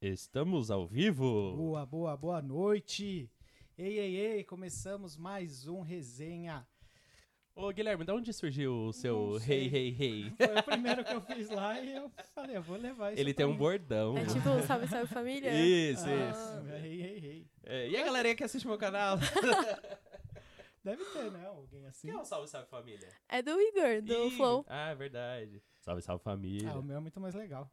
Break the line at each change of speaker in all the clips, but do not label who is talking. Estamos ao vivo!
Boa, boa, boa noite. Ei, ei, ei, começamos mais um resenha.
Ô Guilherme, da onde surgiu o seu
Não
rei,
sei. é
rei, rei?
Foi o primeiro que eu fiz lá e eu falei, eu vou levar isso.
Ele tem
pra
um
mim.
bordão.
É tipo um salve, salve família?
Isso, isso.
Ah, ei, ei, ei.
É, e a galerinha que assiste meu canal?
Deve ter, né? Alguém assim.
Quem é o Salve Salve Família?
É do Igor, do
Ih,
Flow.
Ah, é verdade. Salve Salve Família.
Ah, o meu é muito mais legal.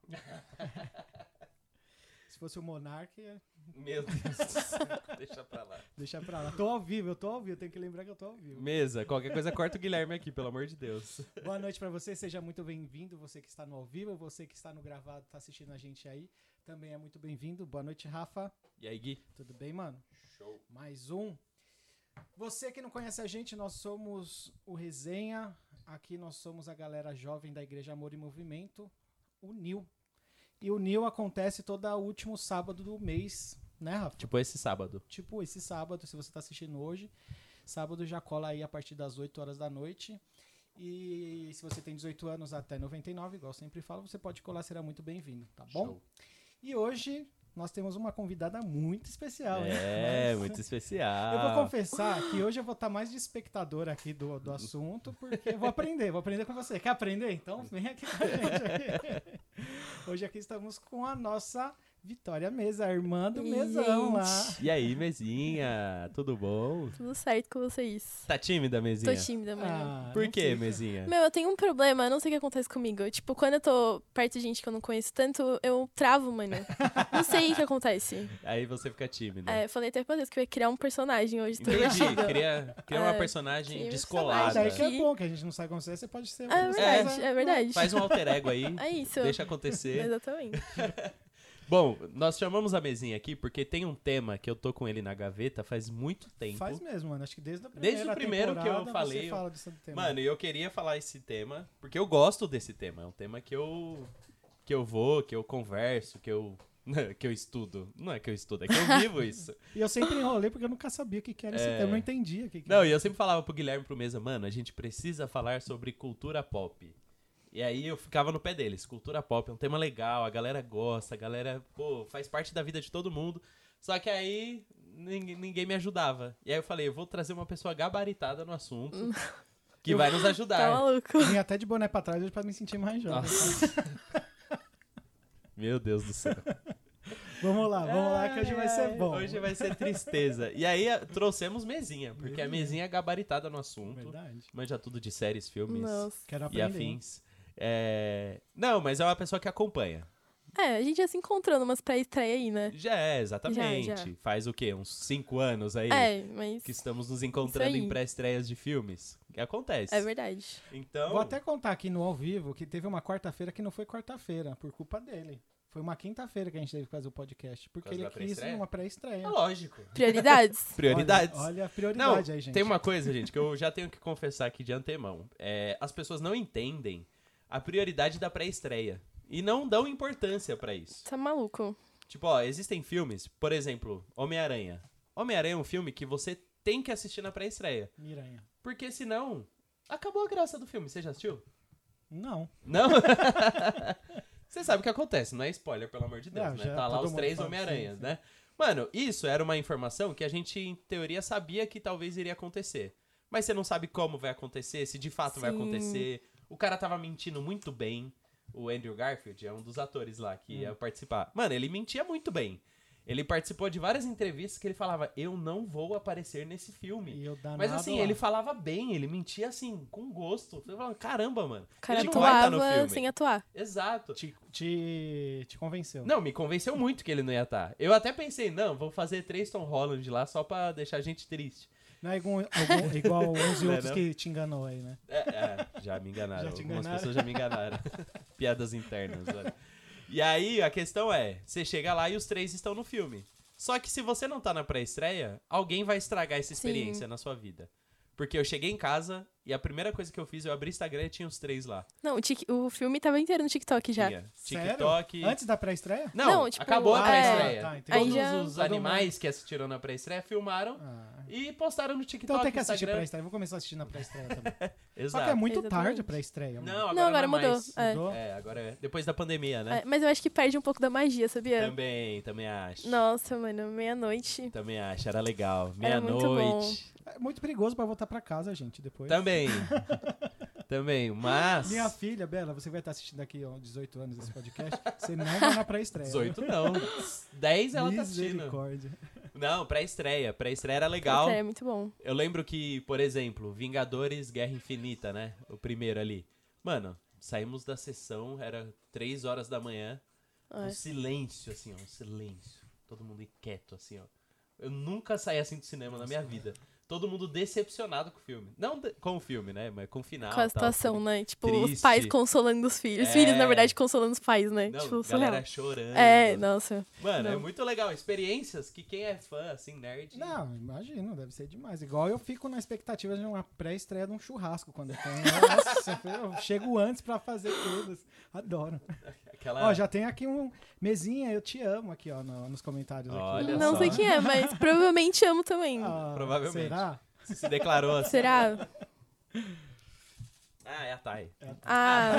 Se fosse o Monark, ia
Meu Deus do céu, deixa pra lá.
deixar pra lá. Tô ao vivo, eu tô ao vivo, eu tenho que lembrar que eu tô ao vivo.
Mesa, qualquer coisa corta o Guilherme aqui, pelo amor de Deus.
Boa noite pra você, seja muito bem-vindo, você que está no ao vivo, você que está no gravado, tá assistindo a gente aí, também é muito bem-vindo. Boa noite, Rafa.
E aí, Gui?
Tudo bem, mano?
Show.
Mais um. Você que não conhece a gente, nós somos o Resenha. Aqui nós somos a galera jovem da Igreja Amor e Movimento, o NIL. E o NIL acontece todo último sábado do mês, né, Rafa?
Tipo esse sábado.
Tipo esse sábado, se você está assistindo hoje. Sábado já cola aí a partir das 8 horas da noite. E se você tem 18 anos até 99, igual eu sempre falo, você pode colar, será muito bem-vindo, tá bom?
Show.
E hoje nós temos uma convidada muito especial, hein?
É,
Nossa.
muito especial.
Eu vou confessar que hoje eu vou estar mais de espectador aqui do, do assunto, porque eu vou aprender, vou aprender com você. Quer aprender? Então vem aqui com a gente. Hoje aqui estamos com a nossa Vitória Mesa, a irmã do
Ih,
mesão lá.
gente.
E aí, Mesinha? Tudo bom?
Tudo certo com vocês.
Tá tímida, Mesinha?
Tô tímida, mano.
Ah,
Por
não
que,
sei.
Mesinha?
Meu, eu tenho um problema, eu não sei o que acontece comigo. Tipo, quando eu tô perto de gente que eu não conheço tanto, eu travo, mano. não sei o que acontece.
Aí você fica tímida.
É, eu falei até pra Deus que eu ia criar um personagem hoje. Tô
Entendi.
mexida.
Cria, cria uma
É,
personagem
cria um
Mas
descolada.
daí
personagem.
que é bom, que a gente não sabe como você é, você pode ser.
É
você
verdade,
vai-
é verdade.
Faz um alter ego aí.
É isso.
Deixa acontecer.
Exatamente.
Bom, nós chamamos a mesinha aqui porque tem um tema que eu tô com ele na gaveta faz muito tempo.
Faz mesmo, mano. Acho que desde a primeira
Desde o primeiro que eu
temporada
falei,
Você
eu-
fala desse tema.
Mano, e eu queria falar esse tema porque eu gosto desse tema. É um tema que eu que eu vou, que eu converso, que eu que eu estudo. Não é que eu estudo, é que eu vivo isso.
E eu sempre enrolei porque eu nunca sabia o que, que era esse
É.
tema, eu não entendia o que, que
Não,
era.
e eu sempre falava pro Guilherme e pro Mesa, mano, a gente precisa falar sobre cultura pop. E aí eu ficava no pé deles, cultura pop é um tema legal, a galera gosta, a galera, pô, faz parte da vida de todo mundo. Só que aí ninguém, ninguém me ajudava. E aí eu falei, eu vou trazer uma pessoa gabaritada no assunto que vai nos
Tá
ajudar.
maluco.
Vim até de boné pra trás hoje pra me sentir mais
Tá
jovem.
Nossa. Meu Deus do céu.
Vamos lá, Tá, vamos lá que hoje
Ai,
vai ser
ai,
bom.
Hoje vai ser tristeza. E aí a- trouxemos mesinha, porque a mesinha é gabaritada no assunto.
Verdade.
Manja tudo de séries, filmes
Nossa.
e
Quero aprender. hein?
afins. É, Não, mas é uma pessoa que acompanha.
É, a gente já se encontrou numas pré-estreia aí, né?
Já é, exatamente.
Já, já.
Faz o quê? Uns cinco anos aí
É, mas.
que estamos nos encontrando
Isso
em
aí.
pré-estreias de filmes. Que acontece.
É verdade.
Então,
Vou até contar aqui no ao vivo que teve uma quarta-feira que não foi quarta-feira, por culpa dele. Foi uma quinta-feira que a gente teve que fazer o podcast, porque
causa
ele
da
quis
pré-estreia?
uma pré-estreia.
é lógico.
Prioridades?
Prioridades.
Olha, olha a
Não,
prioridade aí, gente.
tem uma coisa, gente, que eu já tenho que confessar aqui de antemão. É, as pessoas não entendem a prioridade da pré-estreia. E não dão importância pra isso.
tá maluco.
Tipo, ó, existem filmes, por exemplo, Homem-Aranha. Homem-Aranha é um filme que você tem que assistir na pré-estreia.
Miranha.
Porque senão, acabou a graça do filme. Você já assistiu?
Não.
Não? Você sabe o que acontece, não é spoiler, pelo amor de Deus,
Não,
né?
já
Tá lá
todo
os
mundo
três
fala,
Homem-Aranhas,
sim,
né? Mano, isso era uma informação que a gente, em teoria, sabia que talvez iria acontecer. Mas você não sabe como vai acontecer, se de fato vai
Sim.
acontecer. O cara tava mentindo muito bem. O Andrew Garfield é um dos atores lá
Hum.
que ia participar. Mano, ele mentia muito bem. Ele participou de várias entrevistas que ele falava: Eu não vou aparecer nesse filme.
E eu danado
Mas assim,
lá.
ele falava bem, ele mentia assim, com gosto. Eu falava, caramba, mano.
O cara
ele não vai estar
atuava
no filme.
sem atuar.
Exato.
te, te, te convenceu.
Não, me convenceu muito que ele não ia estar. Eu até pensei, não, vou fazer três Tom Holland lá só pra deixar a gente triste.
Não é igual, algum- igual uns e
Não é
outros
não?
que te enganou aí, né?
É, é, já me enganaram.
Já te
Algumas
enganaram?
pessoas já me enganaram. Piadas internas, olha. E aí, a questão é, você chega lá e os três estão no filme. Só que se você não tá na pré-estreia, alguém vai estragar essa
Sim.
experiência na sua vida. Porque eu cheguei em casa e a primeira coisa que eu fiz, eu abri o Instagram e tinha os três lá.
Não, o, tic- o filme tava inteiro no TikTok já.
Tinha TikTok.
Sério? Antes da pré-estreia?
Não,
Não, tipo,
acabou a
ah,
pré-estreia.
tá, entendi.
Todos
Aí já-
os animais que assistiram na pré-estreia filmaram
Ah,
e E postaram no TikTok,
Então tem que assistir
Instagram.
pré-estreia. Eu Vou começar assistindo a pré-estreia também. Só
Exato.
que é muito
Exatamente.
tarde a pré-estreia. mano.
Não, agora
Não, agora mudou.
mais.
É.
Mudou?
É, agora é. Depois da pandemia, né?
É, Mas eu acho que perde um pouco da magia, sabia?
Também, também acho.
Nossa, mano, meia-noite.
Também acho, era legal.
Era muito
Meia-noite.
É muito perigoso pra voltar pra casa, gente, depois.
Também. também, mas.
Minha filha, Bela, você vai estar assistindo aqui, ó, 18 anos esse podcast. Você não vai na pré-estreia.
18 não. 10 ela tá assistindo.
Misericórdia.
Não, pré-estreia. Pré-estreia era legal.
É muito bom.
Eu lembro que, por exemplo, Vingadores Guerra Infinita, né? O primeiro ali. Mano, saímos da sessão, era 3 horas da manhã.
É.
Um silêncio, assim, ó. Um silêncio. Todo mundo quieto, assim, ó. Eu nunca saí assim do cinema na minha vida. Todo mundo decepcionado com o filme. Não de- com o filme, né? Mas com o final.
Com a
tal,
situação,
tudo.
né? Tipo, os
tá. Triste.
pais consolando os filhos.
É.
Os filhos, na verdade, consolando os pais, né?
Não,
tipo,
galera
surreal.
chorando.
É, nossa.
Mano, é
Não.
muito legal. Experiências que quem é fã, assim, nerd.
Não, imagino, deve ser demais. Igual eu fico na expectativa de uma pré-estreia de um churrasco quando eu tenho. Nossa, eu chego antes pra fazer tudo. Adoro.
Aquela.
Ó, já tem aqui um mesinha, eu te amo aqui, ó, no- nos comentários.
Olha
aqui.
não
só.
sei quem é, mas provavelmente amo também.
Ah,
Provavelmente.
Será?
Se declarou assim.
Será?
Ah, é a Thay.
Ah,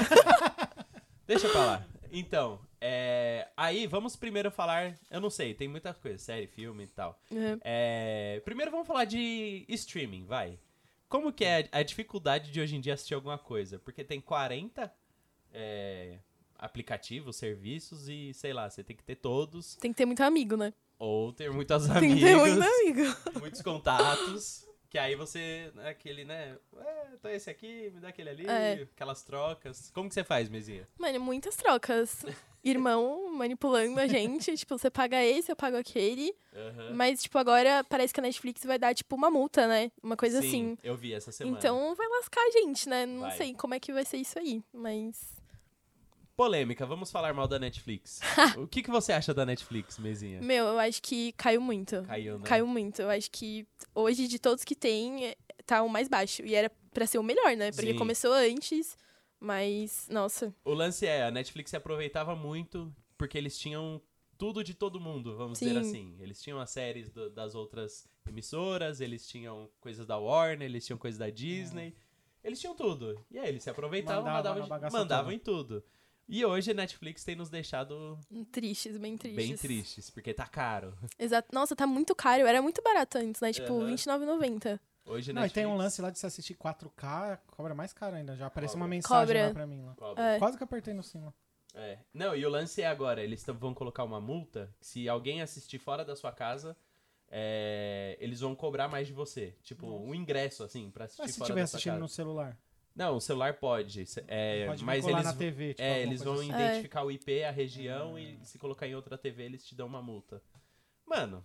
Deixa pra lá. Então, é... aí vamos primeiro falar. Eu não sei, tem muita coisa, série, filme e tal.
é.
É, Primeiro vamos falar de streaming, vai. Como que é a dificuldade de hoje em dia assistir alguma coisa? Porque tem 40 é, aplicativos, serviços e sei lá, você tem que ter todos.
tem que ter muito amigo, né?
Ou ter muitos
Tem
amigos,
que ter muito amigo.
muitos contatos. Que aí você, né, aquele, né? É, tô esse aqui, me dá aquele ali,
É.
aquelas trocas. Como que você faz, Mesinha?
Mano, muitas trocas. Irmão manipulando a gente. Tipo, você paga esse, eu pago aquele.
Aham.
Mas, tipo, agora parece que a Netflix vai dar, tipo, uma multa, né? Uma coisa
Sim,
assim.
Eu vi essa semana.
Então vai lascar a gente, né? Não
Vai.
sei como é que vai ser isso aí, mas.
Polêmica, vamos falar mal da Netflix. o que, que você acha da Netflix, Mesinha?
Meu, eu acho que caiu muito.
É. Caiu, né?
Caiu muito. Eu acho que hoje, de todos que tem, é- tá o mais baixo. E era pra ser o melhor, né? Porque
Sim.
começou antes, mas. Nossa.
O lance é, a Netflix se aproveitava muito porque eles tinham tudo de todo mundo, vamos dizer
Sim.
assim. Eles tinham as séries do- das outras emissoras, eles tinham coisas da Warner, eles tinham coisas da Disney.
É.
Eles tinham tudo. E aí, eles se aproveitavam,
Mandava
mandavam,
na
de-
bagaça
mandavam
toda.
em tudo. E hoje a Netflix tem nos deixado
Tristes, bem tristes.
bem tristes, porque tá caro.
Exato. Nossa, tá muito caro. Era muito barato antes, né? Tipo,
Aham.
R$29,90.
Hoje
Não, e
Netflix
tem um lance lá de se assistir 4K, cobra mais caro ainda. Já apareceu uma
Cobra.
mensagem lá
Cobra.
pra mim lá.
cobra.
É.
Quase que apertei no sim lá.
É. Não, e o lance é agora, eles tão- vão colocar uma multa, que se alguém assistir fora da sua casa, é, eles vão cobrar mais de você. Tipo, um ingresso, assim, pra assistir
Mas se
fora
estiver
da sua
assistindo
casa.
no celular,
Não, o celular pode, se- é,
pode
mas
vincular
eles...
na TV. Tipo,
é,
alguma
eles
coisa
vão
assim.
assim.
identificar o IP, a região, e se colocar em outra TV, eles te dão uma multa. Mano,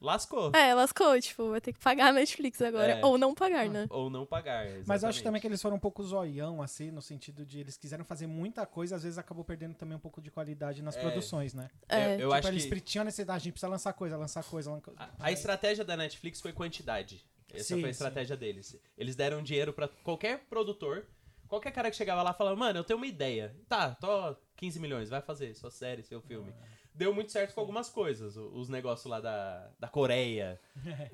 lascou.
É, lascou. Tipo, vai ter que pagar a Netflix agora.
É.
Ou não pagar, né?
Ou não pagar,
Mas eu acho
exatamente.
também que eles foram um pouco zoião, assim, no sentido de eles quiseram fazer muita coisa, às vezes acabou perdendo também um pouco de qualidade nas
É.
produções, né?
É.
Eu, eu
tipo,
acho
eles
que...
pre- tinham a necessidade, a gente precisa lançar coisa, lançar coisa, lan-
A, a estratégia da Netflix foi quantidade. Essa
Sim,
foi a
sim.
estratégia deles. Eles deram dinheiro pra qualquer produtor, qualquer cara que chegava lá falava, mano, eu tenho uma ideia. Tá, tô 15 milhões, vai fazer sua série, seu filme.
Ah,
Deu muito certo com algumas coisas. O- Os negócios lá da, da Coreia,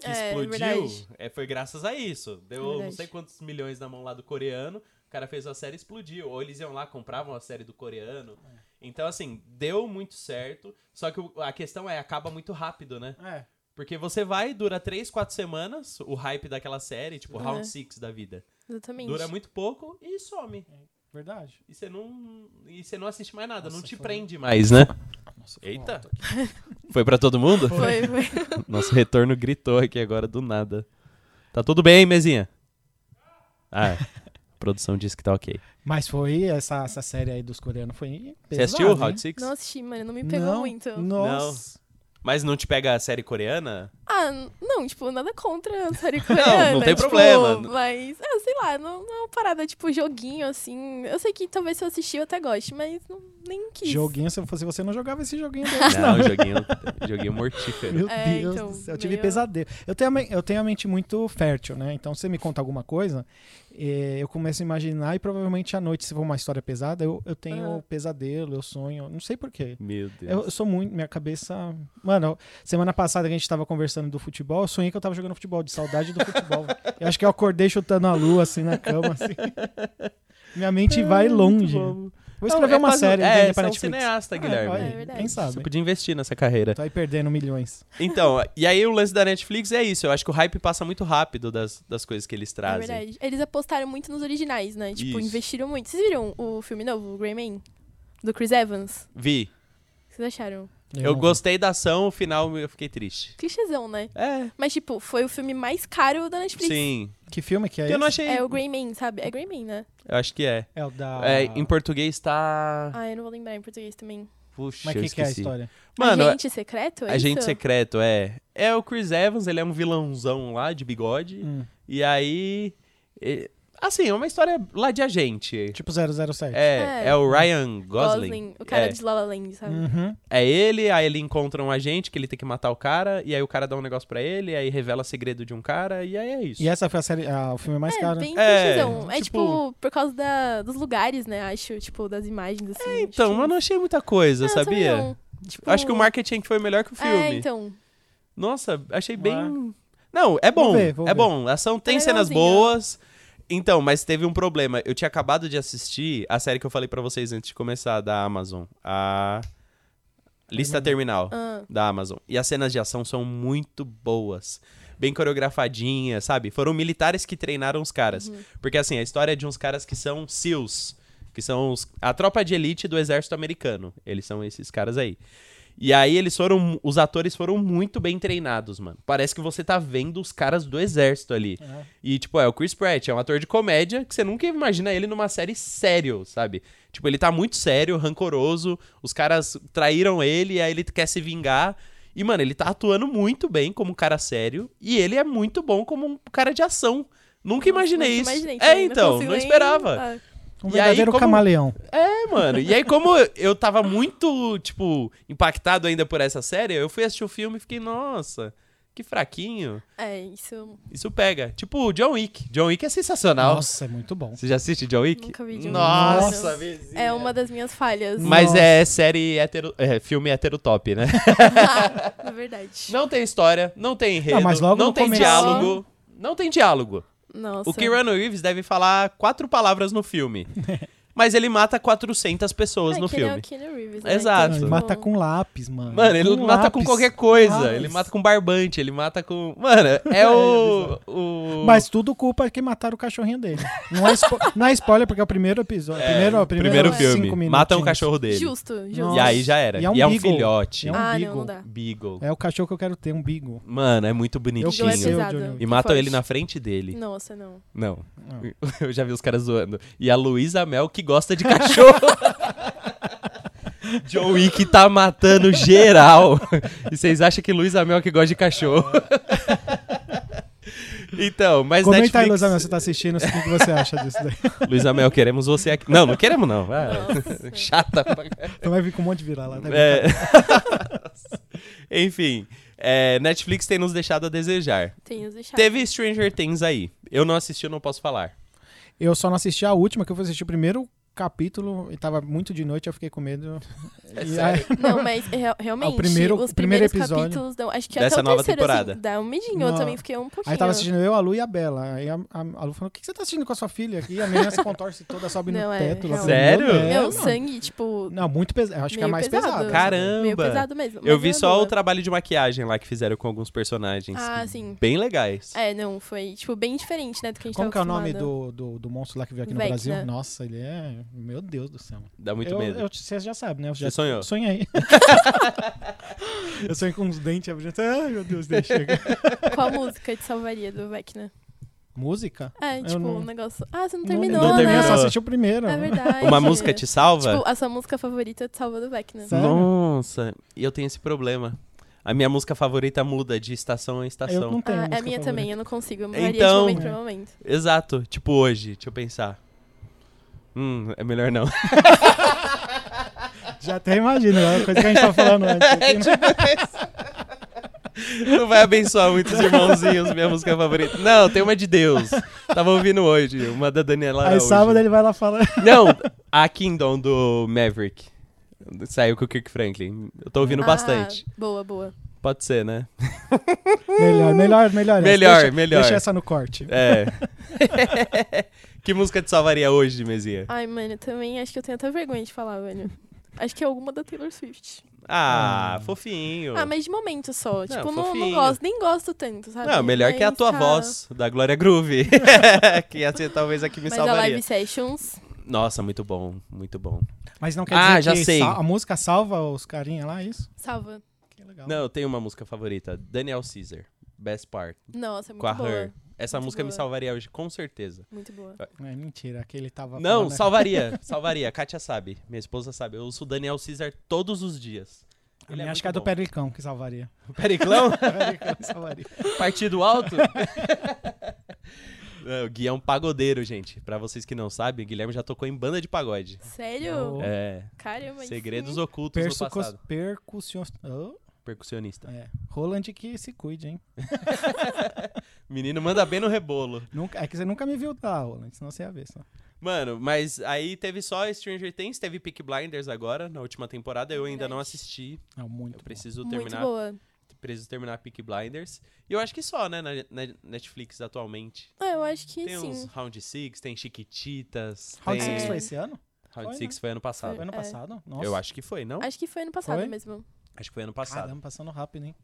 que
É,
explodiu,
verdade. É
é, foi graças a isso. Deu não
Verdade.
sei quantos milhões na mão lá do coreano, o cara fez a série e explodiu. Ou eles iam lá, compravam a série do coreano.
É.
Então, assim, deu muito certo. Só que o- a questão é, acaba muito rápido, né?
É,
Porque você vai, dura 3, 4 semanas, o hype daquela série, tipo
Uhum.
É.
Round 6 da vida.
Exatamente.
Dura muito pouco e some.
verdade.
E você não, e você não assiste mais nada, não
Nossa,
te
foi-
prende mais, né?
Nossa,
ficou Eita. alto
Aqui.
Foi para todo mundo?
Foi, foi.
Nosso retorno gritou aqui agora do nada. Tá tudo bem, mesinha? Ah, a produção disse que tá ok.
Mas foi essa, essa série aí dos coreanos, foi pesado,
você assistiu
hein?
Round 6?
Não assisti, mano. Não me pegou
Não,
muito.
Nossa.
Mas não te pega a série coreana?
Ah, n- não, tipo, nada contra a série coreana.
não tem
tipo,
problema.
Mas, ah, sei lá, não, não é uma parada tipo joguinho, assim. Eu sei que talvez se eu assistir eu até goste, mas não, nem quis.
Joguinho, se eu fosse você, não jogava esse joguinho dele.
Não, joguinho, joguinho mortífero.
Meu
É,
Deus
então,
do céu, eu tive
meio-
pesadelo. Eu tenho, a men- eu tenho a mente muito fértil, né? Então, se você me conta alguma coisa, é, eu começo a imaginar e provavelmente à noite, se for uma história pesada, eu, eu tenho
Ah.
pesadelo, eu sonho, não sei porquê.
Meu Deus.
Eu, eu sou muito, minha cabeça. Mano, semana passada que a gente tava conversando do futebol, eu sonhei que eu tava jogando futebol, de saudade do futebol. eu acho que eu acordei chutando a lua, assim, na cama, assim. Minha mente vai longe. Vou escrever uma série,
É,
entende,
você
pra
é um
Netflix.
cineasta,
Ah,
Guilherme.
olha aí,
É verdade.
Quem
Você
sabe? Tá.
podia investir nessa carreira.
Tô aí perdendo milhões.
Então, e aí o lance da Netflix é isso. Eu acho que o hype passa muito rápido das, das coisas que eles
Na
trazem.
É verdade. Eles apostaram muito nos originais, né? Tipo,
Isso.
investiram muito. Vocês viram o filme novo, o Grey Man? Do Chris Evans?
Vi.
O que vocês acharam?
Eu
não-
gostei da ação, o final eu fiquei triste.
Clichêzão, né?
É,
Mas, tipo, foi o filme mais caro da Netflix.
sim.
Que filme que é
eu não
esse?
achei.
É o
Eu
Grey Man, sabe? É Grey Man, né?
acho que é.
É o da...
É, em português tá.
Ah, eu não vou lembrar em português também.
Puxa,
Mas
eu
que, que é a
esqueci.
história?
Mano,
Agente Secreto? É
Agente
isso?
Secreto, é. É o Chris Evans, ele é um vilãozão lá, de bigode.
Hum,
E aí. e- assim, é uma história lá de agente.
tipo 007.
É, é,
É.
o Ryan Gosling.
O cara
é.
de La La Land, sabe?
Uhum.
É ele, aí ele encontra um agente que ele tem que matar o cara, e aí o cara dá um negócio pra ele, aí revela segredo de um cara, e aí é isso.
E essa foi a série, ah, o filme mais
é,
caro.
bem
É,
clichêzão. É,
tipo-
tipo, por causa da- dos lugares, né? Acho, tipo, das imagens, assim. acho
Então,
que-
mas eu não achei muita coisa,
Não, também
sabia?
não. Tipo,
Acho que o marketing foi melhor que o filme.
É, então.
Nossa, achei
Ué.
bem. Não, é bom.
Vou ver, vou
é
ver.
bom. A ação tem cenas
legalzinho.
boas. Então, mas teve um problema. Eu tinha acabado de assistir a série que eu falei pra vocês antes de começar, da Amazon. A Lista Terminal
ah,
da Amazon. E as cenas de ação são muito boas. Bem coreografadinhas, sabe? Foram militares que treinaram os caras. Porque, assim, a história é de uns caras que são SEALs. Que são os- a tropa de elite do exército americano. Eles são esses caras aí. E aí eles foram... Os atores foram muito bem treinados, mano. Parece que você tá vendo os caras do exército ali.
É.
E, tipo, é o Chris Pratt, é um ator de comédia que você nunca imagina ele numa série sério, sabe? Tipo, ele tá muito sério, rancoroso, os caras traíram ele, aí ele quer se vingar. E, mano, ele tá atuando muito bem como um cara sério, e ele é muito bom como um cara de ação. Nunca imaginei
não
isso.
imaginei
é,
também,
então,
consigo
não
nem-
esperava.
Ah,
Um
E
verdadeiro
aí, como-
camaleão.
É, mano. E aí, como eu tava muito, tipo, impactado ainda por essa série, eu fui assistir o filme e fiquei, nossa, que fraquinho.
é, isso.
Isso pega. Tipo, o John Wick. John Wick é sensacional.
Nossa, é muito bom.
Você já assiste John Wick?
Nunca vi John
Nossa,
Wick, não.
vizinha.
É uma das minhas falhas.
Mas
Nossa.
é série hétero... É, filme heterotop, né? é-
Na verdade.
Não tem história, não tem enredo,
Não,
não,
Ah, mas logo no
tem
começo.
diálogo. Não tem diálogo.
Nossa.
O Keanu Reeves deve falar quatro palavras no filme. mas ele mata 400 pessoas
É,
no
que ele é
filme.
o Keanu Reeves, né?
Exato.
Não, ele
Então,
mata
tipo,
com lápis, mano.
Mano, ele mata com
Um lápis.
qualquer coisa.
Lápis.
Ele mata com barbante, ele mata com... Mano, é o... o...
Mas tudo culpa que mataram o cachorrinho dele. Não é, spo... não é spoiler, porque é o primeiro episódio. primeiro,
Primeiro
primeiro
filme,
Cinco
mata um
minutinhos.
cachorro dele.
Justo, justo.
E aí já era.
E é um beagle.
filhote.
É um
ah,
beagle.
não, não dá.
Beagle.
É o cachorro que eu quero ter, um bigo.
Mano, é muito
Eu
bonitinho.
Joe é
quis ser o
pesado.
Johnny Wick.
E
Que
matam
forte.
ele na frente dele.
Nossa, não.
Não.
Não.
Eu já vi os caras zoando. E a Luísa Mel que gosta de cachorro. John Wick tá matando geral. E vocês acham que Luísa Mel que gosta de cachorro? então, mas
Comenta aí,
Netflix...
Luzana, você tá assistindo, o que que você acha disso daí.
Luísa Mel, queremos você aqui. Não, não queremos não. Ah,
Nossa.
Chata pra caralho.
Então vai vir com um monte de virar lá. Né?
É. Enfim, é, Netflix tem nos deixado a desejar.
Tem os deixados.
Teve Stranger Things aí. Eu não assisti, eu não posso falar.
Eu só não assisti a última, que eu fui assistir o primeiro capítulo e tava muito de noite, eu fiquei com medo.
É
E
sério?
aí-
Não, mas é, real- realmente,
o primeiro-
os
o primeiro
primeiros
episódio
capítulos dão. Acho que
dessa
até o
nova
terceiro,
temporada.
assim, dá um medinho. Eu
Não.
também fiquei um pouquinho.
Aí tava assistindo eu, a Lu e a Bela. Aí a, a, a Lu falou: o que, que você tá assistindo com a sua filha aqui? E a menina se contorce toda, sobe no
Não, é,
teto. lá.
realmente.
Sério?
Meu,
Meu,
mano.
sangue, tipo,
Não, muito pesado. É, Acho que é
Meio
mais
pesado.
pesado.
Caramba!
meio pesado mesmo.
Eu
mas
vi
é
só
boa.
o trabalho de maquiagem lá que fizeram com alguns personagens.
Ah, sim.
Bem legais.
É, não, foi, tipo, bem diferente, né, do que a gente
Como que é
tava
o nome
acostumado.
do, do, do monstro lá que veio aqui no
Vecna.
Brasil? Nossa, ele é. Meu Deus do céu.
Dá muito
eu,
medo.
eu- você já sabe, né? Eu já
Você sonhou?
sonhei. eu sonhei com uns dentes abrindo. assim, Ai, meu Deus, deixa eu chegar.
Qual música te salvaria do Vecna?
Música?
É,
Eu
tipo,
não-
um negócio... Ah, você não terminou,
não
né?
terminou.
só assisti o primeiro.
É verdade.
Uma música te salva?
Tipo, é. a sua música favorita te salva do Vecna.
Sério?
Nossa, e eu tenho esse problema. A minha música favorita muda de estação em
Eu não
estação.
tenho. música
Ah, é a minha
favorita.
também, eu não consigo. Eu varia
Então-
de momento pra momento.
Exato. Tipo hoje, deixa eu pensar. Hum, é melhor não.
tá
É tipo-
Já até imagino, é uma coisa que a gente tava falando antes. aqui, né?
É tipo Não vai abençoar muitos irmãozinhos, minha música favorita. Não, tem uma de Deus. Tava ouvindo hoje, uma da Daniela
Aí
Araújo.
sábado ele vai lá falar.
Não, a Kingdom do Maverick. Saiu com o Kirk Franklin. Eu tô ouvindo
Ah,
bastante.
Boa, boa.
Pode ser, né?
Uh!
Melhor, melhor, melhor. essa.
Melhor,
deixa,
melhor.
Deixa essa no corte.
É. que música te salvaria hoje, Mesia?
Ai, mano, eu também acho que eu tenho até vergonha de falar, velho. Acho que é alguma da Taylor Swift.
Ah, fofinho.
Ah, mas de momento só. tipo, não, não
fofinho.
gosto, nem gosto tanto, sabe?
Não, melhor que a
Mas
tua
tá.
voz, da Glória Groove. que ia ser talvez a que me
Mas a
salvaria.
Live Sessions.
Nossa, muito bom, muito bom.
Mas não quer
Ah,
dizer
já
que
sei.
sal- a música salva os carinha lá, é isso?
Salva.
Que legal.
Não, eu tenho uma música favorita, Daniel Caesar, Best Part,
Nossa, é muito
com a
boa.
Her. Essa
muito
música me
boa.
salvaria hoje, com certeza.
Muito boa.
É mentira, aquele tava
Não,
falando- né?
salvaria, salvaria. Kátia sabe, minha esposa sabe. Eu ouço Daniel Caesar todos os dias.
A
Ele
minha
é
acho
muito
que é do
bom.
Pericão que salvaria.
Periclão?
Pericão que salvaria.
Partido alto? Não, o Gui é um pagodeiro, gente. Pra vocês que não sabem, o Guilherme já tocou em banda de pagode.
Sério?
Oh.
É,
Caramba, isso
segredos
sim.
ocultos no
Percucos,
passado.
percussionista. Oh,
Percussionista.
é. Roland que se cuide, hein?
Menino manda bem no rebolo.
Nunca, é que você nunca me viu tá, Roland, senão você ia ver só.
Mano, mas aí teve só Stranger Things, teve Peak Blinders agora, na última temporada. Eu ainda não
Verdade.
assisti.
É muito.
Eu preciso
Muito
terminar,
boa.
preciso terminar Peak Blinders. E eu acho que só, né, na, na Netflix atualmente.
Ah, eu acho que
tem
sim.
uns Round Six, tem Chiquititas.
Round
tem...
Six
É.
foi esse ano?
Round
Foi,
Six
né?
foi ano passado.
Foi ano
É.
passado? Nossa.
Eu acho que foi, não?
Acho que foi ano passado
Foi?
mesmo.
Acho que foi ano passado.
Caramba, passando rápido, hein?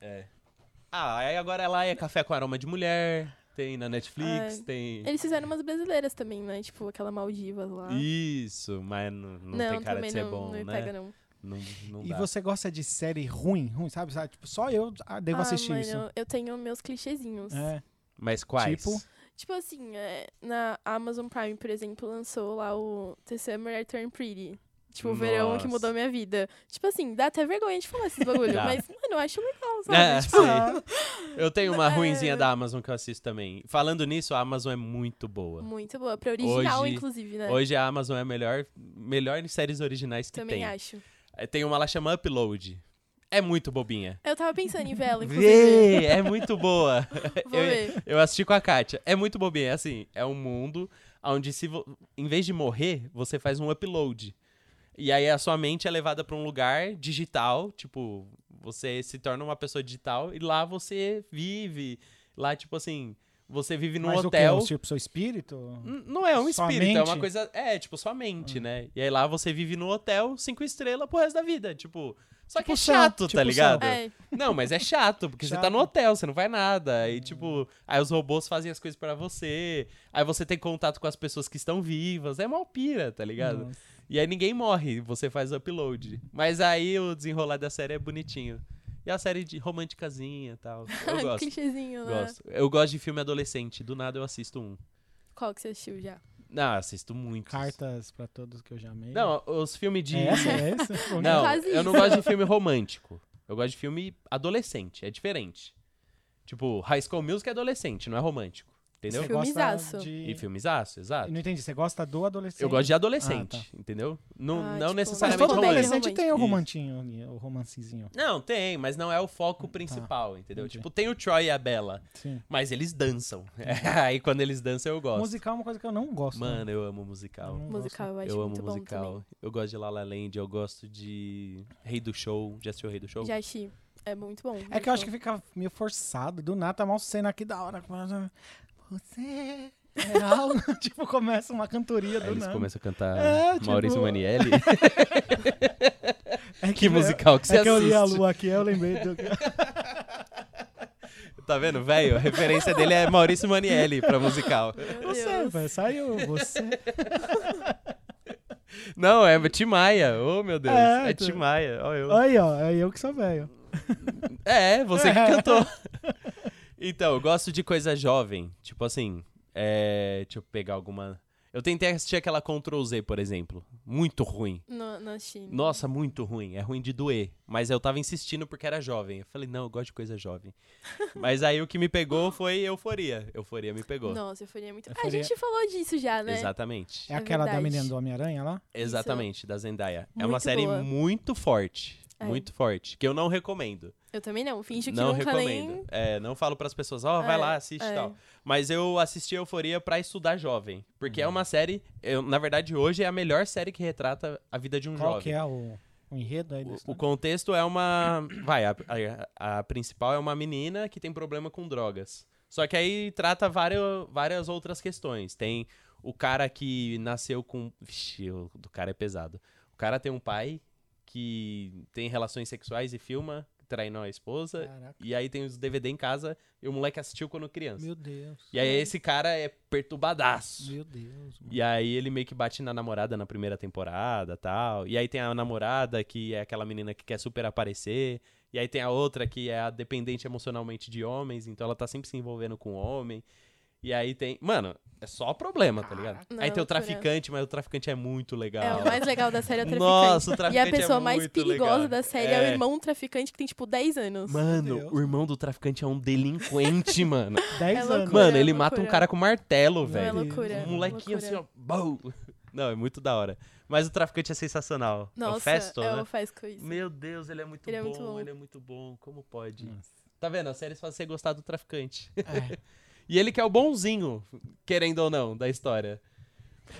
Ah, aí agora lá é Café com Aroma de Mulher, tem na Netflix, tem...
Eles fizeram umas brasileiras também, né? Tipo, aquela Maldivas lá.
Isso, mas não, não tem cara de
também
ser
não,
bom,
não me
né?
pega, não.
Não, não
E
dá.
você gosta de série ruim, ruim, sabe? Sabe, Tipo, só eu ah, devo
ah,
assistir
mano,
isso.
eu tenho meus clichêzinhos.
É.
Mas quais?
Tipo?
Tipo assim, é, na Amazon Prime, por exemplo, lançou lá o The Summer I Turn Pretty. Tipo, o verão que
Nossa.
mudou minha vida. Tipo assim, dá até vergonha de falar esses bagulho,
Dá.
mas, mano, eu acho legal, sabe?
É,
Tipo,
Ah,
sei. Eu tenho uma
É.
ruinzinha da Amazon que eu assisto também. Falando nisso, a Amazon é muito boa.
muito boa. Pra original,
Hoje-
inclusive, né?
Hoje a Amazon é a melhor, melhor em séries originais que
também
tem.
acho.
É, Tem uma lá chamada Upload. É muito bobinha.
Eu tava pensando em ver ela, inclusive.
Vê, é muito boa.
Vou
Eu-
ver.
Eu assisti com a Kátia. É muito bobinha. É assim, é um mundo onde se vo- em vez de morrer, você faz um upload. E aí a sua mente é levada pra um lugar digital, tipo, você se torna uma pessoa digital e lá você vive. Lá, tipo assim, você vive num
Mas
hotel.
o que? Tipo, seu espírito?
N- Não é um
Sua
espírito, é uma
mente? Hum.
coisa. É, tipo, sua mente, né? E aí lá você vive num hotel cinco estrelas pro resto da vida. Tipo. Só que
Tipo
é
céu,
chato,
tipo
tá
céu.
ligado?
É,
Não, mas é chato, porque você tá
Chato.
no hotel, você não vai nada. Aí, tipo, aí os robôs fazem as coisas pra você. Aí você tem contato com as pessoas que estão vivas. É mal pira, tá ligado?
Nossa.
E aí ninguém morre, você faz upload. Mas aí o desenrolar da série é bonitinho. E a série de românticazinha e tal. Eu gosto.
clichêzinho, né?
gosto. Eu gosto de filme adolescente. Do nada eu assisto um.
Qual que você assistiu já?
Não, assisto muito.
Cartas pra todos que eu já amei.
Não, os filmes de.
É essa? É essa?
Não,
quase
eu não
isso.
gosto de filme romântico. Eu gosto de filme adolescente, é diferente. Tipo, High School Music é adolescente, não é romântico. Entendeu?
Você gosta
Filmezaço.
de-
E filmezaço, exato.
Não entendi, você gosta do adolescente?
Eu gosto de adolescente,
Ah, tá.
entendeu? Não,
Ah,
não
tipo,
Mas
necessariamente
todo é
Sinceramente,
romântico.
adolescente tem o
Isso.
romantinho, ali, o romancezinho.
Não, tem, mas não é o foco principal, entendeu?
Ah, tá. entendi.
Tipo, tem o Troy e a Bella,
Sim.
mas eles dançam. Aí quando eles dançam eu gosto.
Musical é uma coisa que eu não gosto.
Mano, eu amo
Eu
musical.
não gosto.
Musical, eu acho
Eu amo
muito bom
musical.
também.
Eu gosto de La La Land, eu gosto de Rei do Show. Já assistiu Rei do Show?
Já achei. É muito bom.
É que eu acho que fica meio forçado. Do nada, tá mal cena aqui da hora. Você é real. tipo, começa uma cantoria
Aí
do
eles
nada.
começam a cantar
É, tipo-
Maurício Manielli.
É
que musical que você
É que eu li a
assiste?
lua aqui, eu lembrei do.
Tá vendo, velho? A referência dele é Maurício Manielli pra musical.
Meu
Você,
Deus.
velho, saiu. Você.
Não, é Tim Maia. Oh, meu Deus.
É,
É, Tim
tu-
Maia. Ó, eu...
Aí, ó, é eu que sou velho.
É, você que
É.
cantou. Então, eu gosto de coisa jovem. Tipo assim, é... deixa eu pegar alguma... Eu tentei assistir aquela Ctrl Z, por exemplo. Muito ruim.
Não, não achei.
Nossa, muito ruim. É ruim de doer. Mas eu tava insistindo porque era jovem. Eu falei, não, eu gosto de coisa jovem. Mas aí o que me pegou foi euforia. Euforia me pegou.
Nossa, eu faria muito. Ah, A
Euforia.
gente falou disso já, né?
Exatamente.
É
É
aquela da
verdade.
menina do Homem-Aranha lá?
Exatamente, da Zendaya. é uma
Muito
série
boa.
muito forte.
É É.
Muito forte. Que eu não recomendo.
Eu também não. Finge que
não
nunca
recomendo.
nem.
É, não falo pras pessoas, ó, vai
É,
lá, assiste e
é.
tal. Mas eu assisti Euforia pra estudar jovem. Porque
Uhum.
é uma série, eu, na verdade, hoje é a melhor série que retrata a vida de um
Qual que
jovem.
é o, o enredo aí
O-
desse
O,
negócio?
contexto é uma. Vai, a, a- a principal é uma menina que tem problema com drogas. Só que aí trata várias, várias outras questões. Tem o cara que nasceu com. Vixi, o do cara é pesado. O cara tem um pai que tem relações sexuais e filma, traindo a esposa.
Caraca,
E aí tem os DVD em casa e o moleque assistiu quando criança.
meu Deus.
E aí esse cara é perturbadaço.
Meu Deus. mano.
E é- aí ele meio que bate na namorada na primeira temporada tal. E aí tem a namorada que é aquela menina que quer super aparecer. E aí tem a outra que é a dependente emocionalmente de homens, então ela tá sempre se envolvendo com homem. E aí tem. Mano, é só problema, tá ligado?
Não,
aí tem o
loucura.
traficante, mas o traficante é muito legal.
É, o mais legal da série é o traficante.
Nossa, o
e
traficante
a pessoa
é
mais
muito
perigosa
legal.
da série é.
É.
o irmão traficante que tem, tipo, 10 anos.
Mano,
Deus.
o irmão do traficante é um delinquente, mano.
Dez
É
anos.
loucura.
Mano, ele mata um
loucura.
cara com martelo,
Não é
velho.
loucura.
Um molequinho
loucura.
assim, ó. bau! Não, é muito da hora. Mas o traficante é sensacional. é
Nossa,
o Festo,
é
né?
o faz com isso.
Meu Deus, ele é muito
Ele é
bom,
muito bom.
ele é muito bom. Como pode?
Nossa.
Tá vendo? As séries fazem você gostar do traficante.
É.
E ele que é o bonzinho, querendo ou não, da história.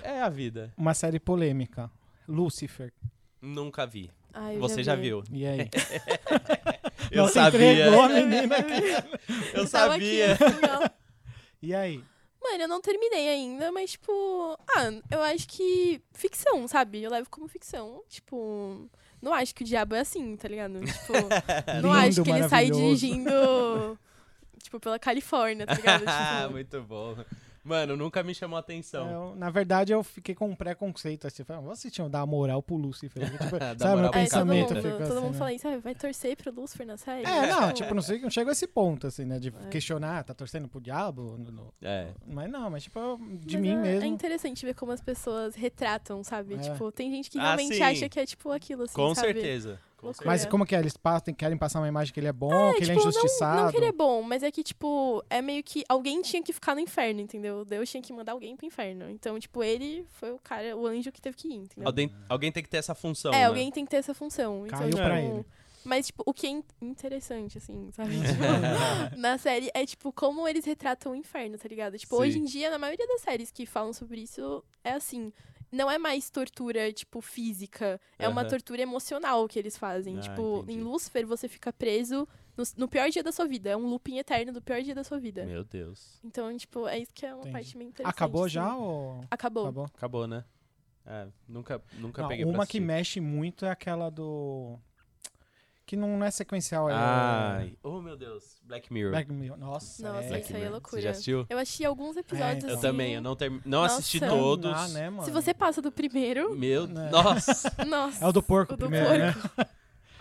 É a vida.
Uma série polêmica. Lucifer.
Nunca vi.
Ai, eu
você já,
vi.
viu.
E aí?
Eu
Nossa,
sabia.
entregou a menina aqui.
Eu
tava aqui,
sabia.
assim, ó.
E aí?
Mano, eu não terminei ainda, mas, tipo. Ah, eu acho que. Ficção, sabe? Eu levo como ficção. Tipo. Não acho que o diabo é assim, tá ligado? Tipo. não acho
Lindo,
que ele sai
maravilhoso.
dirigindo. Tipo, pela Califórnia, tá ligado?
Ah,
Tipo,
muito bom. Mano, nunca me chamou a atenção.
É, Eu, na verdade, eu fiquei com um preconceito. Assim, falei, "Ah, vou assistir, vou dar a moral pro Lucifer. Tipo,
Dá moral
sabe, meu
pro
é, todo
pensamento
mundo,
capeta.
ficou
todo
assim,
mundo
né?
fala isso, ah, vai torcer pro Lucifer na série?
É, não,
Tipo,
tipo, não sei, não chego a esse ponto, assim, né? De
É.
questionar, tá torcendo pro diabo? No- no-
É.
Mas não, mas tipo, eu- de
mas
mim
é, É
mesmo.
interessante ver como as pessoas retratam, sabe?
É.
Tipo, tem gente que
Ah,
realmente
sim.
acha que é tipo aquilo, assim,
Com
sabe?
certeza. Com
Loucura.
mas
certeza.
é.
como que é? Eles passam, querem passar uma imagem que ele é bom,
É,
que ele é
tipo, não-
injustiçado.
Não, que ele é bom, mas é que, tipo, é meio que alguém tinha que ficar no inferno, entendeu? Deus tinha que mandar alguém pro inferno. Então, tipo, ele foi o cara, o anjo que teve que ir, entendeu?
Alguém, alguém tem que ter essa função.
é,
né?
alguém tem que ter essa função. Então,
Caiu
tipo,
pra ele.
Mas, tipo, o que é in- interessante, assim, sabe?
É.
Tipo, na série é, tipo, como eles retratam o inferno, tá ligado? Tipo,
Sim.
hoje em dia, na maioria das séries que falam sobre isso, é assim. Não é mais tortura, tipo, física. É uma
Aham.
tortura emocional que eles fazem.
Ah,
tipo,
entendi.
em Lucifer, você fica preso no, no pior dia da sua vida. É um looping eterno do pior dia da sua vida.
Meu Deus.
Então, tipo, é isso que é uma
Entendi.
parte meio interessante.
Acabou
assim.
já ou.
Acabou.
Acabou.
Acabou, né? É, nunca, nunca
Não,
peguei pra
uma que
assistir.
mexe muito é aquela do. Que não é sequencial. é-
Ai. Oh, meu Deus. Black Mirror.
Black Mirror. Nossa.
Nossa,
é.
isso aí é loucura.
Você já assistiu?
Eu achei alguns episódios,
então.
assim.
Eu também. Eu não, termi- não
Nossa.
assisti
Não,
Não
todos.
dá, né, mano?
Se você passa do primeiro,
Meu
Né?
Nossa.
Nossa.
É o do porco
O do
primeiro,
porco.
né?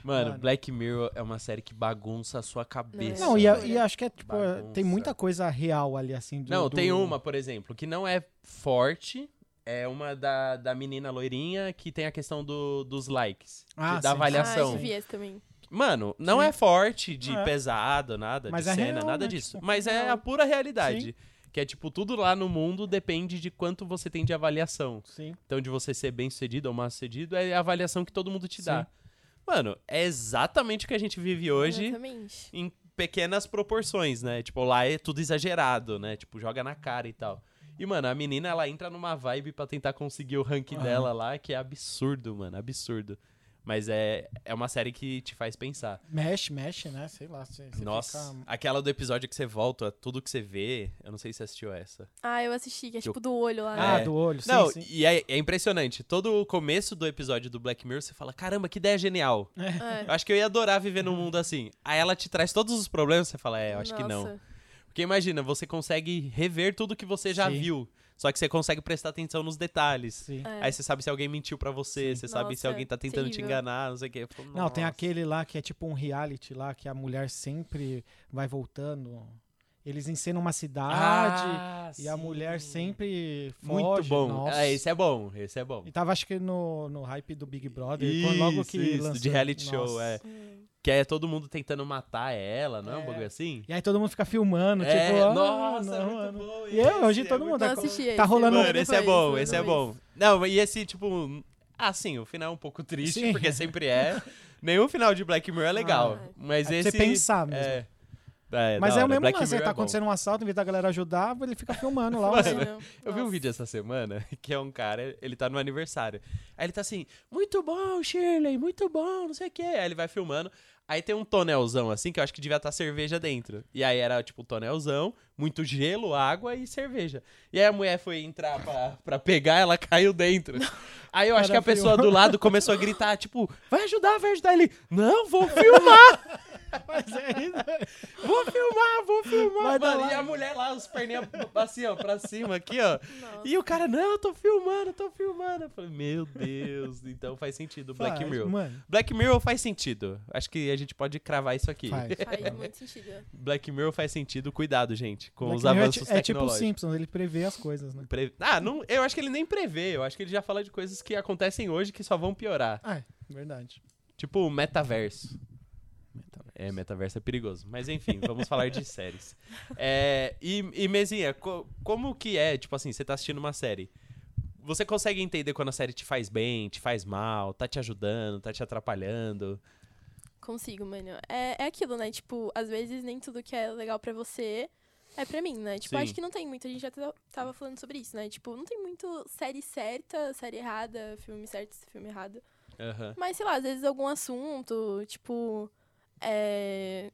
Mano,
Mano.
Black Mirror é uma série que bagunça a
é
sua cabeça.
Não, e, a-
Essa
e acho que é, tipo, é,
bagunça.
tem muita coisa real ali, assim. Do,
Não,
do-
tem uma, por exemplo, que não é forte. É uma da, da menina loirinha que tem a questão do, dos likes.
Ah,
de- da
sim.
avaliação.
Ah, eu vi esse também.
Mano, não
Sim.
é forte de
Não é.
pesado, nada,
Mas
de
é
cena,
real,
nada
né?
disso.
Tipo,
Mas é
real.
a pura realidade. Que é tipo, tudo lá no mundo depende de quanto você tem de avaliação.
Sim.
Então, de você ser bem sucedido ou mal sucedido, é a avaliação que todo mundo te
Sim.
dá. Mano, é exatamente o que a gente vive hoje
Exatamente.
em pequenas proporções, né? Tipo, lá é tudo exagerado, né? Tipo, joga na cara e tal. E, mano, a menina, ela entra numa vibe pra tentar conseguir o rank
Aham.
dela lá, que é absurdo, mano, absurdo. Mas é, é uma série que te faz pensar.
Mexe, mexe, né? Sei lá. Você, você
Nossa,
fica-
aquela do episódio que você volta, tudo que você vê, eu não sei se você assistiu essa.
Ah, eu assisti, que é
Que eu-
tipo do olho lá.
Ah,
né?
É.
do olho, sim,
não,
sim.
e é, é impressionante. Todo o começo do episódio do Black Mirror, você fala, caramba, que ideia genial.
É.
Eu acho que eu ia adorar viver num mundo assim. Aí ela te traz todos os problemas, você fala, é, eu acho que não.
Nossa.
Porque imagina, você consegue rever tudo que você já
Sim.
viu. Só que você consegue prestar atenção nos detalhes.
sim.
É.
Aí você sabe se alguém mentiu pra você, você sabe se
Nossa,
alguém tá tentando te
terrível.
enganar, não sei o quê. Eu falo,
Não, tem
"Nossa."
aquele lá que é tipo um reality lá, que a mulher sempre vai voltando. Eles encenam uma cidade
Ah,
e a
sim.
mulher sempre foge.
Muito bom.
Nossa.
É, esse é bom, esse é bom.
E tava, acho que no, no hype do Big Brother, quando logo
Isso,
que
isso,
lançou.
de reality show,
Nossa.
é. Que é todo mundo tentando matar ela, não é
É.
um bagulho assim?
E aí todo mundo fica filmando,
é,
tipo, ah,
nossa,
não,
é muito
mano.
bom.
E eu, hoje todo mundo
Não
tá
tá
com-
assisti esse.
tá rolando-
Mano, esse é
depois,
bom,
eu
né?
esse é
depois.
bom. Não, e esse, tipo. Assim, o ah, final é um pouco triste,
Sim.
porque sempre é. Nenhum final de Black Mirror é legal.
Ah,
mas
É pra
esse.
você pensar mesmo.
É. É,
Mas
da
é o
hora.
mesmo
Black
lance,
Mirror
tá
é bom.
acontecendo um assalto, em vez da galera ajudar, ele fica filmando lá.
Mano,
assim.
Mano,
Eu vi um
nossa.
vídeo essa semana que é um cara, ele tá no aniversário. Aí ele tá assim, muito bom, Shirley, muito bom, não sei o quê. Aí ele vai filmando. Aí tem um tonelzão assim, que eu acho que devia estar cerveja dentro. E aí era tipo um tonelzão, muito gelo, água e cerveja. E aí a mulher foi entrar pra, pra pegar, ela caiu dentro. Aí eu acho que a
Maravilhoso.
pessoa do lado começou a gritar, tipo, vai ajudar, vai ajudar. Ele, não, vou filmar,
Mas é isso.
vou filmar, vou
Vai
filmar.
dar
Mano,
lá.
e a mulher lá, os perninhas assim, ó, pra cima aqui, ó.
Nossa.
E o cara, não, eu tô filmando, eu tô filmando. Eu falei, meu Deus, então faz sentido. Black
Faz,
Mirror.
Mano,
Black Mirror faz sentido. Acho que a gente pode cravar isso aqui.
faz.
Faz muito sentido.
Black Mirror faz sentido, cuidado, gente, com
Black
os
Mirror é
avanços
ti- é, tipo o
tecnológicos.
Simpsons, ele prevê as coisas, né?
Pre- Ah, não, eu acho que ele nem prevê, eu acho que ele já fala de coisas que acontecem hoje que só vão piorar.
Ah, é, verdade.
Tipo o metaverso. É, metaverso é perigoso. Mas enfim, vamos falar de séries. É, e, e Mesinha, co- como que é, tipo assim, você tá assistindo uma série? Você consegue entender quando a série te faz bem, te faz mal, tá te ajudando, tá te atrapalhando?
Consigo, mano. É, é aquilo, né? Tipo, às vezes nem tudo que é legal pra você é pra mim, né? Tipo,
Sim.
acho que não tem muito. A gente já ta- tava falando sobre isso, né? Tipo, não tem muito série certa, série errada, filme certo, filme errado.
Aham.
Mas, sei lá, às vezes algum assunto, tipo. É.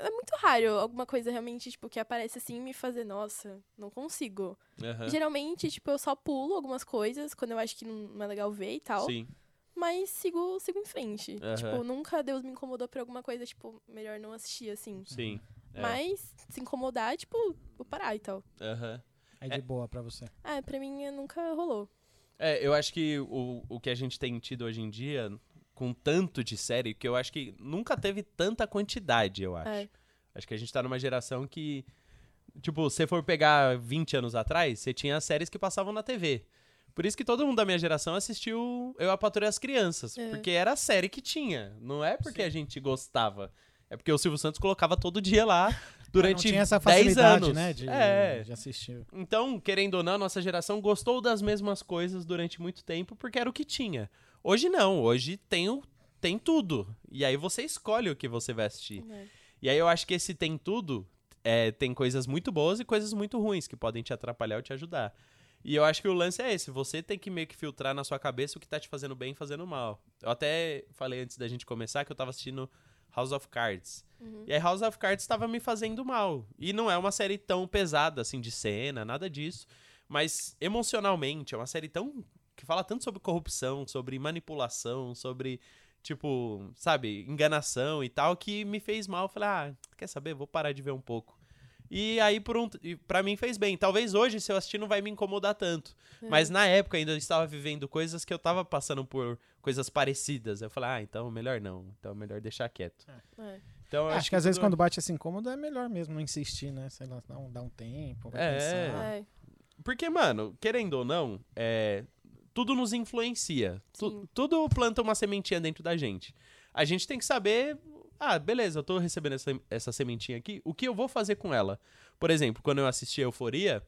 É muito raro alguma coisa realmente, tipo, que aparece assim e me fazer, nossa, não consigo.
aham.
Geralmente, tipo, eu só pulo algumas coisas quando eu acho que não não é legal ver e tal.
Sim.
Mas sigo, sigo em frente.
Aham.
Tipo, nunca Deus me incomodou por alguma coisa, tipo, melhor não assistir, assim.
Sim. É.
Mas se incomodar, tipo, vou parar e tal.
aham.
É de boa pra você.
Ah, pra mim eh, nunca rolou.
É, eu acho que o, o que a gente tem tido hoje em dia, com tanto de série, que eu acho que nunca teve tanta quantidade, eu acho.
É.
Acho que a gente tá numa geração que. Tipo, se você for pegar 20 anos atrás, você tinha séries que passavam na TV. Por isso que todo mundo da minha geração assistiu Eu, a Patrulha e as Crianças.
É.
Porque era a série que tinha. Não é porque a gente gostava. É porque o Silvio Santos colocava todo dia lá durante
É, não tinha essa
10
facilidade,
anos.
né? De,
É.
de assistir.
Então, querendo ou não, a nossa geração gostou das mesmas coisas durante muito tempo porque era o que tinha. Hoje não, hoje tem, o- tem tudo. E aí você escolhe o que você vai assistir.
né?
E aí eu acho que esse tem tudo é, tem coisas muito boas e coisas muito ruins que podem te atrapalhar ou te ajudar. E eu acho que o lance é esse, você tem que meio que filtrar na sua cabeça o que tá te fazendo bem e fazendo mal. Eu até falei antes da gente começar que eu tava assistindo House of Cards. E aí House of Cards tava me fazendo mal. E não é uma série tão pesada assim de cena, nada disso, mas emocionalmente é uma série tão que fala tanto sobre corrupção, sobre manipulação, sobre tipo, sabe, enganação e tal, que me fez mal. Eu falei, ah, quer saber? Vou parar de ver um pouco. E aí, por um, e pra mim, fez bem. Talvez hoje, se eu assistir, não vai me incomodar tanto.
É.
Mas na época, ainda eu estava vivendo coisas que eu estava passando por coisas parecidas. Eu falei, ah, então melhor não. Então melhor deixar quieto.
É.
Então, eu
Acho, que às vezes
tudo-
quando bate esse incômodo é melhor mesmo não insistir, né? Sei lá, não, dá um tempo, vai
É.
pensar.
É.
Porque, mano, querendo ou não, é, tudo nos influencia. Tu-
Sim.
tudo planta uma sementinha dentro da gente. A gente tem que saber. Ah, beleza, eu tô recebendo essa, essa sementinha aqui. O que eu vou fazer com ela? Por exemplo, quando eu assisti Euforia,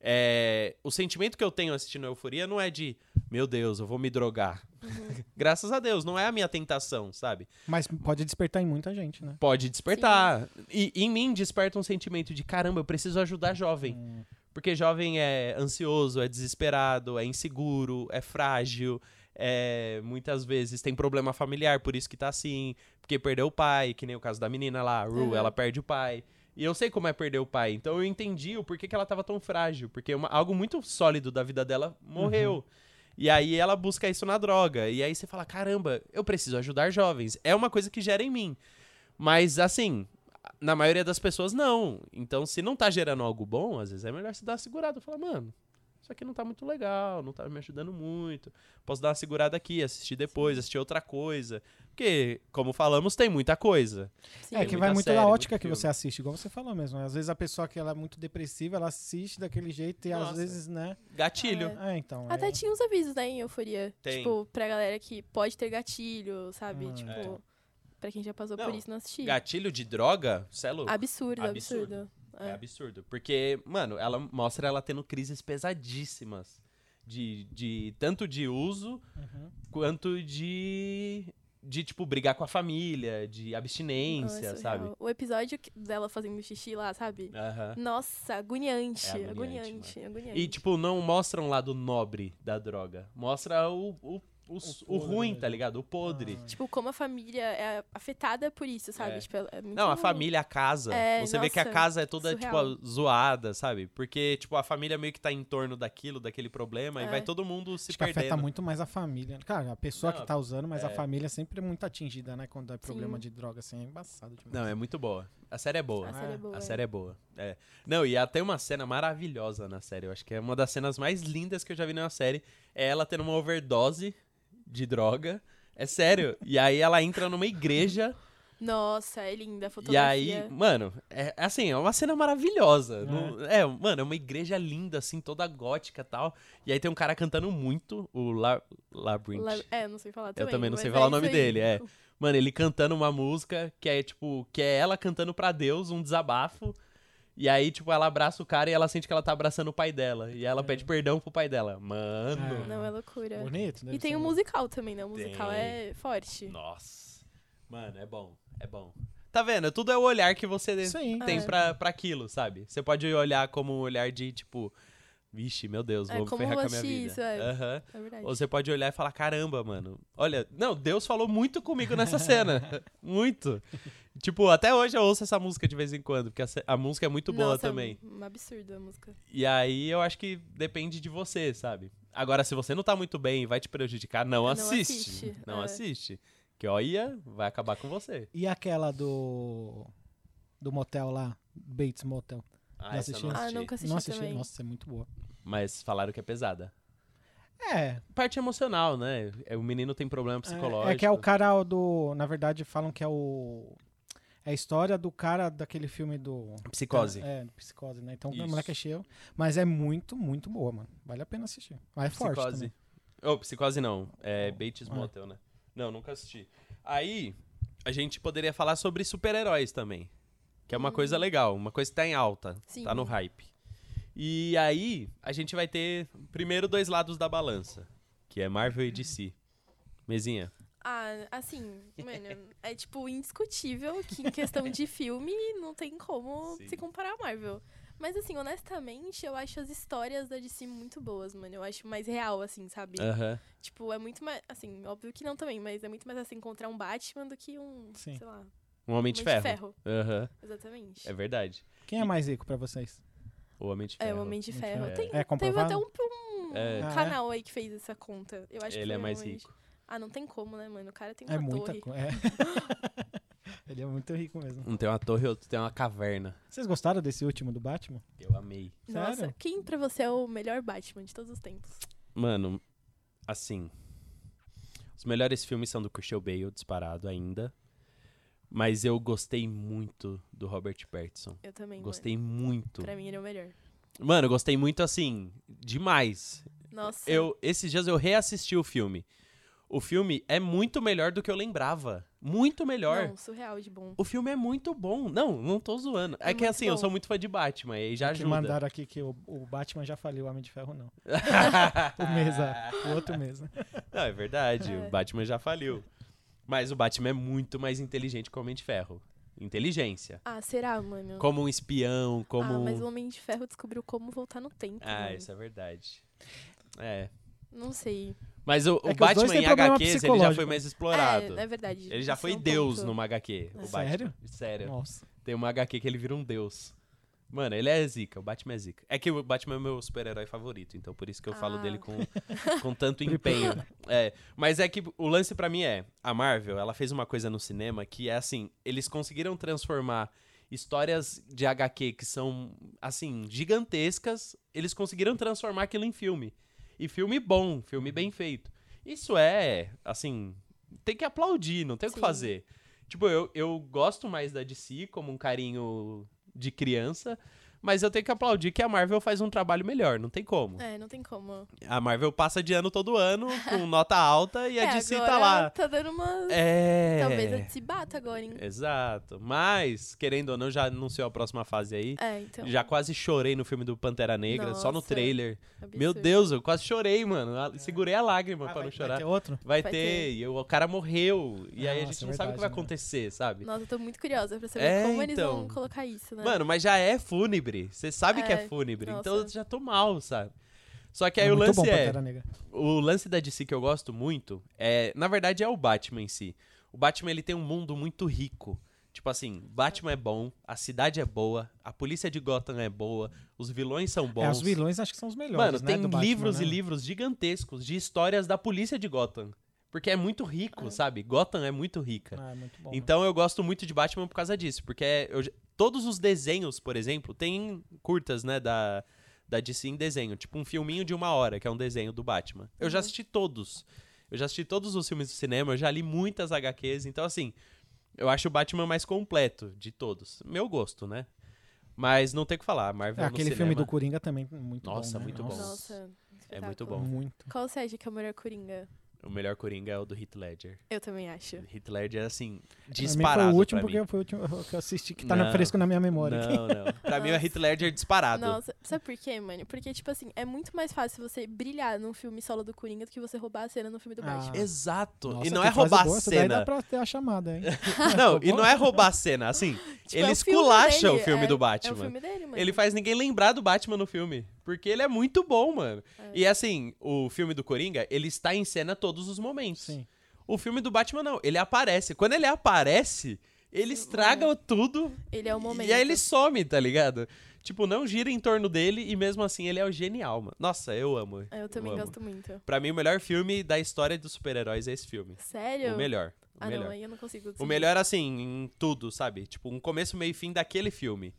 é, o sentimento que eu tenho assistindo Euforia não é de, meu Deus, eu vou me drogar. Graças a Deus, não é a minha tentação, sabe?
Mas pode despertar em muita gente, né?
Pode despertar. E em mim desperta um sentimento de caramba, eu preciso ajudar jovem.
Hum.
Porque jovem é ansioso, é desesperado, é inseguro, é frágil, é muitas vezes tem problema familiar, por isso que tá assim, porque perdeu o pai, que nem o caso da menina lá, a Ru,
Uhum.
ela perde o pai. E eu sei como é perder o pai, então eu entendi o porquê que ela tava tão frágil, porque uma- algo muito sólido da vida dela morreu. E aí ela busca isso na droga. E aí você fala: caramba, eu preciso ajudar jovens. É uma coisa que gera em mim. Mas assim, na maioria das pessoas não. Então, se não tá gerando algo bom, às vezes é melhor se dar uma segurada. Falar, mano, isso aqui não tá muito legal, não tá me ajudando muito. Posso dar uma segurada aqui, assistir depois, assistir outra coisa. Porque, como falamos, tem muita coisa.
Sim.
é
Tem
que
muita
vai muito
série,
da
muito
ótica que
filme.
você assiste, igual você falou mesmo. Às vezes a pessoa que ela é muito depressiva, ela assiste daquele jeito e às
Nossa.
vezes, né?
Gatilho.
É.
É, então.
Até
aí-
tinha uns avisos, né, em Euforia.
Tem.
Tipo, pra galera que pode ter gatilho, sabe?
Hum,
tipo,
é.
pra quem já passou
Não,
por isso, não assistir.
Gatilho de droga? Você é louco.
Absurdo,
Absurdo.
absurdo.
É
É.
absurdo. Porque, mano, ela mostra ela tendo crises pesadíssimas. De, de tanto de uso
Uhum.
quanto de de, tipo, brigar com a família, de abstinência,
Nossa, é
sabe?
real. O episódio que- dela fazendo xixi lá, sabe?
Aham.
Nossa, agoniante,
É agoniante,
agoniante, agoniante.
É. E, tipo, não mostra um lado nobre da droga. Mostra o, o, o, s- o
podre,
ruim,
né?
tá ligado? O podre.
Tipo, como a família é afetada por isso, sabe?
É.
Tipo, ela é muito...
Não, a família, a casa.
É,
você vê que a
nossa,
casa é toda,
surreal.
tipo, zoada, sabe? Porque, tipo, a família meio que tá em torno daquilo, daquele problema, e
É.
vai todo mundo se
Acho que
perdendo.
afeta muito mais a família. Cara, a pessoa
Não,
que tá usando, mas a
é.
família sempre é muito atingida, né? Quando é problema de droga, assim, é embaçado. demais.
Não, é muito boa. A série é boa.
A série é boa.
A série é boa. É. Não, e ela tem uma cena maravilhosa na série. Eu acho que é uma das cenas mais lindas que eu já vi numa série. É ela tendo uma overdose de droga. É sério. E aí ela entra numa igreja.
Nossa, é linda a
e
fotografia.
aí, mano, é é assim, é uma cena maravilhosa. Não- É, mano, é uma igreja linda, assim, toda gótica e tal. E aí tem um cara cantando muito, o La Labyrinth.
La- É, não sei falar também.
também não
mas
sei falar
é
o nome
isso aí.
dele, é. Mano, ele cantando uma música que é tipo, que é ela cantando pra Deus, um desabafo. E aí, tipo, ela abraça o cara e ela sente que ela tá abraçando o pai dela. E
É.
ela pede perdão pro pai dela. Mano.
É.
Não, é loucura.
Bonito, né?
E tem o musical também, né? O
Tem.
musical é forte.
Nossa. Mano, é bom. É bom. Tá vendo? Tudo é o olhar que você
Sim.
tem
É.
pra, pra aquilo, sabe? Você pode olhar como um olhar de, tipo, vixe, meu Deus,
É,
vou
como
ferrar com a
eu
minha
achei
vida.
isso, é.
Aham.
É verdade.
Ou você pode olhar e falar, caramba, mano. Olha, não, Deus falou muito comigo nessa cena. muito. Tipo, até hoje eu ouço essa música de vez em quando, porque a, ce- a música é muito boa
Nossa, é
também.
Um absurdo a música.
E aí eu acho que depende de você, sabe? Agora, se você não tá muito bem e vai te prejudicar, não,
Não
assiste.
assiste,
Não
é.
assiste. Que olha, vai acabar com você.
E aquela do. Do motel lá, Bates Motel.
Ah, essa
Já
eu
assistiu?
não
Ah,
Ah,
assisti.
nunca assisti,
Não assisti.
também.
Nossa, é muito boa.
Mas falaram que é pesada.
É.
Parte emocional, né? É, O menino tem problema psicológico.
É, que é o cara do. Na verdade, falam que é o. É a história do cara daquele filme do.
Psicose.
É, do psicose, né? Então
Isso.
o moleque é cheio. Mas é muito, muito boa, mano. Vale a pena assistir. Mas é forte.
Psicose.
também.
Oh, psicose não. É Bates
Ah.
Motel, né? Não, nunca assisti. Aí, a gente poderia falar sobre super-heróis também. Que
Hum.
é uma coisa legal, uma coisa que tá em alta.
Sim.
Tá no hype. E aí, a gente vai ter primeiro dois lados da balança. Que é Marvel e DC. Mesinha.
Ah, assim, mano, é tipo indiscutível que em questão de filme não tem como
Sim.
se comparar a Marvel. Mas assim, honestamente, eu acho as histórias da DC muito boas, mano. Eu acho mais real, assim, sabe?
Aham.
Tipo, é muito mais. Assim, óbvio que não também, mas é muito mais assim encontrar um Batman do que um.
Sim.
Sei lá.
Um Homem de Ferro. Aham.
Exatamente.
É verdade.
Quem é mais rico pra vocês?
O Homem de
É,
Ferro.
o Homem de
Muito
Ferro.
bem.
Tem,
É
teve
comprovado?
até um, um
É.
Ah, é?
canal aí que fez essa conta. Eu acho que
Ele é
foi
mais
realmente-
rico.
Ah, não tem como, né, mano? O cara tem uma
É muita
torre.
coisa. É. Ele é muito rico mesmo.
Um tem uma torre, outro tem uma caverna.
Vocês gostaram desse último do Batman?
Eu amei.
Nossa,
Sério?
quem pra você é o melhor Batman de todos os tempos?
Mano, assim. Os melhores filmes são do Christian Bale, disparado ainda. Mas eu gostei muito do Robert Pattinson.
Eu também,
Gostei muito.
mano. Pra mim ele é o melhor.
Mano, eu gostei muito assim, demais.
Nossa.
Eu esses dias eu reassisti o filme. O filme é muito melhor do que eu lembrava. Muito melhor.
Não, surreal de bom.
O filme é muito bom. Não, não tô zoando. É,
É
que
muito
assim, eu
bom.
sou muito fã de Batman, e já
É Que
ajuda.
mandaram aqui que o, o Batman já faliu, o Homem de Ferro não. O
Ah.
Mesa. O outro Mesa.
Não, é verdade.
É.
O Batman já faliu. Mas o Batman é muito mais inteligente que o Homem de Ferro. Inteligência.
Ah, será, mano?
Como um espião, como
Ah, mas o
um...
Homem de Ferro descobriu como voltar no tempo.
Ah,
mano.
isso é verdade. É.
Não sei.
Mas o, o
É que os dois
Batman
têm
em
problema
HQs, ele já
psicológico. É
foi mais explorado.
É, é verdade.
Ele já
Esse
foi
é um
Deus
ponto.
numa HQ, o Batman.
Sério?
Sério.
Nossa.
Tem uma HQ que ele vira um deus. Mano, ele é zica, o Batman é zica. É que o Batman é meu super-herói favorito, então por isso que eu falo
Ah.
dele com, com tanto empenho. É, mas é que o lance pra mim é, a Marvel, ela fez uma coisa no cinema que é assim, eles conseguiram transformar histórias de HQ que são, assim, gigantescas, eles conseguiram transformar aquilo em filme. E filme bom, filme
Uhum.
bem feito. Isso é, assim, tem que aplaudir, não tem o que
Sim.
fazer. Tipo, eu, eu gosto mais da DC como um carinho de criança, Mas eu tenho que aplaudir que a Marvel faz um trabalho melhor, não tem como.
É, não tem como.
A Marvel passa de ano todo ano, com nota alta, e a
é,
DC
agora
tá lá.
Tá dando uma.
É.
Talvez assim. a se bata agora, hein?
Exato. Mas, querendo ou não, já anunciou a próxima fase aí.
É, então.
Já quase chorei no filme do Pantera Negra, só no
Nossa,
trailer.
absurdo.
Meu Deus, eu quase chorei, mano. A- Segurei a lágrima
Ah,
pra
vai-
não
vai
chorar.
ter outro?
Vai, ter,
Vai ter.
e o cara morreu. E aí a
Nossa,
gente
é
não sabe o que vai
verdade, né?
acontecer, sabe?
Nossa, eu tô muito curiosa pra saber
É,
como eles
então.
vão colocar isso, né?
Mano, mas já é fúnebre. Você sabe que é
É,
fúnebre.
nossa.
Então eu já tô mal, sabe? Só que aí
É
o
muito
lance
bom
é.
Pantera Negra.
O lance da DC que eu gosto muito é, na verdade, é o Batman em si. O Batman ele tem um mundo muito rico. Tipo assim, Batman é bom, a cidade é boa, a polícia de Gotham é boa, os vilões são bons.
É, os vilões acho que são os melhores.
Mano,
né,
tem
do Batman,
livros
né?
e livros gigantescos de histórias da polícia de Gotham. Porque é muito rico, sabe? Gotham é muito rica.
Ah, é muito bom.
Então eu gosto muito de Batman por causa disso, porque eu j- todos os desenhos, por exemplo, tem curtas, né, da, da DC em desenho, tipo um filminho de uma hora, que é um desenho do Batman. Eu já assisti todos. Eu já assisti todos os filmes do cinema, eu já li muitas HQs, então assim, eu acho o Batman mais completo de todos. Meu gosto, né? Mas não tem o que falar, a Marvel
Ah,
no
aquele
é cinema
filme do Coringa também, muito
Nossa,
bom. né?
muito bom.
Nossa,
é muito
espetáculo.
bom.
Muito.
Qual você acha que é o melhor Coringa?
O melhor Coringa é o do Heath Ledger.
Eu também acho.
Heath Ledger, assim,
Pra mim
disparado
Foi o último
pra mim.
porque foi o último que eu assisti, que tá na-
Não.
fresco na minha memória. aqui.
Não, não. Pra mim é Heath Ledger disparado.
Nossa, sabe por quê, mano? Porque, tipo assim, é muito mais fácil você brilhar num filme solo do Coringa do que você roubar a cena num filme do
Ah,
Batman.
Exato.
Nossa,
e não
que
é
frase
roubar
boa,
a
essa daí dá
cena.
pra ter a chamada, hein?
Não, e não é roubar a cena. Assim,
um
Tipo,
ele
é o filme
esculacha o
dele,
filme
é-
do
É o
Batman.
filme dele, mano.
ele faz ninguém lembrar do Batman no filme. Porque ele é muito bom, mano.
É.
E assim, o filme do Coringa, ele está em cena todos os momentos.
Sim.
O filme do Batman, não. Ele aparece. Quando ele aparece, ele estraga tudo.
Ele é o momento.
E aí ele some, tá ligado? Tipo, não gira em torno dele e mesmo assim ele é o genial, mano. Nossa, eu amo.
Ah, Eu também
amo.
gosto muito.
Pra mim, o melhor filme da história dos super-heróis é esse filme.
Sério?
O melhor. O
Ah,
melhor.
não, aí eu não consigo.
O
decidir.
melhor, assim, em tudo, sabe? Tipo, um começo, meio e fim daquele filme.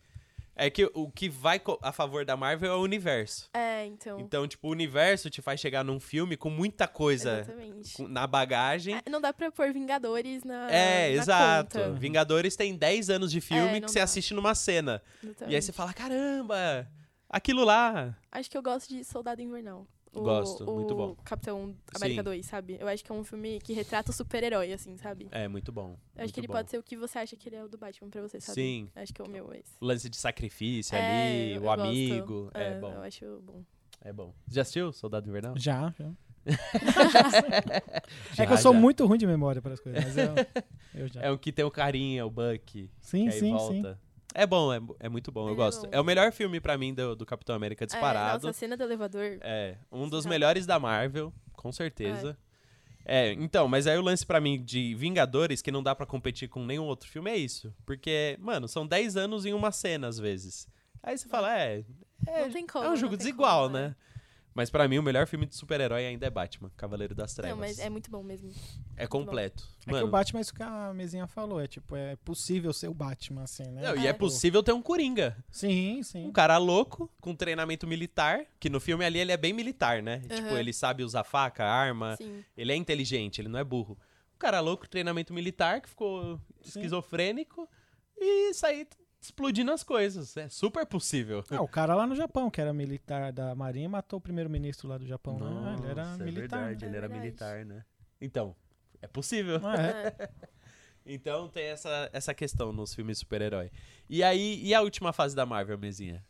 É que o que vai co- a favor da Marvel é o universo.
É, então.
Então, tipo, o universo te faz chegar num filme com muita coisa
exatamente.
é. com- na bagagem.
É, não dá pra pôr Vingadores na.
É,
Ah, na
exato.
conta.
Vingadores tem 10 anos de filme
É,
que
não
você
dá.
assiste numa cena. E é aí
Exatamente.
você fala, caramba, aquilo lá.
Acho que eu gosto de Soldado Invernal. O,
Gosto,
o
muito bom.
Capitão América
Sim.
2, sabe? Eu acho que é um filme que retrata o super-herói, assim, sabe? Eu
É, muito bom.
acho que ele pode ser o que você acha que ele é o do Batman pra você, sabe?
Sim.
Acho que é o meu é esse.
O lance de sacrifício
É,
ali,
eu-
o
eu gosto.
amigo. É,
Ah, Eu
bom,
acho bom.
é bom. Já assistiu Soldado Invernal?
Já. já.
Já,
é que eu sou
já.
muito ruim de memória para as coisas, mas eu, eu já.
É o que tem o carinha, o Buck.
sim,
que aí
sim, sim.
volta. É bom, é, bo- é muito bom, eu
Ele é
gosto.
bom.
É o melhor filme pra mim do, do Capitão América
É,
disparado.
nossa, a cena do elevador.
É, um dos
Disparado.
melhores da Marvel, com certeza. É, então, mas aí o lance pra mim de Vingadores, que não dá pra competir com nenhum outro filme, é isso. Porque, mano, são 10 anos em uma cena, às vezes. Aí você fala, é,
não tem como.
é um jogo
não tem
desigual,
como,
né? Mas pra mim, o melhor filme de super-herói ainda é Batman, Cavaleiro das
é.
Trevas.
Não, mas é muito bom mesmo.
É completo.
É que o
Mano,
Batman é isso que a mesinha falou, é tipo, é possível ser o Batman, assim, né?
não, e é
É.
possível ter um Coringa.
Sim,
Um
sim.
cara louco, com treinamento militar, que no filme ali ele é bem militar, né? Tipo, ele sabe usar faca, arma,
Sim.
ele é inteligente, ele não é burro. Um cara louco, treinamento militar, que ficou
Sim.
esquizofrênico e sair t- explodindo as coisas. É super possível.
Ah, o cara lá no Japão, que era militar da Marinha, e matou o primeiro-ministro lá do Japão, né? Ah, Ele era
Nossa, é
militar.
verdade,
né?
ele era
É verdade.
militar, né? Então, é possível.
Ah, é.
Então tem essa, essa questão nos filmes de super-herói. E aí, e a última fase da Marvel, Mesinha?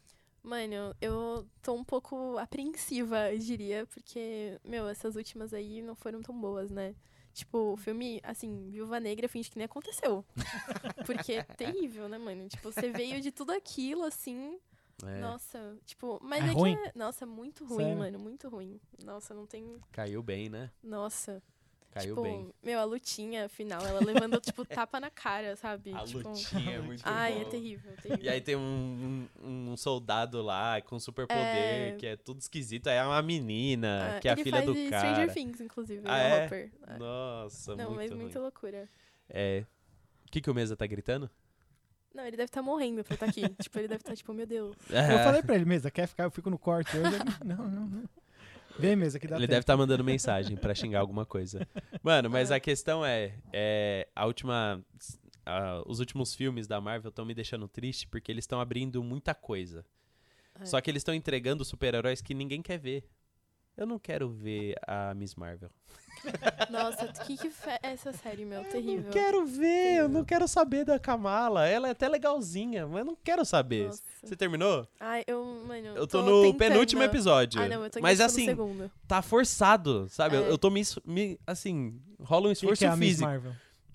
Mano, eu tô um pouco apreensiva, eu diria, porque, meu, essas últimas aí não foram tão boas, né? Tipo, o filme, assim, Viúva Negra finge que nem aconteceu. Porque é terrível, né, mano? Tipo, você veio de tudo aquilo, assim.
É,
Nossa, tipo, mas
É
é,
ruim?
que é. Nossa, muito ruim,
Sério?
mano. Muito ruim. Nossa, não tem.
Caiu bem, né?
Nossa.
Caiu
tipo,
bem.
meu, a lutinha final, ela levando, tipo, tapa na cara, sabe?
A
tipo.
lutinha é muito
Ai, é
bom.
terrível, terrível.
E aí tem um, um- um soldado lá com superpoder,
É.
que é tudo esquisito. Aí é uma menina,
Ah,
que é a
ele
filha
faz
do
de
cara.
Stranger Things, inclusive,
Ah,
é
é?
o Hopper. É.
Nossa,
Não,
muito,
mas
ruim.
muita loucura.
É. O que, que o Mesa tá gritando?
Não, ele deve estar morrendo pra estar aqui. tipo, ele deve estar, tipo, meu Deus.
É.
Eu falei pra ele, mesa, quer ficar? Eu fico no corte hoje. Ele, Não, não, não. Vem, mesa, que dá
Ele deve
tempo.
estar mandando mensagem pra xingar alguma coisa. Mano, mas a questão é, é, a última, a- os últimos filmes da Marvel estão me deixando triste porque eles estão abrindo muita coisa.
É.
Só que eles estão entregando super-heróis que ninguém quer ver. Eu não quero ver a Miss Marvel.
Nossa, o que que fe... essa série, meu? terrível.
Quero ver, eu não quero saber da Kamala. Ela é até legalzinha, mas eu não quero saber.
Nossa.
Você terminou?
Ai, eu, mano.
Eu tô, no
tentando.
penúltimo episódio.
Ah, não, eu tô
mas
tô no
assim,
segundo.
tá forçado, sabe? Eu,
É.
eu tô me, es- me- assim, rola um
Que
esforço
que é a Miss
físico.
Marvel?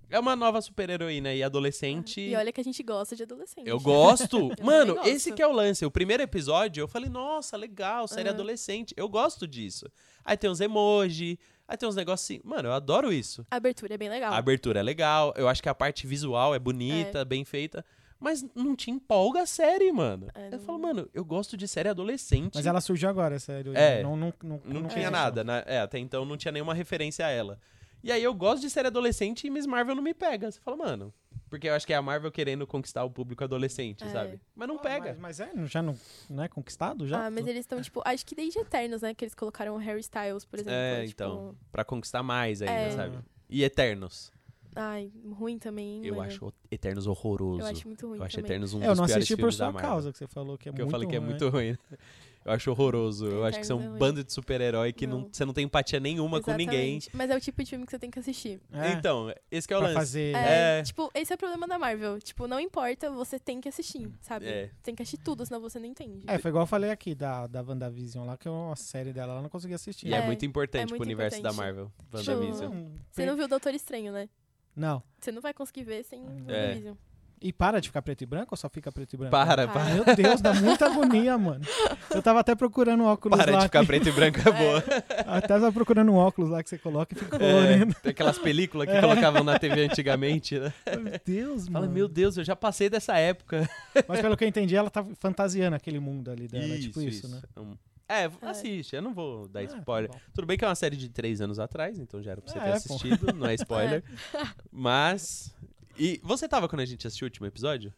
É uma nova super-heroína e adolescente.
E olha que a gente gosta de adolescente.
Eu gosto.
também
Mano,
gosto.
esse que é o lance. O primeiro episódio, eu falei, nossa, legal, série
Aham.
adolescente. Eu gosto disso. Aí tem uns emoji, aí tem uns negocinhos. Mano, eu adoro isso.
A abertura é bem legal.
A abertura é legal, eu acho que a parte visual é bonita, bem feita. Mas não te empolga a série, mano.
É,
Eu
não-
falo, mano, eu gosto de série adolescente.
Mas ela surgiu agora, essa heroína.
É.
Não, não, não,
Não
não
tinha
conheço.
nada, né? É, até então não tinha nenhuma referência a ela. E aí eu gosto de série adolescente e Miss Marvel não me pega. Você fala, mano. Porque eu acho que é a Marvel querendo conquistar o público adolescente,
É.
sabe? Mas não
Ah,
pega.
Mas, mas é, não- já não, não é conquistado? Já?
Ah, mas eles estão, tipo, acho que desde Eternos, né? Que eles colocaram o Harry Styles, por exemplo.
É,
tipo,
então. Pra conquistar mais ainda,
É.
sabe? um E Eternos.
Ai, ruim também.
Eu
mano.
acho Eternos horroroso.
Eu acho muito ruim.
Eu acho
também.
Eternos um
É, eu
dos
não
piores
assisti por
filmes da
sua
Marvel.
causa, que você falou que é
Porque
muito
eu falei que é
ruim.
muito ruim. Eu acho horroroso. Eu acho que são
Eternos
um
é
bando de super-herói que não,
Não.
você não tem empatia nenhuma com ninguém.
Exatamente. Mas é o tipo de filme que você tem que assistir.
É,
Então, esse que é o
pra
lance.
fazer...
É,
É.
Tipo, esse é o problema da Marvel. Tipo, não importa, você tem que assistir, sabe?
É.
Tem que assistir tudo, senão você não entende.
É, foi igual eu falei aqui da, da WandaVision lá, que eu- a série dela ela não conseguia assistir.
E é,
É,
muito importante
é muito
pro universo
importante.
da Marvel.
Tipo,
WandaVision.
Hum,
Você não viu o Doutor Estranho, né?
Não.
Você não vai conseguir ver sem
Uhum.
É.
WandaVision.
E para de ficar preto e branco ou só fica preto e branco?
Para,
Tá.
para.
Meu Deus, dá muita agonia, mano. Eu tava até procurando um óculos
Para
lá.
de ficar
que-
preto e branco, é boa.
Até tava procurando um óculos lá que você coloca e fica colorendo.
É, tem aquelas películas que colocavam na TV antigamente, né?
Meu Deus, mano.
Fala, meu Deus, eu já passei dessa época.
Mas pelo que eu entendi, ela tá fantasiando aquele mundo ali dela. é tipo isso, né?
Um- É,
É.
assiste, eu não vou dar
Ah, tá
spoiler.
bom.
Tudo bem que é uma série de três anos atrás, então já era pra você
Ah,
ter
é, pô.
assistido, não é spoiler. Mas. E você tava quando a gente assistiu o último episódio?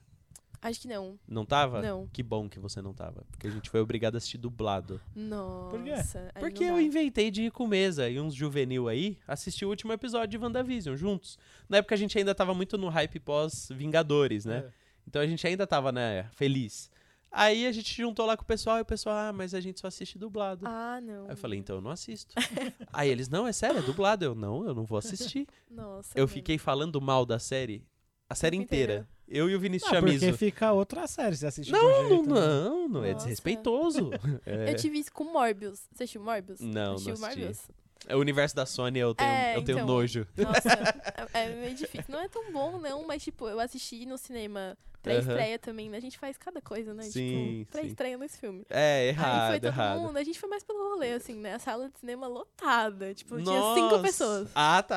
Acho que não.
Não tava?
Não.
Que bom que você não tava. Porque a gente foi obrigado a assistir dublado.
Nossa.
quê?
aí
Porque
não
eu
dá.
inventei de ir com mesa e uns juvenil aí assistiu o último episódio de WandaVision juntos. Na época a gente ainda tava muito no hype pós-Vingadores, né?
É.
Então a gente ainda tava, né, feliz. Aí a gente juntou lá com o pessoal e o pessoal, ah, mas a gente só assiste dublado.
Ah, não.
Aí eu falei, então eu não assisto. Aí eles, não, é sério, é dublado. Eu, não, eu não vou assistir.
Nossa.
Eu
mano.
fiquei falando mal da série a série
Tempo
inteira. Eu e o Vinícius
Ah,
é
porque
Chamizo.
fica outra série, você assiste de um
é Não,
jeito, né?
não, não, é
Nossa.
desrespeitoso. É.
Eu tive isso com Morbius. Você assistiu Morbius?
Não,
assistiu
não assisti.
Morbius?
É O universo da Sony eu tenho,
É,
eu tenho
então.
nojo.
Nossa, é é meio difícil. Não é tão bom, não, mas, tipo, eu assisti no cinema pré-estreia também, né? A gente faz cada coisa, né?
Sim, sim.
tipo, pré-estreia nesse filme.
É,
Aí foi
errado,
todo
errado.
mundo, a gente foi mais pelo rolê, assim, né? A sala de cinema lotada. Tipo,
Nossa.
tinha cinco pessoas.
Ah,
Não, tipo,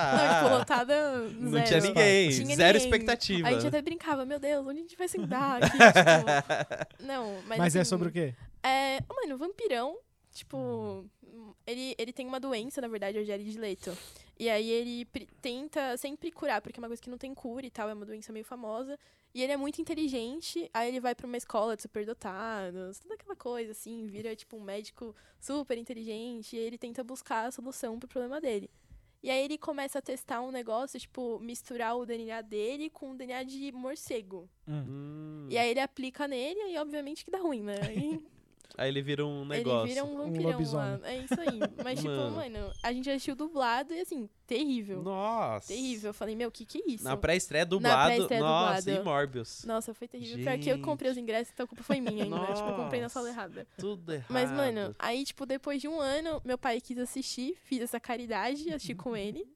tá.
lotada.
Não,
zero.
tinha ninguém.
Tinha
zero
ninguém.
expectativa.
Aí a gente até brincava, meu Deus, onde a gente vai sentar aqui? tipo, não, mas.
Mas, é
assim,
sobre o quê?
É, oh, mano, vampirão, tipo, ele, ele tem uma doença, na verdade, Rogério de Leto. E aí ele pri- tenta sempre curar, porque é uma coisa que não tem cura e tal, é uma doença meio famosa. E ele é muito inteligente, aí ele vai pra uma escola de superdotados, toda aquela coisa, assim, vira, tipo, um médico super inteligente, e aí ele tenta buscar a solução pro problema dele. E aí ele começa a testar um negócio, tipo, misturar o DNA dele com o DNA de morcego.
Hum.
E aí ele aplica nele e obviamente que dá ruim, né? Aí
Aí ele vira um negócio.
Ele vira um vampirão
lobisomem.
lá. É isso aí. Mas, tipo,
Mano.
mano. a gente assistiu dublado e assim, terrível.
Nossa.
Terrível. Eu falei, meu, o que que é isso?
Na pré-estreia dublado.
pré-estreia
Nossa,
dublado.
e Morbius.
Nossa, foi terrível. Pior que eu comprei os ingressos, então a culpa foi minha ainda. né? Tipo, eu comprei na sala
Nossa.
errada.
Tudo errado.
Mas, mano, aí, tipo, depois de um ano, meu pai quis assistir, fiz essa caridade, assisti com ele.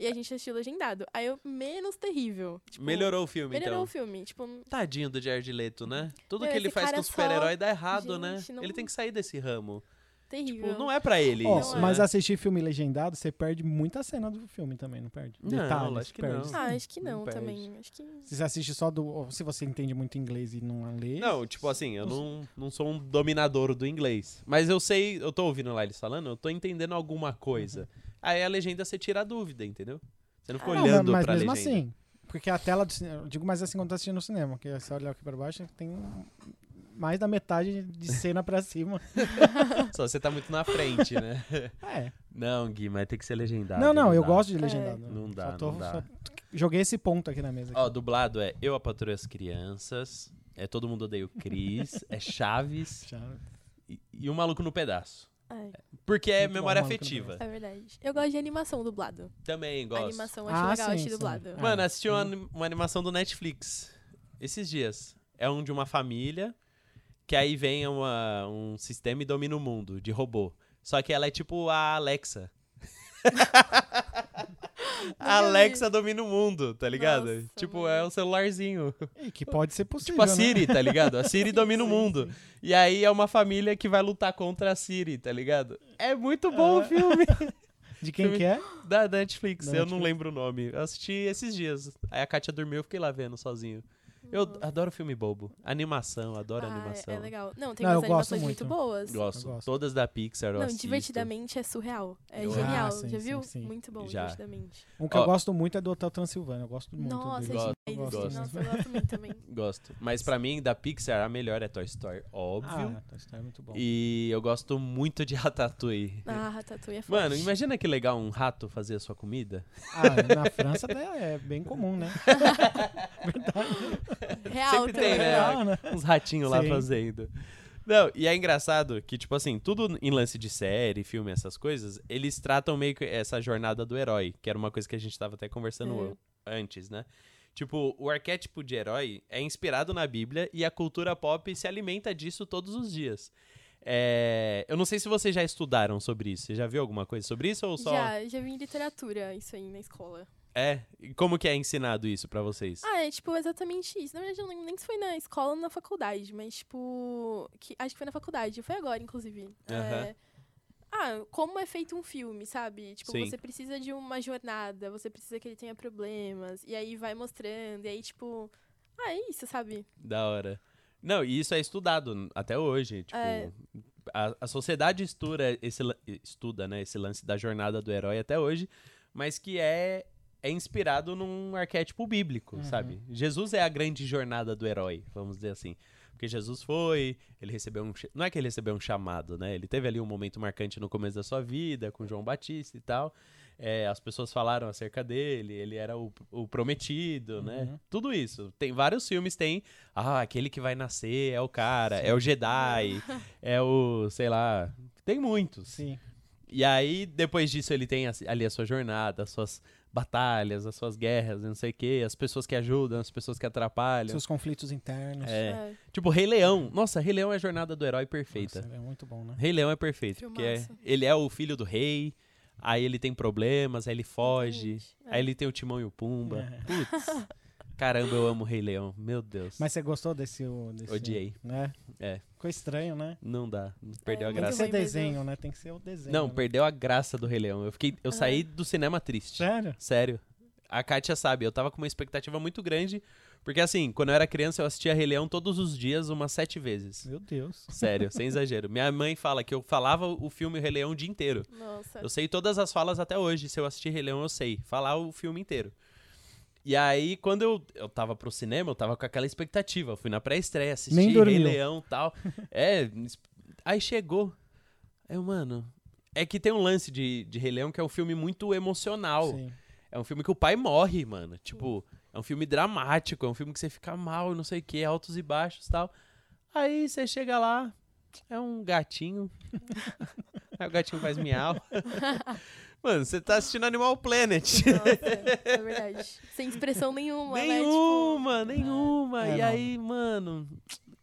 E a gente assistiu legendado. Aí eu, menos terrível. Tipo,
Melhorou o filme,
Melhorou o
então.
filme. Tipo,
Tadinho do Jared Leto, né? Tudo
Meu,
que ele
esse
faz
cara
com
só-
super-herói dá errado, né?
Gente, não-
Ele tem que sair desse ramo.
terrível.
Tipo, não é pra ele
Ó,
isso,
mas
né?
assistir filme legendado, você perde muita cena do filme também, não perde?
Não,
Detalhes,
lógico que
perde.
não.
Ah, acho que
Não
não,
perde.
também. Acho que.
Se você assiste só do... ou se você entende muito inglês e não lê...
Não, tipo assim, eu não, não sou um dominador do inglês. Mas eu sei, eu tô ouvindo lá eles falando, eu tô entendendo alguma coisa. Aí a legenda você tira a dúvida, entendeu? Você não fica
Ah,
Não,
olhando
mas
pra
mesmo
legenda.
assim. Porque a tela do cinema. Eu digo mais assim quando tá assistindo no cinema, que você olha aqui pra baixo, tem mais da metade de cena pra cima.
Só você tá muito na frente, né?
É.
não, Gui, mas tem que ser legendado.
não, não, eu
dá.
gosto de legendado.
Não dá,
Só tô-
não dá.
só joguei esse ponto aqui na mesa.
Ó, dublado é Eu Patrulho as Crianças, é Todo Mundo Odeia o Cris, é Chaves,
Já-
e, e o maluco no pedaço.
Ai,
Porque é
Muito bom, um
memória
Maluco no
afetiva.
é verdade. Eu gosto de animação dublado.
Também
A
gosto.
Animação eu acho
Ah,
legal,
sim,
achei
sim.
dublado.
Ah.
Mano, assisti uma, anim- uma animação do Netflix esses dias. É um de uma família que aí vem uma- um sistema e domina o mundo de robô. Só que ela é tipo a Alexa. a
vi.
Alexa domina o mundo, tá ligado?
Nossa,
tipo,
mano.
é um celularzinho.
E que pode ser possível.
Tipo a
né?
Siri, tá ligado? A Siri domina o mundo. E aí é uma família que vai lutar contra a Siri, tá ligado? É muito bom o
Ah.
filme
De quem que é?
da Netflix.
Da
eu não
Netflix.
lembro o nome. Eu assisti esses dias. Aí a Kátia dormiu, eu fiquei lá vendo sozinho. Eu adoro filme bobo. Animação, adoro
Ah, é-
animação.
É legal. Não, tem
Não, eu
umas
gosto
animações muito.
muito.
boas.
Gosto.
Eu gosto.
Todas da Pixar, eu
Não,
assisto.
divertidamente é surreal. É
Eu-
genial.
Ah, sim,
Já
sim,
viu?
sim.
Muito bom,
Já.
divertidamente.
Um que
Ó.
eu gosto muito é do Hotel Transilvânia. Eu gosto muito
Nossa,
dele.
é
Gosto,
demais.
gosto
assim.
mesmo.
Nossa, eu gosto muito também.
Gosto. Mas pra mim, da Pixar, a melhor é Toy Story, óbvio.
Ah, Toy Story é muito bom.
e eu gosto muito de Ratatouille.
Ah, Ratatouille é forte.
Mano, imagina que legal um rato fazer a sua comida.
Ah, na França até é bem comum, né?
Real
sempre
também.
tem, né?
Legal, né?
uns ratinhos lá
Sim.
fazendo. Não, e é engraçado que, tipo assim, tudo em lance de série, filme, essas coisas, eles tratam meio que essa jornada do herói, que era uma coisa que a gente tava até conversando
Uhum.
antes, né? Tipo, o arquétipo de herói é inspirado na Bíblia e a cultura pop se alimenta disso todos os dias. É, Eu não sei se vocês já estudaram sobre isso. Você já viu alguma coisa sobre isso ou só.
Já, já vi em literatura isso aí na escola.
É? E Como que é ensinado isso pra vocês?
Ah, é tipo exatamente isso. Na verdade, eu não lembro nem se foi na escola ou na faculdade, mas tipo. que- acho que foi na faculdade, foi agora, inclusive.
Aham.
É, ah, como é feito um filme, sabe? Tipo,
Sim.
você precisa de uma jornada, você precisa que ele tenha problemas, e aí vai mostrando, e aí, tipo. Ah, é isso, sabe?
Da hora. Não, e isso é estudado n- até hoje. Tipo,
É.
a, a sociedade estuda esse, lan- estuda, né, esse lance da jornada do herói até hoje, mas que é, é inspirado num arquétipo bíblico,
Uhum.
sabe? Jesus é a grande jornada do herói, vamos dizer assim. Porque Jesus foi, ele recebeu um. ch- Não é que ele recebeu um chamado, né? Ele teve ali um momento marcante no começo da sua vida, com João Batista e tal. É, as pessoas falaram acerca dele, ele era o, o prometido, né?
Uhum.
Tudo isso. Tem vários filmes, tem. Ah, aquele que vai nascer é o cara, é o Jedi, é o. sei lá. Tem muitos.
Sim.
E aí, depois disso, ele tem as- ali a sua jornada, as suas batalhas, as suas guerras, não sei o quê, as pessoas que ajudam, as pessoas que atrapalham.
Seus conflitos internos.
É.
É,
Tipo, Rei Leão. Nossa, Rei Leão é a jornada do herói perfeita.
Nossa, é muito bom, né?
Rei Leão é perfeito, porque é-
Filmaço.
ele é o filho do rei, aí ele tem problemas, aí ele foge,
Exatamente, é.
aí ele tem o Timão e o Pumba.
É.
Putz, caramba, eu amo o Rei Leão, meu Deus.
Mas você gostou desse, o- desse.
Odiei.
Né?
É.
Ficou estranho, né?
Não dá, perdeu a
É,
Tem que
muito
graça.
ser
ruim mesmo.
desenho, né? Tem que ser o desenho.
Não,
né?
perdeu a graça do Rei Leão. Eu, fiquei,
É.
eu saí do cinema triste.
Sério?
Sério. A Kátia sabe, eu tava com uma expectativa muito grande, porque assim, quando eu era criança, eu assistia Rei Leão todos os dias, umas sete vezes.
Meu Deus.
Sério, sem exagero. Minha mãe fala que eu falava o filme Rei Leão o dia inteiro.
Ah, Nossa.
Eu sei todas as falas até hoje. Se eu assistir Rei Leão, eu sei. Falar o filme inteiro. E aí, quando eu, eu tava pro cinema, eu tava com aquela expectativa. Eu fui na pré-estreia, assisti
Nem
Rei
dormiu.
Leão e tal. é, es- aí chegou. Eu, mano. É que tem um lance de, de Rei Leão que é um filme muito emocional.
Sim.
É um filme que o pai morre, mano. Tipo, é um filme dramático, é um filme que você fica mal, não sei o que, altos e baixos e tal. Aí você chega lá, é um gatinho. Aí o gatinho faz miau. mano, você tá assistindo Animal Planet.
Nossa, é verdade. Sem expressão nenhuma, né? Tipo,
nenhuma, nenhuma.
É,
e
não.
aí, mano,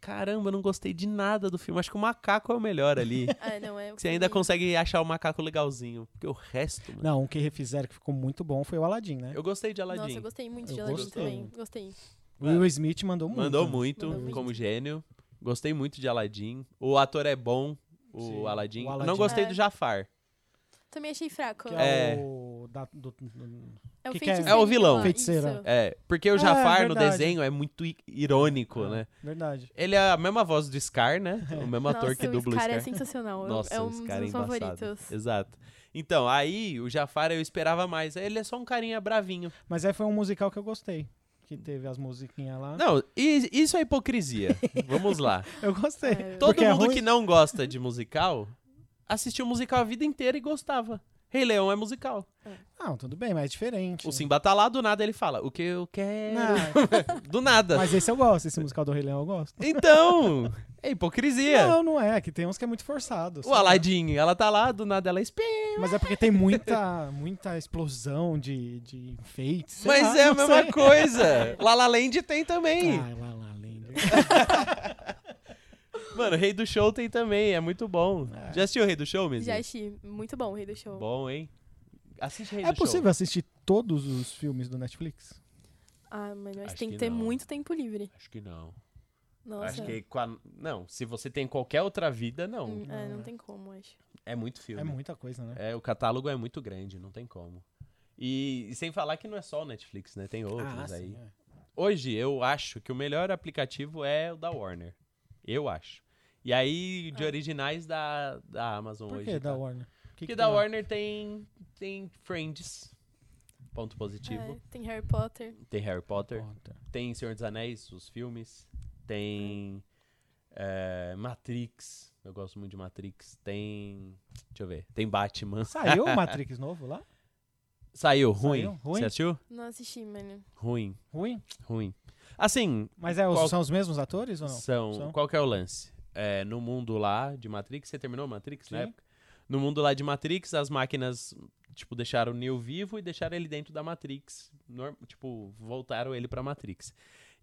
caramba, eu não gostei de nada do filme. Acho que o macaco é o melhor ali.
ah, não, é.
Você ainda
horrível.
consegue achar o macaco legalzinho. Porque o resto, mano.
Não, um que refizeram que ficou muito bom foi o Aladdin, né?
Eu gostei de Aladdin.
Nossa, eu gostei muito de
Eu
Aladdin
gostei.
também. Gostei.
O Will Smith mandou muito.
Mandou
né?
muito,
Mandou muito.
como gênio. Gostei muito de Aladdin. O ator é bom, o
Sim,
Aladdin.
o Aladdin.
Não gostei
É.
do Jafar.
Também achei fraco.
Que
É,
é,
É.
o. Da, do, do-
o
que que é?
feiticeiro.
É o vilão.
lá,
Feiticeira.
isso.
É, porque o
É,
Jafar no
verdade.
desenho é muito i- irônico,
Ah.
né?
é, Verdade.
Ele é a mesma voz do Scar, né? O mesmo ator
Nossa,
que dubla
o
o
Scar. é
Scar.
sensacional.
Nossa,
é um
esse
dos
cara é
meus
embaçado.
favoritos.
Exato. Então, aí o Jafar eu esperava mais. Ele é só um carinha bravinho.
Mas aí foi um musical que eu gostei. Que teve as musiquinhas lá.
Não, i- isso é hipocrisia. Vamos lá.
Eu gostei.
É,
Todo
Porque é
mundo
ruim?
que não gosta de musical assistiu musical a vida inteira e gostava. Rei Leão é musical.
Não, tudo bem, mas é diferente.
O Simba tá lá, do nada ele fala, o que eu quero.
Não,
Do nada.
mas esse eu gosto, esse musical do Rei Leão eu gosto.
Então, é hipocrisia.
Não, não é, que tem uns que é muito forçado.
O
sabe?
Aladdin, ela tá lá, do nada ela espera.
Mas é porque tem muita, muita explosão de, de enfeites. sei
Mas
lá,
é a
não
mesma
sei.
coisa. La La Land tem também.
Ah, lá, lá, lenda.
Mano, Rei do Show tem também, é muito bom.
É.
Já assistiu o Rei do Show, mesmo?
Já achei muito bom o Rei do Show.
Bom, hein? Assiste Rei
É
do
possível assistir todos os filmes do Netflix?
Ah, mano, mas
Acho
tem que
que
ter
não.
muito tempo livre.
Show. Acho que não.
Nossa.
Acho que é com a- Não, se você tem qualquer outra vida, não.
Hum, é,
Não,
não
é.
tem como, acho.
É muito filme.
É muita coisa, né?
É, o catálogo é muito grande, não tem como. E, e sem falar que não é só o Netflix, né? Tem outros aí.
é.
Hoje eu acho que o melhor aplicativo é o da Warner. Eu acho. E aí, de
Ah.
originais da, da Amazon
Por
hoje.
que da
tá?
Warner? O
Porque
que
da
tem lá?
Warner tem, tem Friends, ponto positivo.
É, tem Harry Potter.
Tem Harry Potter,
Potter.
tem Senhor dos Anéis, os filmes. Tem é, Matrix, eu gosto muito de Matrix. Tem, deixa eu ver, tem Batman.
Saiu o Matrix novo lá?
Saiu, ruim.
Saiu, ruim?
Você assistiu?
Não assisti, mano.
Ruim,
Ruim?
ruim. Assim,
Mas é os-
Qual-
são os mesmos atores ou não?
são,
São?
qual que é o lance? É, no mundo lá de Matrix, você terminou Matrix na
Sim.
época? No mundo lá de Matrix, as máquinas, tipo, deixaram o Neo vivo e deixaram ele dentro da Matrix. Norm- tipo, voltaram ele pra Matrix.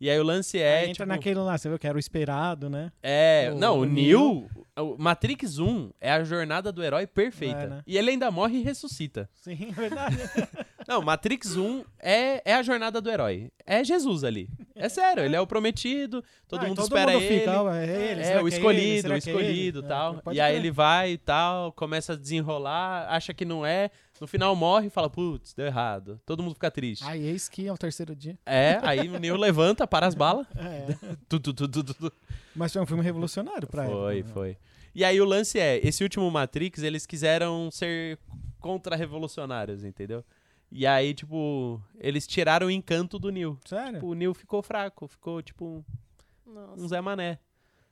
E aí o lance é,
Aí entra
tipo,
naquele lá, você viu que era o esperado, né?
É,
O-
não,
o
o Neo, o Matrix 1 é a jornada do herói perfeita.
É, né?
E ele ainda morre e ressuscita.
Sim, é verdade.
Não, Matrix 1 é, é a jornada do herói. É Jesus ali. É sério, ele é o prometido, todo
Ah,
mundo espera
mundo
ele.
fica, ó, é, ele,
é,
será
o
que ele?
escolhido,
Será
o
que é ele?
escolhido
É,
tal.
pode
e aí
crer.
ele vai e tal, começa a desenrolar, acha que não é, no final morre e fala, putz, deu errado. Todo mundo fica triste.
Aí eis que é o terceiro dia.
É, aí o Neo levanta, para as balas.
É.
Tu, tu, tu, tu, tu, tu.
Mas foi um filme revolucionário pra
Foi,
época, né?
foi. E aí o lance é, esse último Matrix, eles quiseram ser contra-revolucionários, entendeu? E aí, tipo, eles tiraram o encanto do Neo.
Sério?
Tipo, o Neo ficou fraco, ficou tipo um- um
Nossa.
Zé Mané.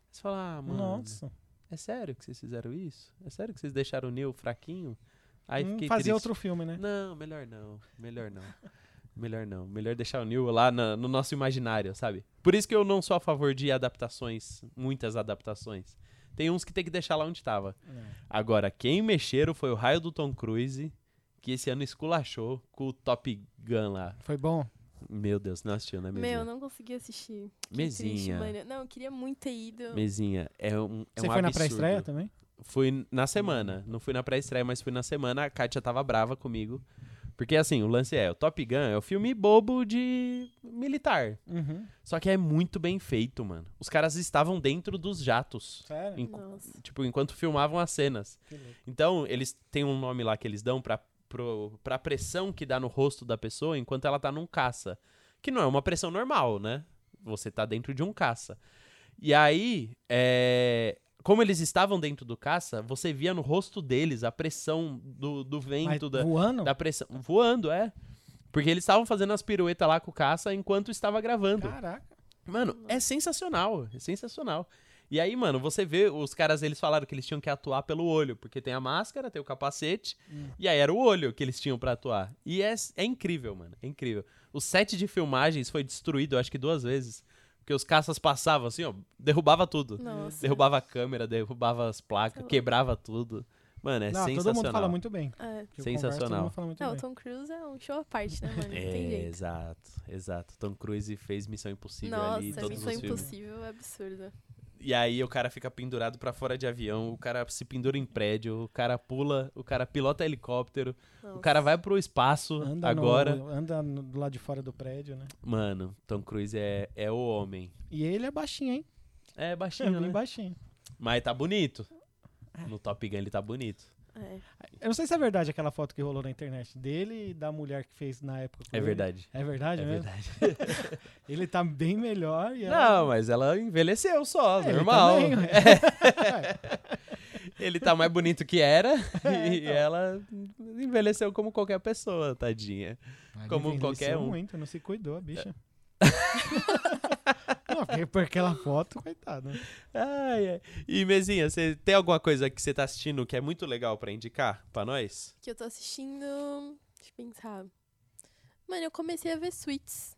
Você fala, ah, mano,
Nossa.
é sério que vocês fizeram isso? É sério que vocês deixaram o Neo fraquinho? Aí
Hum,
fiquei
fazer
triste.
outro filme, né?
Não, melhor não. Melhor não. Melhor não. Melhor deixar o Neil lá na- no nosso imaginário, sabe? Por isso que eu não sou a favor de adaptações, muitas adaptações. Tem uns que tem que deixar lá onde tava.
É.
Agora, quem mexeram foi o raio do Tom Cruise, que esse ano esculachou com o Top Gun lá.
Foi bom.
Meu Deus, não assistiu, né, Mesinha?
Meu, não consegui assistir. Que triste,
Mesinha.
mano. Não, eu queria muito ter ido.
Mesinha, é um, é
Você
um
foi na
absurdo.
pré-estreia também?
Fui na semana. Não fui na pré-estreia, mas fui na semana. A Kátia tava brava comigo. Porque, assim, o lance é: o Top Gun é o filme bobo de militar.
Uhum.
Só que é muito bem feito, mano. Os caras estavam dentro dos jatos.
Sério?
Em-
Nossa.
Tipo, enquanto filmavam as cenas.
Que louco.
Então, eles têm um nome lá que eles dão pra, pro, pra pressão que dá no rosto da pessoa enquanto ela tá num caça. Que não é uma pressão normal, né? Você tá dentro de um caça. E aí, é, como eles estavam dentro do caça, você via no rosto deles a pressão do, do
Mas
vento, da,
voando?
da pressão. Voando, é. Porque eles estavam fazendo as piruetas lá com o caça enquanto estava gravando.
Caraca.
Mano, é sensacional, é sensacional. E aí, mano, você vê, os caras, eles falaram que eles tinham que atuar pelo olho, porque tem a máscara, tem o capacete,
Hum.
e aí era o olho que eles tinham pra atuar. E é, é incrível, mano, é incrível. O set de filmagens foi destruído, eu acho que duas vezes, porque os caças passavam assim, ó, derrubava tudo.
Nossa. Tá
Derrubava a câmera, derrubava as placas, quebrava tudo. Mano, é
Não,
sensacional.
todo mundo fala muito bem.
É.
Que eu
Sensacional.
converso, todo mundo fala muito
Não, o
bem.
Tom Cruise é um show à parte, né, mano? Não tem
É,
jeito.
exato, exato. Tom Cruise fez Missão Impossível ali,
Nossa,
todos os
Missão
filmes.
Impossível é absurdo.
E aí o cara fica pendurado pra fora de avião, o cara se pendura em prédio, o cara pula, o cara pilota helicóptero, o
Nossa.
cara vai pro espaço
Anda
agora.
No, anda no- do lado de fora do prédio, né?
Mano, Tom Cruise é, é o homem.
E ele é baixinho, hein?
É
É
baixinho,
bem É.
né?
baixinho.
Mas tá bonito. No Top Gun ele tá bonito.
É.
Eu não sei se é verdade aquela foto que rolou na internet dele e da mulher que fez na época. com
É
ele.
verdade.
É verdade
É
mesmo?
verdade.
Ele tá bem melhor e ela...
Não, mas ela envelheceu só,
É, ele
normal.
também,
Ele,
ué.
tá mais bonito que era e
então.
ela envelheceu como qualquer pessoa, tadinha.
Ele
Como um.
envelheceu
qualquer um.
muito, não se cuidou, a bicha. não, porque, porque aquela foto, coitada. Então
Ai, ai. E Mezinha, você tem alguma coisa que você tá assistindo que é muito legal pra indicar pra nós?
Que eu tô assistindo. Deixa eu pensar. Mano, eu comecei a ver Suits.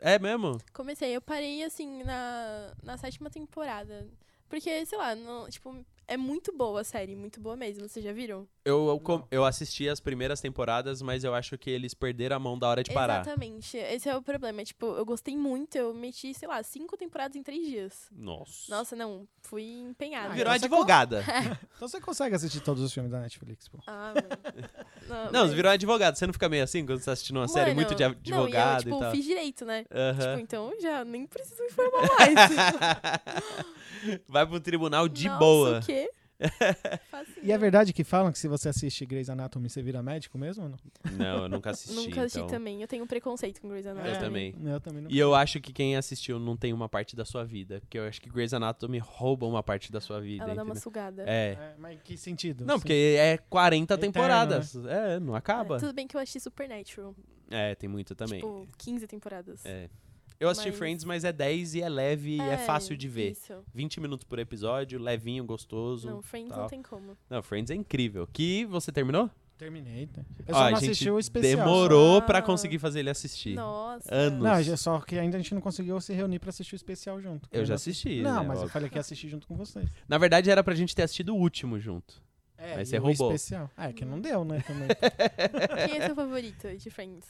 É mesmo?
Comecei, eu parei assim na, na sétima temporada. Porque, sei lá, não- tipo, é muito boa a série, muito boa mesmo. Vocês já viram?
Eu, eu, com- eu assisti as primeiras temporadas, mas eu acho que eles perderam a mão da hora de parar.
Exatamente. Esse é o problema. é, Tipo, eu gostei muito, eu meti, sei lá, cinco temporadas em três dias.
Nossa.
Nossa, não, fui empenhada.
Ah,
Virou
então você
advogada.
É,
Então você consegue assistir todos os filmes da Netflix, pô.
Ah, mano.
Não,
mas-
você virou advogada. Você não fica meio assim quando você tá assistindo uma série
Mano,
muito de
não, e eu,
advogado
tipo,
e tal?
fiz direito, né?
Aham.
Tipo, então já nem preciso me formar mais.
Vai pro tribunal de
Nossa,
boa.
O quê? assim, né?
E é verdade que falam que se você assiste Grey's Anatomy, você vira médico mesmo? ou Não?
Não, eu nunca assisti.
Nunca assisti É.
então.
também. Eu tenho um preconceito com Grey's Anatomy.
Eu também.
Eu também não.
E eu acho que quem assistiu não tem uma parte da sua vida. Porque eu acho que Grey's Anatomy rouba uma parte da sua vida.
Ela dá uma
entendeu?
sugada.
É.
É, mas que sentido?
Não,
Sim.
porque é 40
Eterno, né?
temporadas. É, não acaba.
É, Tudo bem que eu achei Supernatural.
É, tem muita também.
Tipo, 15 temporadas.
É. Eu assisti
mas-
Friends, mas é 10 e é leve e é fácil de ver.
Isso.
20 minutos por episódio, levinho, gostoso.
Não,
Não,
Friends
um tal.
não tem como.
Friends é incrível. Que você terminou?
Terminei. tá? Eu
Ó,
só
a
não
gente
assisti o especial. só.
Demorou
só.
pra
Ah.
conseguir fazer ele assistir.
Nossa.
Anos.
Não, já- só que ainda a gente não conseguiu se reunir pra assistir o especial junto.
Eu já
Não-
assisti.
Não,
né,
mas eu
óbvio.
falei que ia assistir junto com vocês.
Na verdade, era pra gente ter assistido o último junto.
É,
Mas
e
você
o
roubou.
Especial. Ah, é que não deu, né? Também.
Quem é seu favorito de Friends?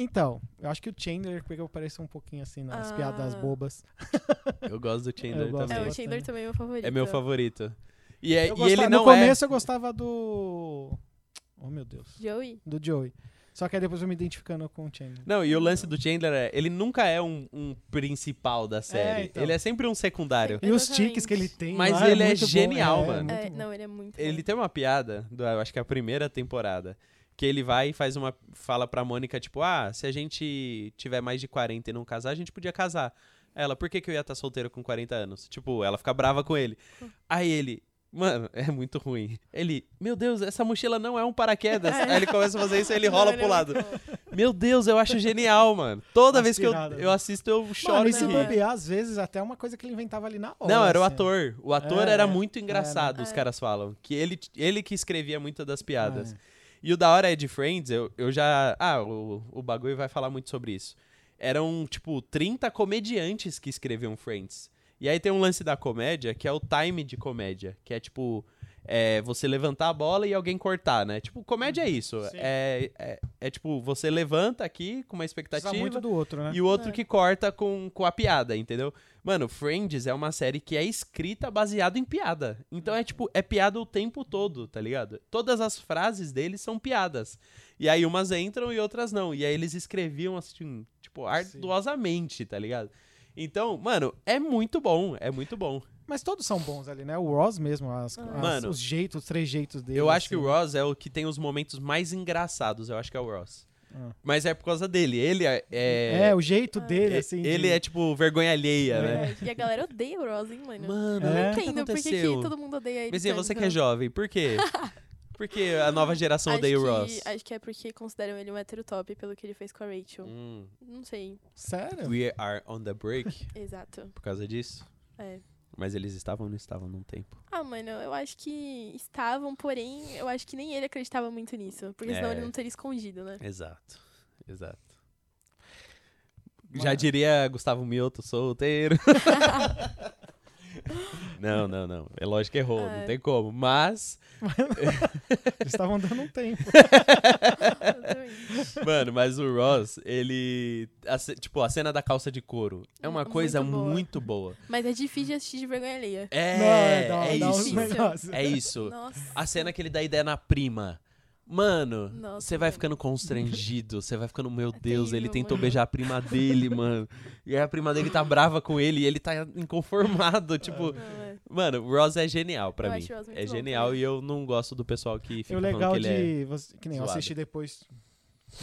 então, eu acho que o Chandler, porque eu pareço um pouquinho assim nas
Ah.
piadas bobas.
Eu gosto do Chandler
Eu gosto.
também.
É, o
Bastante.
Chandler também é meu favorito.
É meu favorito. E, é-
Eu
e ele
gostava-
não
no
é.
começo eu gostava do. Oh, meu Deus.
Joey?
Do Joey. Só que aí depois eu me identificando com o Chandler.
Não, e o lance do Chandler é, ele nunca é um, um principal da série.
então.
Ele é sempre um secundário.
E os
Exatamente.
tiques que ele tem.
Mas
lá é
ele é
muito bom.
genial,
É,
mano.
muito
É,
bom.
não, ele é muito
Ele
bom.
tem uma piada, do, eu acho que é a primeira temporada, que ele vai e faz uma. Fala pra Mônica, tipo, ah, se a gente tiver mais de 40 e não casar, a gente podia casar. Ela, por que, que eu ia estar solteiro com 40 anos? Tipo, ela fica brava com ele. Aí ele. Mano, é muito ruim. Ele, meu Deus, essa mochila não é um paraquedas. Aí ele começa a fazer isso e ele
Não,
rola
é
pro lado.
muito bom.
Meu Deus, eu acho genial, mano. Toda
As
vez que eu,
piradas,
eu
né?
assisto, eu choro.
Mano, e
de
se
rir.
bobear, às vezes, até uma coisa que ele inventava ali na hora.
Não, era o
assim, ó.
ator. O ator
É,
era
é.
muito engraçado,
É.
os caras falam. Que ele, ele que escrevia muitas das piadas.
Ah, é.
E o da hora é de Friends, eu, eu já. Ah, o, o bagulho vai falar muito sobre isso. Eram, tipo, 30 comediantes que escreviam Friends. E aí tem um lance da comédia, que é o time de comédia. Que é tipo. é, você levantar a bola e alguém cortar, né? Tipo, comédia é isso.
Sim.
É, é, é tipo, você levanta aqui com uma
Precisa
expectativa.
muito do outro, né?
E o outro
É.
que corta com, com a piada, entendeu? Mano, Friends é uma série que é escrita baseada em piada. Então é tipo, é piada o tempo todo, tá ligado? Todas as frases deles são piadas. E aí umas entram e outras não. E aí eles escreviam assim, tipo, arduosamente, tá ligado? Então, mano, é muito bom, é muito bom.
Mas todos são bons ali, né? O Ross mesmo, as, as-
Mano.
os jeitos, os trejeitos dele.
Eu acho que o
assim.
Ross é o que tem os momentos mais engraçados, eu acho que é o Ross.
Ah.
Mas é por causa dele, ele é...
É, o jeito dele,
é-
assim.
ele
de-
é tipo vergonha alheia, né?
Verdade. E a galera odeia o Ross, hein, mano?
Mano,
É?
Eu
o
não
que
entendo por que que todo mundo odeia ele.
Mesinha, você
tanto.
que é jovem, por quê? Por que a nova geração
Acho
odeia o
que-
Ross?
Acho que é porque consideram ele um hétero top pelo que ele fez com a Rachel.
Hum,
Não sei,
Sério?
we are on the break
exato.
por causa disso.
É.
Mas eles estavam ou não estavam num tempo?
Ah, mano, eu acho que estavam, porém, eu acho que nem ele acreditava muito nisso. Porque
É.
senão ele não teria escondido, né?
Exato, exato. Já
Mano.
diria Gustavo Mioto, solteiro. não, não, não. É lógico que errou, não
É.
tem como. Mas,
Eles estavam dando um tempo.
Exatamente.
mano, mas o Ross, ele. a ce- tipo, a cena da calça de couro é uma
Muito
coisa
boa.
muito boa.
Mas é difícil de assistir de vergonha alheia.
É,
Não, é, dá,
é
dá uns
isso.
Difícil.
negócios.
É isso.
Nossa.
A cena que ele dá ideia na prima. Mano,
Nossa,
você vai
mano. É
ficando constrangido, você vai ficando, meu Deus, ele
terrível,
tentou
mano.
beijar a prima dele, mano. E aí a prima dele tá brava com ele e ele tá inconformado, tipo,
Não, é.
mano, o Ross é genial pra
Eu
mim.
acho o Ross muito
É
bom
genial
também.
e eu não gosto do pessoal que
E
fica
o
falando
legal
que
de.
ele é
você- que nem eu
zoado.
assisti depois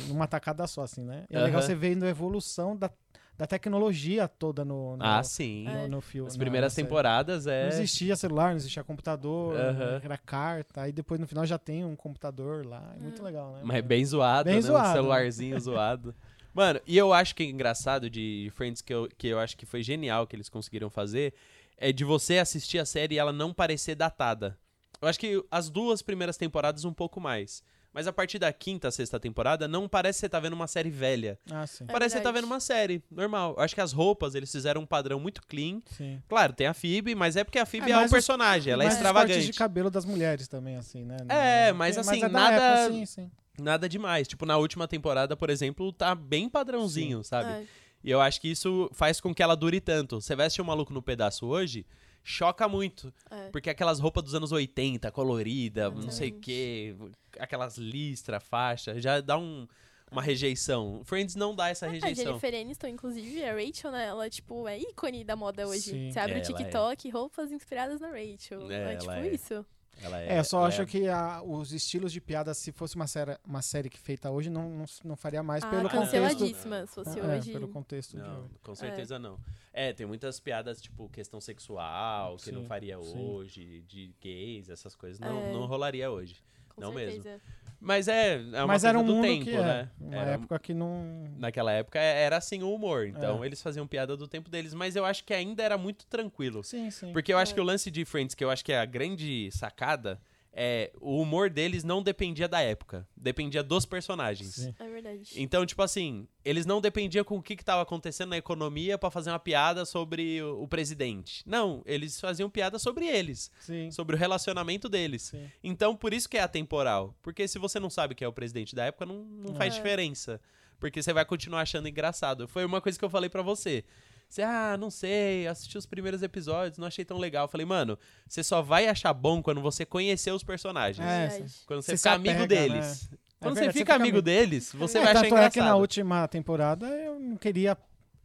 numa tacada só, assim, né? E é
Aham.
legal você vendo a evolução da, da tecnologia toda no, no,
Ah, sim.
no, no filme.
As
na-
primeiras
na série.
temporadas é
Não existia celular, não existia computador,
Aham.
era carta. Aí depois no final já tem um computador lá. É muito legal, né?
mas é bem zoado,
Bem
né? Um
zoado.
celularzinho zoado. Mano, e eu acho que é engraçado de Friends que eu, que eu acho que foi genial que eles conseguiram fazer é de você assistir a série e ela não parecer datada. Eu acho que as duas primeiras temporadas um pouco mais. Mas a partir da quinta, sexta temporada, não parece que você tá vendo uma série velha.
Ah, sim.
É
parece que você tá vendo
verdade.
uma série normal. Eu acho que as roupas, eles fizeram um padrão muito clean.
sim.
Claro, tem a Phoebe, mas é porque a Phoebe
É,
é,
mas
um
os-
personagem, ela é
Mas os cortes
extravagante.
de cabelo das mulheres também, assim, né?
É, mas assim,
da
nada-
Época, sim, sim.
Nada demais. Tipo, na última temporada, por exemplo, tá bem padrãozinho, sabe?
Ai,
E eu acho que isso faz com que ela dure tanto. Você veste o maluco no pedaço hoje, choca muito.
É.
Porque aquelas roupas dos anos 80, colorida, não
Exatamente.
sei o quê, aquelas listras, faixa, já dá um- uma rejeição. Friends não dá essa
A
rejeição.
É. ah, Jennifer Aniston, inclusive, a Rachel, né? Ela, tipo, é ícone da moda hoje.
Sim.
Você abre
É,
o
ela é.
TikTok, roupas inspiradas na Rachel.
É,
É,
ela
tipo
é.
isso.
Ela
É, eu só
ela
acho que a- os estilos de piada, se fosse uma série, uma série que feita hoje, não, não, não faria mais pelo
ah,
contexto.
canceladíssima. Se fosse
É,
Assim, hoje.
pelo contexto de
Não,
hoje.
com certeza não. É, tem muitas piadas, tipo, questão sexual, que não
Sim,
faria
sim.
hoje, de gays, essas coisas, não,
É.
não rolaria hoje.
Com
Não mesmo.
certeza.
Mas é, é uma
Mas
coisa
era um
do
mundo
tempo,
que
né?
é, uma
Era-
época que não...
Naquela época é- era assim o humor, então
É.
eles faziam piada do tempo deles, mas eu acho que ainda era muito tranquilo.
Sim, é. sim.
Porque eu acho que o lance de Friends, que eu acho que é a grande sacada, é o humor deles não dependia da época, dependia dos personagens.
Sim.
É verdade.
Então, tipo assim, eles não dependiam com o que, que tava acontecendo na economia pra fazer uma piada sobre o, o presidente. Não, eles faziam piada sobre eles,
Sim,
sobre o relacionamento deles.
sim.
Então, por isso que é atemporal. Porque se você não sabe quem é o presidente da época, não, não faz
É.
diferença. Porque você vai continuar achando engraçado. Foi uma coisa que eu falei pra você. Você, ah, não sei, eu assisti os primeiros episódios, não achei tão legal. Eu falei, mano, você só vai achar bom quando você conhecer os personagens.
É,
verdade.
Quando você,
Você
ficar
se
amigo
apega, né? É
deles. Quando você,
verdade,
fica amigo deles, você
É,
vai achar
tanto
engraçado.
é que na última temporada eu não queria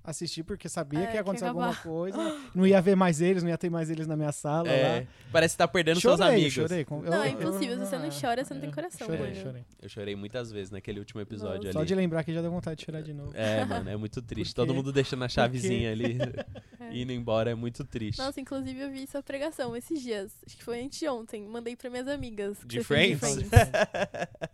assistir porque sabia
É,
que ia acontecer
que ia
alguma
acabar.
coisa. Não ia ver mais eles, não ia ter mais eles na minha sala
É,
lá.
parece que tá perdendo
chorei,
seus amigos.
chorei. com- eu-
Não, é
eu-
impossível. Se
eu-
você não chora, você não tem
eu-
coração,
Chorei,
mano.
chorei.
Eu chorei muitas vezes naquele último episódio
Nossa.
Só
ali.
de lembrar que já deu vontade de chorar de novo.
É, mano, é muito triste.
Por quê?
Todo mundo deixando a chavezinha ali, indo embora, é muito triste.
Nossa, inclusive eu vi sua pregação esses dias. Acho que foi anteontem. Mandei pra minhas amigas. que
De
você fez
Friends?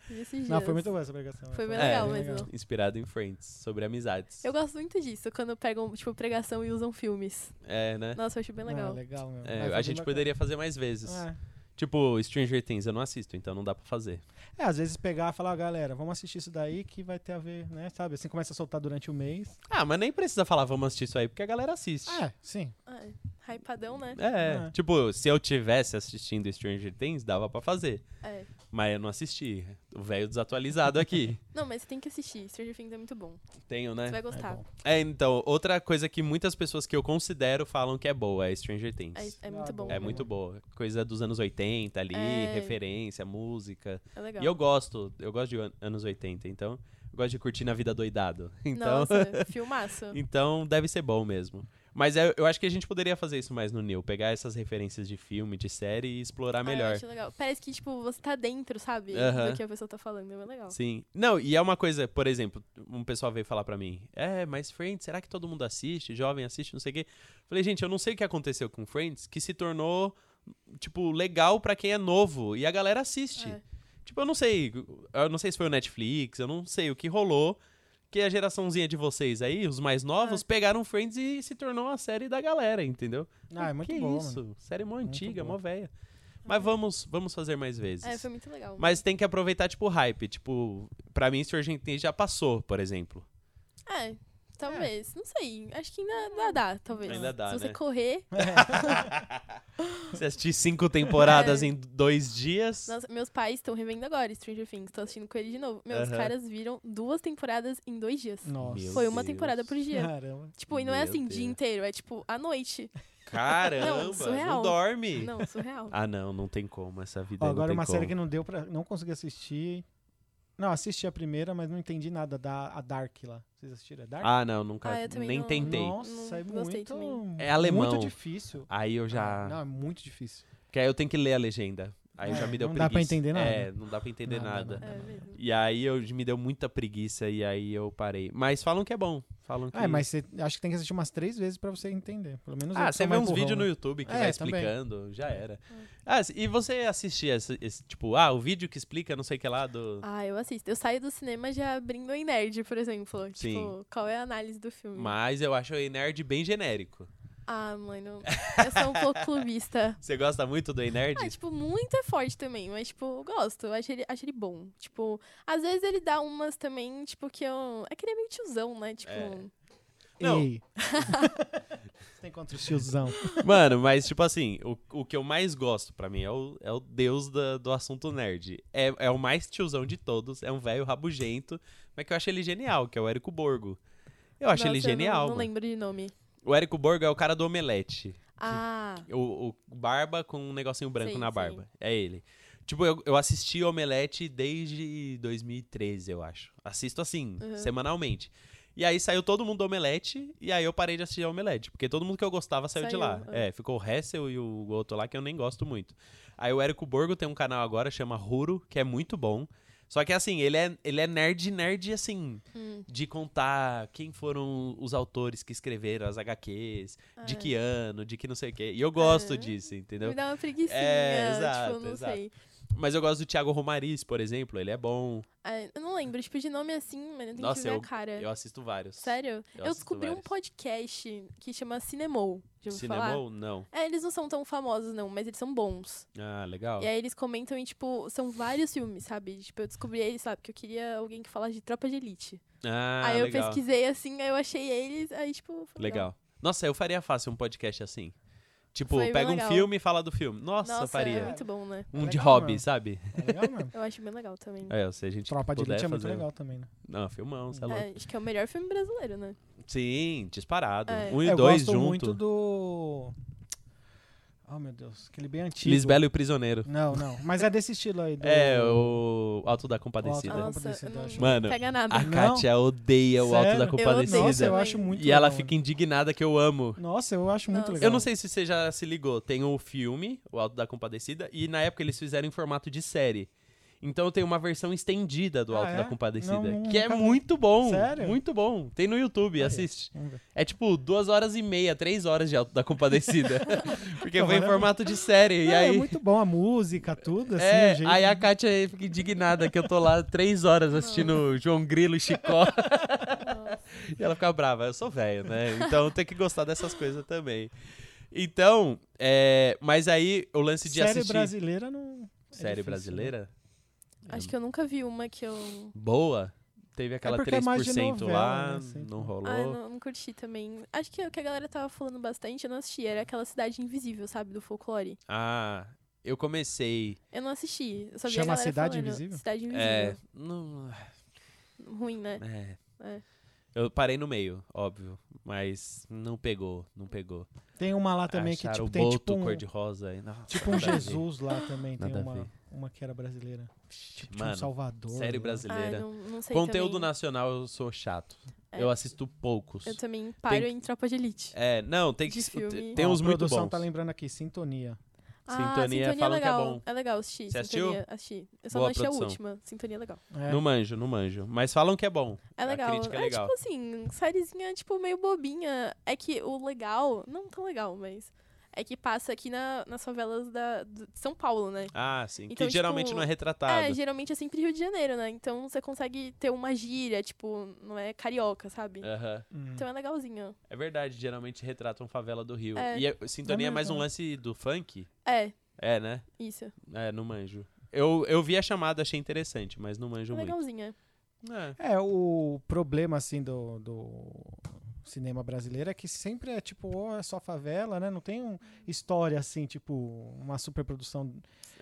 Vi esses dias.
Não, foi muito boa essa pregação.
Foi bem
É,
legal
bem
mesmo.
legal.
Inspirado em Friends, sobre amizades.
Eu gosto muito disso, quando pegam, tipo, pregação e usam filmes.
É, né?
Nossa, eu achei bem
Ah,
legal.
legal mesmo.
É,
Ah, foi
a
bem
gente
bacana.
poderia fazer mais vezes.
É.
Ah,
Tipo, Stranger Things eu não assisto, então não dá pra fazer.
É, às vezes pegar e falar, "Ó, galera, vamos assistir isso daí que vai ter a ver, né? Sabe? Assim começa a soltar durante o mês.
Ah, mas nem precisa falar, vamos assistir isso aí, porque a galera assiste.
é.
Ah, sim.
Ah, hypadão, né?
É,
É.
tipo, se eu tivesse assistindo Stranger Things, dava pra fazer.
É.
Mas eu não assisti. O velho desatualizado aqui.
Não, mas você tem que assistir. Stranger Things é muito bom.
Tenho,
Você
né?
vai gostar.
bom.
É, então, outra coisa que muitas pessoas que eu considero falam que é boa é Stranger
É,
Things.
é muito bom.
É muito boa. Coisa dos anos 80 ali,
É.
referência, música.
É legal.
E eu gosto, eu gosto de an- anos 80, então eu gosto de curtir na vida doidado. Então,
Nossa, filmaço.
então deve ser bom mesmo. Mas é, eu, eu acho que a gente poderia fazer isso mais no New, pegar essas referências de filme, de série e explorar
Ah, eu
tá melhor.
acho legal. Parece que, tipo, você tá dentro, sabe?
Aham.
Do que a pessoa tá falando. É bem legal.
Sim. Não, e é uma coisa, por exemplo, um pessoal veio falar pra mim: "É, mas Friends, será que todo mundo assiste? Jovem assiste, não sei o quê?". Falei: "Gente, eu não sei o que aconteceu com Friends que se tornou tipo legal pra quem é novo e a galera assiste".
É.
Tipo, eu não sei, eu não sei se foi o Netflix, eu não sei o que rolou. Que a geraçãozinha de vocês aí, os mais
É.
novos, pegaram Friends e se tornou uma série da galera, entendeu?
Ah, é muito
que
bom.
isso?
mano.
Série mó
Muito
antiga,
boa.
mó velha. Mas vamos, vamos fazer mais vezes.
É, foi muito legal.
Mas tem que aproveitar, tipo, o hype. Tipo, pra mim, Stranger Things já passou, por exemplo.
É, talvez. Não sei. Acho que ainda dá, dá, talvez.
Ainda dá,
Se você
né?
correr.
É,
Você assistir cinco temporadas em dois dias.
É. Nossa, meus pais estão revendo agora Stranger Things. Tô assistindo com ele de novo. Meus
Aham.
caras viram duas temporadas em dois dias.
Nossa.
Meu
Foi uma
Deus.
temporada por dia.
Caramba.
Tipo, e não é
Meu
assim, dia
Deus.
inteiro. É tipo, à noite.
Caramba,
Não, surreal.
não dorme.
Não, surreal.
Ah, não, não tem como. Essa vida aí
Ó,
não
agora
tem
uma
como.
série que não deu pra. Não consegui assistir. Não, assisti a primeira, mas não entendi nada da a Dark lá. Vocês assistiram a Dark?
Ah, não, nunca.
Ah, eu também
nem
não-
tentei.
Nossa, é
Não gostei
muito.
também.
É alemão.
Muito difícil.
Aí eu
Ah,
já.
Não, é muito difícil.
Porque aí eu tenho que ler a legenda. Aí
É,
já me deu
não dá
preguiça.
pra entender nada.
É, não dá pra entender
Nada,
nada.
nada.
É mesmo.
E aí eu, me deu muita preguiça e aí eu parei. Mas falam que é bom. Falam que...
Ah, mas você, acho que tem que assistir umas três vezes pra você entender. Pelo menos eu
Ah,
que sou
você vê
mais
uns
burrão,
vídeos
né?
no YouTube que
É,
vai
também. É.
explicando, já era. Ah, e você assistia esse, esse, tipo, ah, o vídeo que explica não sei o que lá do...
Ah, eu assisto. Eu saio do cinema já abrindo em nerd, por exemplo.
Sim.
Tipo, qual é a análise do filme?
Mas eu acho o Ei nerd bem genérico.
Ah, mano, eu sou um pouco clubista.
Você gosta muito do Ei nerd
Ah, tipo, muito é forte também, mas, tipo, eu gosto, eu acho ele, acho ele bom. Tipo, às vezes ele dá umas também, tipo, que eu. É que ele é meio tiozão, né? Tipo.
É. Não.
né? Ei. Você tem contra o tiozão.
Mano, mas tipo assim, o, o que eu mais gosto pra mim é o, é o deus da- do assunto nerd. É, é o mais tiozão de todos, é um velho rabugento, mas que eu acho ele genial, que é o Érico Borgo. Eu acho ele
nossa, eu não-
genial.
Não,
mano.
lembro de nome.
o Érico Borgo é o cara do omelete.
Ah,
O, o barba com um negocinho branco
Sim,
na
sim.
barba. É ele. Tipo, eu, eu assisti Omelete desde 2013, eu acho. Assisto assim,
Uhum.
semanalmente. E aí saiu todo mundo do Omelete, e aí eu parei de assistir Omelete. Porque todo mundo que eu gostava saiu, de
Saiu,
lá.
é.
É, ficou o Hessel e o outro lá, que eu nem gosto muito. Aí o Érico Borgo tem um canal agora, chama Ruro, que é muito bom. Só que assim, ele é, ele é nerd, nerd assim,
Hum.
de contar quem foram os autores que escreveram as HQs, de
Ah.
que ano, de que não sei o quê. E eu gosto
Ah.
disso, entendeu?
me dá uma preguicinha.
É, exato,
tipo, não
exato.
sei.
Mas eu gosto do Thiago Romariz, por exemplo, ele é bom.
Ah, eu não lembro, tipo, de nome assim, mas não tem que
Nossa,
ver a cara.
Eu assisto vários.
É. Sério?
eu
Eu,
assisto
descobri um
vários.
podcast que chama Cinemol. Já ouviu falar?
Cinema ou não?
É, eles não são tão famosos, não, mas eles são bons.
Ah, legal.
E aí eles comentam e, tipo, são vários filmes, sabe? Tipo, eu descobri eles, sabe? Porque eu queria alguém que falasse de Tropa de Elite.
Ah,
aí eu
legal.
pesquisei, assim, aí eu achei eles, aí, tipo... foi
Legal. Nossa, eu faria fácil um podcast assim. Tipo,
Foi bem
pega um
legal.
filme e fala do filme. Nossa,
Nossa, é
faria.
muito bom, né?
Um de
Legal,
hobby,
mano.
sabe?
Tá legal mesmo.
Eu acho bem legal também.
É, se a gente
Tropa de
puder
elite é muito
fazer- um-
legal também, né?
Não, filmão, sei lá.
É, acho que é o melhor filme brasileiro, né?
Sim, disparado.
É.
Um e
eu
dois
gosto muito
junto.
do... Oh, meu Deus. Aquele bem antigo.
Lisbelo e o Prisioneiro.
Não, não. Mas é desse estilo aí. Do...
É, o Alto da
Sim,
Compadecida.
Alto né? da
Nossa, eu não
Compadecida,
Mano,
pega nada.
A
Não.
Kátia odeia o Alto
Sério?
da
Eu
Compadecida.
Nossa, eu
Decida.
acho muito
E ela
legal,
fica
mano.
indignada que eu amo.
Nossa, eu acho muito
Nossa.
legal.
Eu não sei se você já se ligou, tem o filme, o Alto da Compadecida, e na época eles fizeram em formato de série. Então tem uma versão estendida do
Ah,
Alto da
é?
Compadecida,
Não,
que é
nunca vi.
muito bom.
Sério?
Muito bom. Tem no YouTube,
Olha.
assiste.
Vamos ver.
É tipo duas horas e meia, três horas de Alto da Compadecida. Porque
Pô,
foi em
maravilha.
formato de série. e
Não, É
aí.
muito bom a música, tudo, assim.
É,
o jeito-
aí a Kátia fica indignada que eu tô lá três horas assistindo João Grilo e Chicó. e ela fica brava. Eu sou velho, né? Então tem que gostar dessas coisas também. Então, é, mas aí o lance de
Série
assistir.
brasileira não... é
série
difícil, né?
brasileira?
Acho que eu nunca vi uma que eu...
Boa. Teve aquela
porque é
3%
mais de novela,
lá,
né, sempre.
não rolou.
Ah, eu não, não curti também. Acho que o que a galera tava falando bastante, eu não assisti. Era aquela Cidade Invisível, sabe? Do folclore.
Ah, eu comecei.
Eu não assisti. Eu só vi
Chama
a galera
Cidade
falando.
Invisível?
Cidade Invisível.
É, não-
Ruim, né?
é.
É.
Eu parei no meio, óbvio. Mas não pegou, não pegou.
Tem uma lá também que
Acharam
tipo,
o
tem tipo
Boto
um,
cor-de-rosa aí. Nossa,
tipo um
nada a ver.
Jesus lá também. Tem
Nada a
uma,
ver.
uma que era brasileira. Tipo, tinha um
Mano,
Salvador.
série
né?
brasileira.
Ah, não, não sei
Conteúdo
também.
nacional eu sou chato.
É.
Eu assisto poucos.
Eu também paro
que-
em Tropa de Elite.
É, não, tem que.
De filme.
Tem
Ó,
uns
a
muito
produção
bons.
tá lembrando aqui, Sintonia.
Ah,
Sintonia,
Sintonia é
falam que é
legal.
bom.
É legal, assisti.
Você assistiu?
Sintonia, assisti. Eu só
Boa
não achei
produção.
a última. Sintonia é legal.
É.
Não manjo, não manjo. Mas falam que é bom.
É
A
legal.
crítica é legal.
tipo assim, sériezinha, tipo, meio bobinha. É que o legal, não tão legal, mas. É que passa aqui na, nas favelas da, do- de São Paulo, né?
Ah, sim. que
Então,
geralmente
tipo,
não é retratado.
É, geralmente é sempre Rio de Janeiro, né? Então você consegue ter uma gíria, tipo, não é carioca, sabe?
Aham.
Hum.
Então é legalzinho.
É verdade, geralmente retratam favela do Rio.
É.
E é- sintonia é
Não
mais um
manjo.
lance do funk?
É,
É, né?
isso.
É, não manjo. Eu, eu vi a chamada, achei interessante, mas não manjo muito.
Legalzinha.
É.
É, o problema, assim, do, do cinema brasileiro é que sempre é, tipo, ou é só favela, né? Não tem um história, assim, tipo, uma superprodução,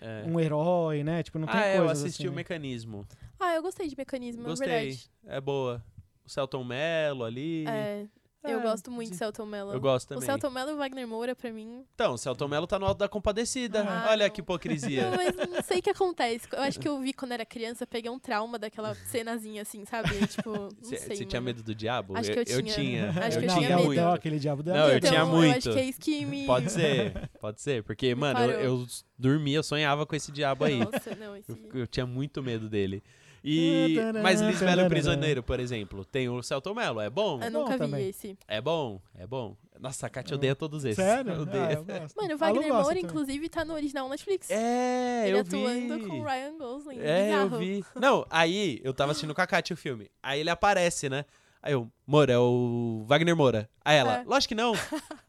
é.
um herói, né? Tipo, não tem
ah, é, eu
coisas
assisti
assim,
o
né?
Mecanismo.
Ah, eu gostei de mecanismo, é
Gostei.
verdade.
É boa. O Celton Mello ali.
É, Eu
É,
gosto muito
de-
de Celton Mello.
Eu gosto
O
também.
Celton Mello e o Wagner Moura, pra mim.
Então, o Celton Mello tá no alto da compadecida.
Ah,
Olha
não.
que
Não,
hipocrisia.
mas não sei o que acontece. Eu acho que eu vi quando era criança, peguei um trauma daquela cenazinha assim, sabe? Tipo, não sei.
Você tinha
mano.
medo do diabo?
Acho que eu tinha. Acho que eu
eu
não,
tinha
não,
medo.
não,
muito.
aquele diabo da
Não, eu
então,
tinha muito.
acho que é isso que me.
Pode ser, pode ser. Porque,
Me
mano, eu,
parou.
eu dormia, eu sonhava com esse diabo aí.
Nossa, não, esse.
Eu, eu tinha muito medo dele. E, mas Lisbela e o Prisioneiro, por exemplo, tem o Celton Mello. É bom?
Eu nunca vi
também.
esse.
É bom, é bom. Nossa, a Kátia odeia todos esses. Eu
Sério? Ah,
odeio.
eu gosto.
Mano, o
Paulo
Wagner
gosta
Moura,
também.
inclusive, tá no original Netflix.
é,
Ele
eu
atuando
vi.
com o Ryan Gosling.
É,
bizarro.
eu vi. Não, aí eu tava assistindo com a Kátia o filme. Aí ele aparece, né? Aí eu, Moura, é o Wagner Moura. Aí ela,
É.
lógico que não.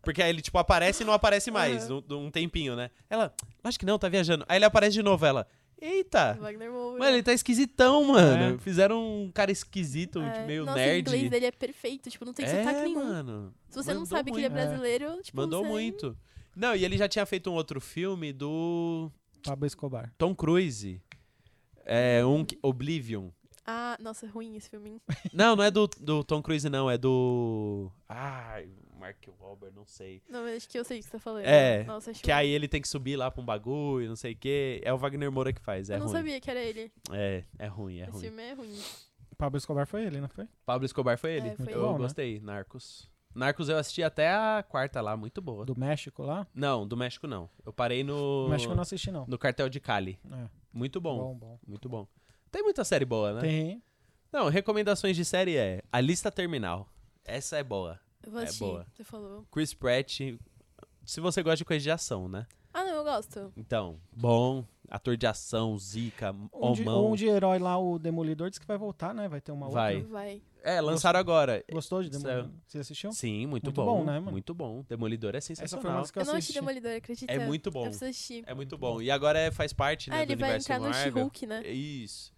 Porque aí ele, tipo, aparece e não aparece mais, um, um tempinho, né? Ela, lógico que não, tá viajando. Aí ele aparece de novo, ela, eita.
Wagner Moura.
Mano, ele tá esquisitão, mano. Fizeram um cara esquisito,
É.
meio
Nossa, o
nerd.
inglês dele é perfeito. Tipo, não tem
é,
sotaque nenhum.
mano.
Se você não
Mandou
sabe que ele é
muito. É.
brasileiro, tipo,
Mandou
você-
muito. Não, e ele já tinha feito um outro filme do
Pablo Escobar.
Tom Cruise. É, um que- Oblivion.
Ah, nossa, ruim esse filminho.
Não, não é do, do Tom Cruise, não. É do. Ai, Mark Wahlberg, não sei.
Não, mas acho que eu sei o que você tá falando.
É,
Nossa, acho
Que aí ele tem que subir lá pra um bagulho, não sei o quê. É o Wagner Moura que faz. É
Eu não
ruim.
sabia que era ele.
É, é ruim, é
esse
ruim.
filme é ruim.
Pablo Escobar foi ele, não foi?
Pablo Escobar foi ele.
É, foi
eu
ele. Bom, né?
gostei. Narcos. Narcos eu assisti até a quarta lá, muito boa.
Do México lá?
Não, do México não. Eu parei no.
Do México eu não assisti, não.
No cartel de Cali.
É.
Muito bom,
bom. bom.
muito bom. Tem muita série boa, né?
Tem.
Não, recomendações de série é A Lista Terminal. Essa é boa.
Eu vou
É
assistir,
boa.
você falou.
Chris Pratt, se você gosta de coisa de ação, né?
Ah, não, eu gosto.
Então, bom, ator de ação, zica,
Um de,
homão.
um de herói lá, o Demolidor, disse que vai voltar, né? Vai ter uma outra.
Vai.
Vai.
É, lançaram agora.
Gostou de Demolidor?
Saiu.
Você assistiu?
Sim, muito,
Muito
bom.
bom, né, mano?
Muito bom. Demolidor é
Essa foi uma
sensacional.
das que eu
Eu não
assisti.
assisti Demolidor, acredita?
É muito
Então, Eu
bom.
preciso assistir.
É muito bom. E agora é- faz parte, né,
ah,
do
ele vai
universo
entrar no
Marvel.
She-Hulk, né?
É Isso.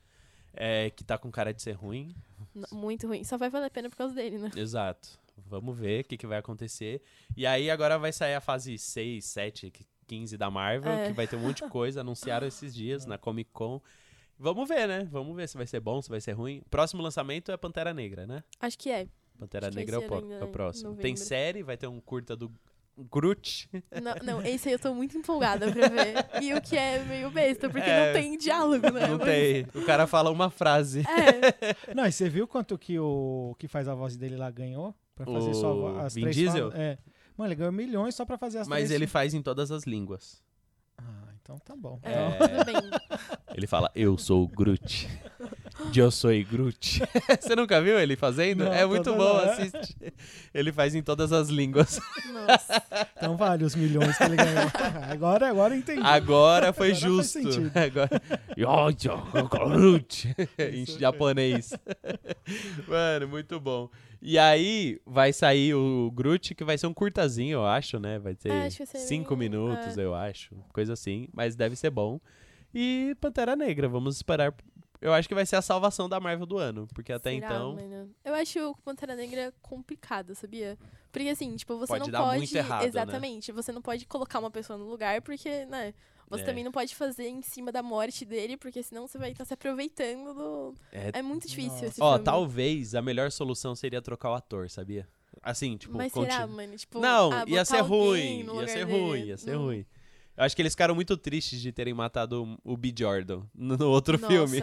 É, que tá com cara de ser ruim.
N- Muito ruim. Só vai valer a pena por causa dele, né?
Exato. Vamos ver o que, que vai acontecer. E aí agora vai sair a fase 6, 7, que- 15 da Marvel,
É.
que vai ter um monte de coisa. Anunciaram esses dias na Comic Con. Vamos ver, né? Vamos ver se vai ser bom, se vai ser ruim. Próximo lançamento é Pantera Negra, né?
Acho que é.
Pantera
Acho que
Negra é o,
esse
po-
ano
é
ainda,
o
em
próximo. Tem
novembro.
série, vai ter um curta do Groot.
Não, não, esse aí eu tô muito empolgada pra ver. E o que é meio besta, porque
É.
não tem diálogo, né?
Não
Mas-
tem. O cara fala uma frase.
É,
Não, e você viu quanto que o que faz a voz dele lá ganhou? Pra fazer
O
só a vo- as
Vin
três
Diesel?
falas? É. Mano, ele ganhou milhões só pra fazer as
Mas
três.
ele faz em todas as línguas.
Ah, então tá bom.
é.
É.
tudo bem.
Ele fala, eu sou o Groot. Eu sou Groot. Você nunca viu ele fazendo?
Não,
é muito
tô-
bom,
não, é?
assiste. Ele faz em todas as línguas.
Nossa.
Então vale os milhões que ele ganhou. agora, agora eu
Ah,
entendi.
Agora foi
Agora faz
justo.
sentido.
Agora... Yo, yo, Groot. em japonês. Mano, muito bom. E aí vai sair o Groot, que vai ser um curtazinho, eu acho, né? Vai ter
É, acho que é. vai ser
cinco
meio-
minutos, eu acho. Coisa assim, mas deve ser bom. E Pantera Negra, vamos esperar. Eu acho que vai ser a salvação da Marvel do ano, porque até
Será, né?
então...
mano? Eu acho o Pantera Negra complicado, sabia? Porque assim, tipo, você
Pode
não
dar
pode.
muito errado, né?
exatamente. Você não pode colocar uma pessoa no lugar, porque, né? Você
É.
também não pode fazer em cima da morte dele, porque senão você vai estar se aproveitando do.
É-
É, muito difícil
Nossa.
esse
Ó, tá
filme.
talvez a melhor solução seria trocar o ator, sabia? Assim, tipo,
Mas será,
continua.
mano? Tipo,
Não,
ah,
ia
botar
ser
alguém
ruim,
no
ia
lugar
ser
dele. Hum.
ruim, ia ser
Não.
ruim. Eu acho que eles ficaram muito tristes de terem matado o B. Jordan no no outro
Nossa,
filme.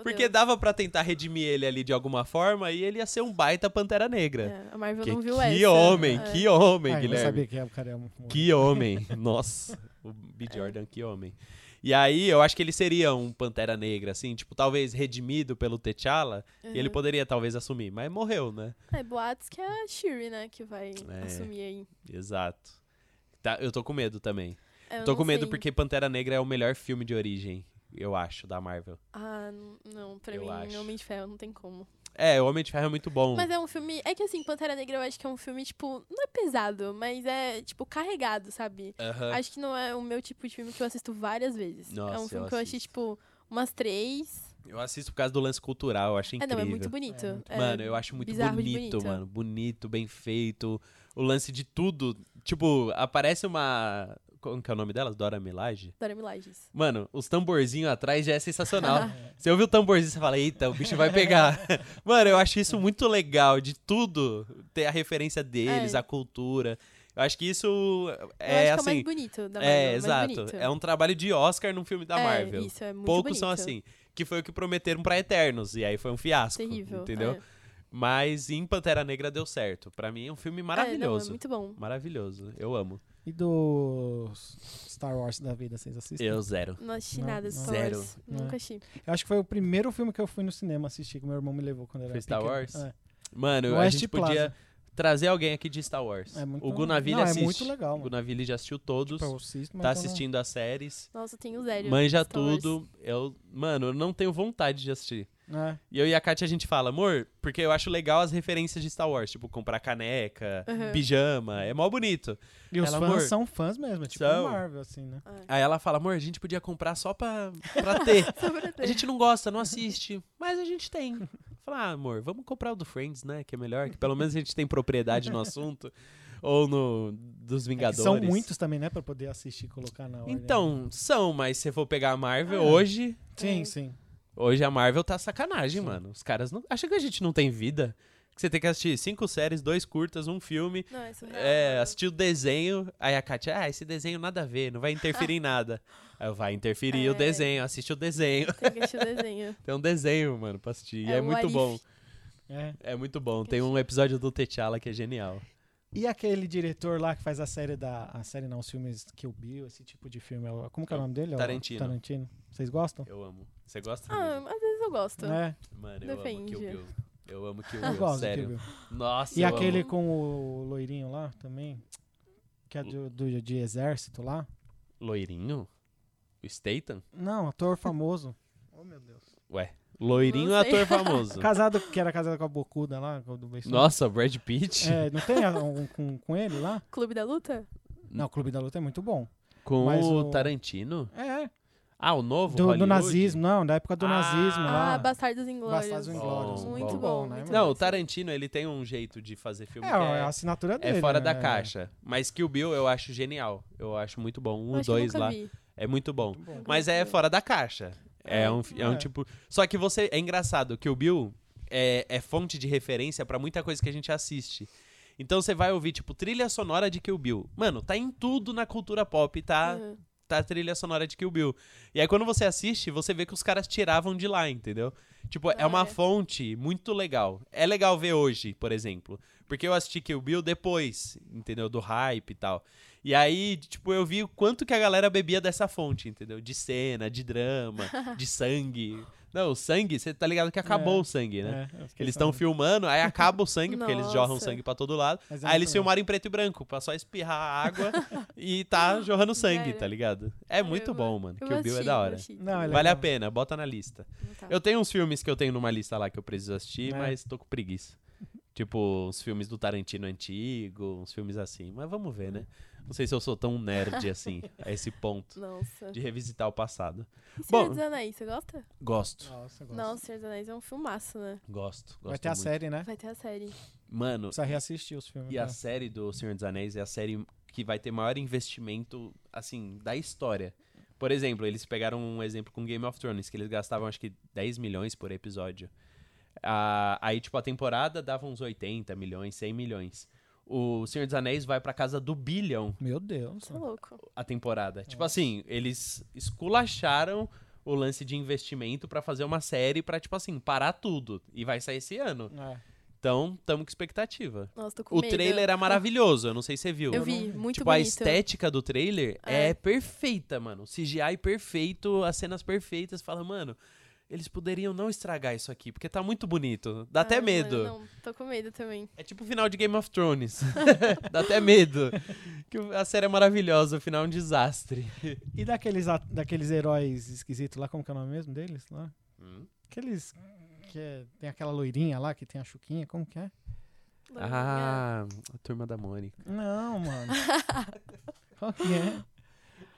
Porque
Deus.
dava pra tentar redimir ele ali de alguma forma e ele ia ser um baita Pantera Negra.
É, a Marvel
né? Que,
não viu
que
essa.
homem,
É.
que homem,
Ah, eu não
Guilherme.
sabia que o cara é um...
Que homem. Nossa, o B.
É.
Jordan, que homem. E aí, eu acho que ele seria um Pantera Negra, assim, tipo, talvez redimido pelo T'Challa, e ele
Uhum.
poderia talvez assumir, mas morreu, né?
É, boatos que é a Shiri, né? Que vai
É.
assumir aí.
Exato. Tá, eu tô com medo também.
É, eu
tô
não
com medo
sei.
porque Pantera Negra é o melhor filme de origem, eu acho, da Marvel.
Ah, n- não, pra
Eu
mim,
acho.
Homem de Ferro não tem como.
É, o Homem de Ferro é muito bom.
Mas é um filme. É que assim, Pantera Negra eu acho que é um filme, tipo, não é pesado, mas é, tipo, carregado, sabe?
Aham.
Acho que não é o meu tipo de filme que eu assisto várias vezes. é
Nossa,
um filme
eu
que eu assisti, tipo, umas três.
Eu assisto por causa do lance cultural, eu acho
É,
incrível.
não, é muito bonito. É
Mano, eu acho muito
bizarro de
bonito, mano. Bonito, bem feito. O lance de tudo. Tipo, aparece uma. Como que é o nome delas? Dora Milaje?
Dora Milages.
Mano, os tamborzinhos atrás já é sensacional. Você ouve o tamborzinho, você fala, eita, o bicho vai pegar. Mano, eu acho isso muito legal, de tudo ter a referência deles,
É.
a cultura. Eu acho que isso
eu acho
é
que é o mais
assim.
bonito da Marvel.
É,
mais
exato.
bonito.
É um trabalho de Oscar num filme da
É,
Marvel.
Isso, é muito
Poucos são
bonito.
assim. Que foi o que prometeram pra Eternos. E aí foi um fiasco.
Terrível.
Entendeu?
É.
Mas em Pantera Negra deu certo. Pra mim é um filme
É, não, é
maravilhoso.
muito bom.
Maravilhoso. Eu amo.
E do Star Wars da vida, vocês assistem?
Eu zero.
Não É. assisti
Não,
nada de
não.
Star Wars.
Zero.
Nunca assisti.
Eu acho que foi o primeiro filme que eu fui no cinema assistir, que meu irmão me levou quando era
Foi Star
pequeno.
Wars?
É.
Mano, a
West
gente
Plaza.
podia trazer alguém aqui de Star Wars.
É muito-
o Gunaville
Não, é
assiste.
muito legal,
O
mano.
Gunaville já assistiu todos.
Tipo, eu assisto, mas
tá
eu não-
assistindo as séries.
Nossa, eu tenho zero.
Manja
Star Wars.
tudo. Eu, mano, eu não tenho vontade de assistir.
É.
E eu e a Kátia, a gente fala, amor, porque eu acho legal as referências de Star Wars. Tipo, comprar caneca,
Uhum.
pijama. É mó bonito.
E os
Ela,
fãs
amor,
são fãs mesmo, é tipo
são.
Marvel, assim, né?
Aí ela fala, amor, a gente podia comprar só pra, pra ter.
Só pra ter.
A gente não gosta, não assiste, mas a gente tem. Falar, ah, amor, vamos comprar o do Friends, né? Que é melhor, que pelo menos a gente tem propriedade no assunto. Ou no dos
É que
Vingadores.
são muitos também, né? Pra poder assistir e colocar na hora. né?
Então, é. são, mas se for pegar a Marvel
Ah.
hoje,
Sim, sim.
hoje a Marvel tá sacanagem,
Sim.
mano. Os caras não. Acha que a gente não tem vida? Que você tem que assistir cinco séries, dois curtas, um filme.
Não, é surreal.
É, assistir o desenho, aí a Kátia, ah, esse desenho nada a ver, não vai interferir em nada. Aí eu, vai interferir o
É.
desenho, assiste o desenho.
Tem que assistir o desenho.
Tem um desenho, mano, pra assistir. E
É,
é,
o
muito
Arif.
bom.
É.
É muito bom. Tem um episódio do T'Challa que é genial.
E aquele diretor lá que faz a série da. A série não, os filmes que eu vi, esse tipo de filme. é o- Como que é o nome dele? É o
Tarantino.
Tarantino. Vocês gostam?
Eu amo. Você gosta?
Ah,
Nívia?
às vezes eu gosto.
É,
Mano, eu amo Kill
depende.
Bill. Eu amo Kill
eu
Bill,
gosto. do
sério.
Kill Bill.
Nossa,
E
eu
aquele
amo.
com o loirinho lá também? Que é do, do- de exército lá?
Loirinho? O Statham?
Não, ator famoso.
Ué. Loirinho é
Não sei.
ator famoso.
casado, que era casado com a Bocuda lá, com o do Beissu.
Nossa, Brad Pitt?
É, não tem a- um com, com ele lá?
Clube da Luta?
Não, o Clube da Luta é muito bom.
Com
mas
o
o-
Tarantino?
É,
Ah, o novo?
do, do
Hollywood?
nazismo, não, da época do
Ah,
nazismo
Ah,
lá.
Bastardos Inglórios.
Bastardos
Inglórios.
Muito
Bom,
bom.
bom, né,
muito
mano?
Não, o Tarantino, ele tem um jeito de fazer filme
É,
que
é
é,
a assinatura
é
dele.
fora
né?
da caixa. Mas Kill Bill eu acho genial. Eu acho muito bom. Um, e
Eu acho que eu
dois
nunca
lá.
vi.
É muito bom.
Muito bom.
Mas é fora da caixa. É um, é um
É.
tipo. Só que você. É engraçado que o Bill é, é fonte de referência pra muita coisa que a gente assiste. Então você vai ouvir, tipo, trilha sonora de Kill Bill. Mano, tá em tudo na cultura pop, tá,
Uhum.
tá a trilha sonora de Kill Bill. E aí quando você assiste, você vê que os caras tiravam de lá, entendeu? Tipo, é
Ah,
uma
é.
fonte muito legal. É legal ver hoje, por exemplo. Porque eu assisti Kill Bill depois, entendeu? Do hype e tal. E aí, tipo, eu vi o quanto que a galera bebia dessa fonte, entendeu? De cena, de drama, de sangue. Não, o sangue, você tá ligado que acabou
É,
o sangue, né?
É, eu fiquei
Eles estão
sabendo.
filmando, aí acaba o sangue, porque eles jorram
Nossa.
sangue pra todo lado.
Mas é
Aí eles
muito
filmaram em preto e branco, pra só espirrar a água e tá jorrando sangue,
Cara.
tá ligado? É muito
Eu
bom,
vou-
mano.
eu
Que
vou
o Bill é
assistir,
da
vou
hora.
assistir.
Não, é
Vale a
legal.
pena, bota na lista.
Tá.
Eu tenho uns filmes que eu tenho numa lista lá que eu preciso assistir,
Né?
mas tô com preguiça. Tipo, uns filmes do Tarantino antigo, uns filmes assim. Mas vamos ver, né? Não sei se eu sou tão nerd assim, a esse ponto,
Nossa.
de resitar o passado.
E Senhor
Bom.
dos Anéis, você gosta?
Gosto,
Nossa, eu gosto.
Não, Senhor dos Anéis é um filmaço, né?
gosto, gosto.
Vai ter a
muito.
série, né?
Vai ter a série.
Mano,
Precisa reassistir os filmes.
e
né?
a série do Senhor dos Anéis é a série que vai ter maior investimento, assim, da história. Por exemplo, eles pegaram um exemplo com Game of Thrones, que eles gastavam acho que 10 milhões por episódio. Ah, aí, tipo, a temporada dava uns 80 milhões, 100 milhões. O Senhor dos Anéis vai pra casa do bilhão
Meu Deus.
Você é louco.
a temporada. Tipo assim, eles esculacharam o lance de investimento pra fazer uma série pra, tipo assim, parar tudo. E vai sair esse ano.
É.
Então, tamo com expectativa.
Nossa, tô com
O
medo.
trailer é maravilhoso, eu não sei se você viu.
Eu vi, muito
tipo, a
bonito.
estética do trailer é.
É.
perfeita, mano. CGI perfeito, as cenas perfeitas. Fala, mano, eles poderiam não estragar isso aqui, porque tá muito bonito. Dá até
Ai,
medo.
Ah, Mano, não, tô com medo também.
É tipo o final de Game of Thrones. Dá até medo. Que a série é maravilhosa, o final é um desastre.
E daqueles, at- daqueles heróis esquisitos lá, como que é o nome mesmo deles? Lá?
Hum?
Aqueles que é- tem aquela loirinha lá, que tem a chuquinha, como que é?
Ah, a turma da Mônica.
Não, mano. Qual que é?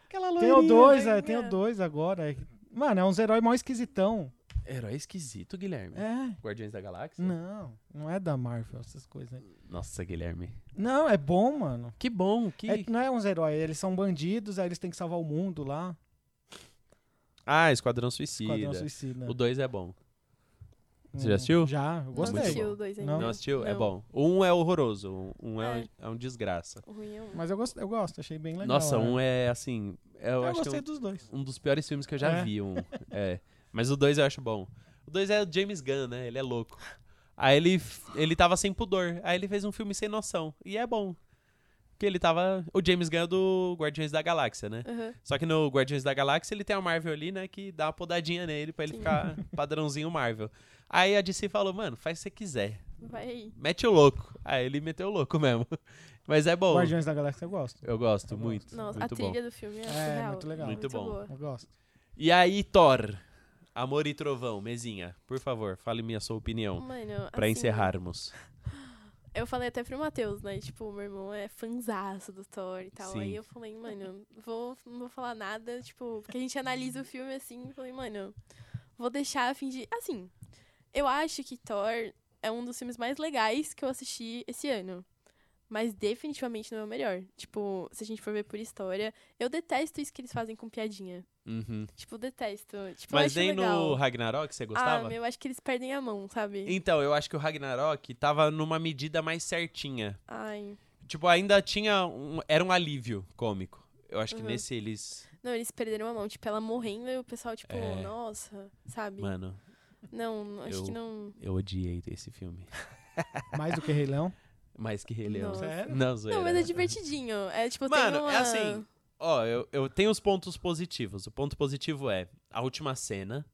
Aquela
Tem o dois, né?
loirinha.
é, tem o dois agora. Mano, é uns heróis mó esquisitão.
um Herói esquisito, Guilherme.
É.
Guardiões da Galáxia?
Não, não é da Marvel, essas coisas aí.
Nossa, Guilherme.
Não, é bom, mano.
Que bom, que.
É- não é uns heróis, eles são bandidos, aí eles têm que salvar o mundo lá.
Ah, Esquadrão Suicida.
Esquadrão Suicida.
O 2 é bom. Você
Hum,
já assistiu?
Já, eu
Não
gostei.
Muito
assisti
bom.
o dois
Não.
ainda.
Não assistiu? É
Não.
bom. Um é horroroso, um- um é,
É.
um, é um desgraça.
O ruim é um.
Mas eu gosto, eu gosto, achei bem legal.
Nossa,
né?
um é assim. Eu,
Eu,
acho que
gostei
é
dos dois.
um, um dos piores filmes que eu já
É.
vi. Um. É. Mas o 2 eu acho bom. O 2 é o James Gunn, né? Ele é louco. Aí ele, f- ele tava sem pudor. Aí ele fez um filme sem noção. E é bom. Porque ele tava. O James Gunn é do Guardiões da Galáxia, né?
Aham.
Só que no Guardiões da Galáxia ele tem a Marvel ali, né? Que dá uma podadinha nele pra ele
Sim.
ficar padrãozinho Marvel. Aí a DC falou, mano, faz o que você quiser.
Vai aí.
Mete o louco. Aí ele meteu o louco mesmo. Mas é bom.
Guardiões da Galáxia eu gosto.
Eu gosto
Eu
muito.
Nossa,
muito
a
bom.
trilha do filme
É,
é, surreal.
muito legal.
Muito bom.
boa.
Eu gosto.
E aí, Thor? Amor e Trovão, Mezinha, por favor, fale minha sua opinião.
Mano,
Pra
assim,
encerrarmos.
Eu falei até pro Matheus, né? Tipo, meu irmão é fanzaço do Thor e tal.
Sim.
Aí eu falei, mano, vou, não vou falar nada, tipo, porque a gente analisa o filme assim. Falei, mano, vou deixar fingir. Assim, eu acho que Thor é um dos filmes mais legais que eu assisti esse ano. Mas definitivamente não é o melhor. Tipo, se a gente for ver por história, eu detesto isso que eles fazem com piadinha.
Uhum.
Tipo, detesto. Tipo, eu
Mas
acho
nem
legal.
no Ragnarok você
Ah,
gostava?
meu, eu acho que eles perdem a mão, sabe?
Então, eu acho que o Ragnarok tava numa medida mais certinha.
Ai.
Tipo, ainda tinha um. Era um alívio cômico. Eu acho que
Uhum.
nesse eles.
Não, eles perderam a mão. Tipo, ela morrendo e o pessoal, tipo,
É.
nossa, sabe?
Mano,
Não, acho
Eu-
que não.
eu odiei esse filme.
Mais do que Rei Leão.
Mais que Rei Leão.
Nossa.
Sério?
Não, zoeira.
Não, mas é divertidinho. É tipo, tem
Mano,
uma...
é assim. Ó, eu, eu tenho os pontos positivos. O ponto positivo é a última cena.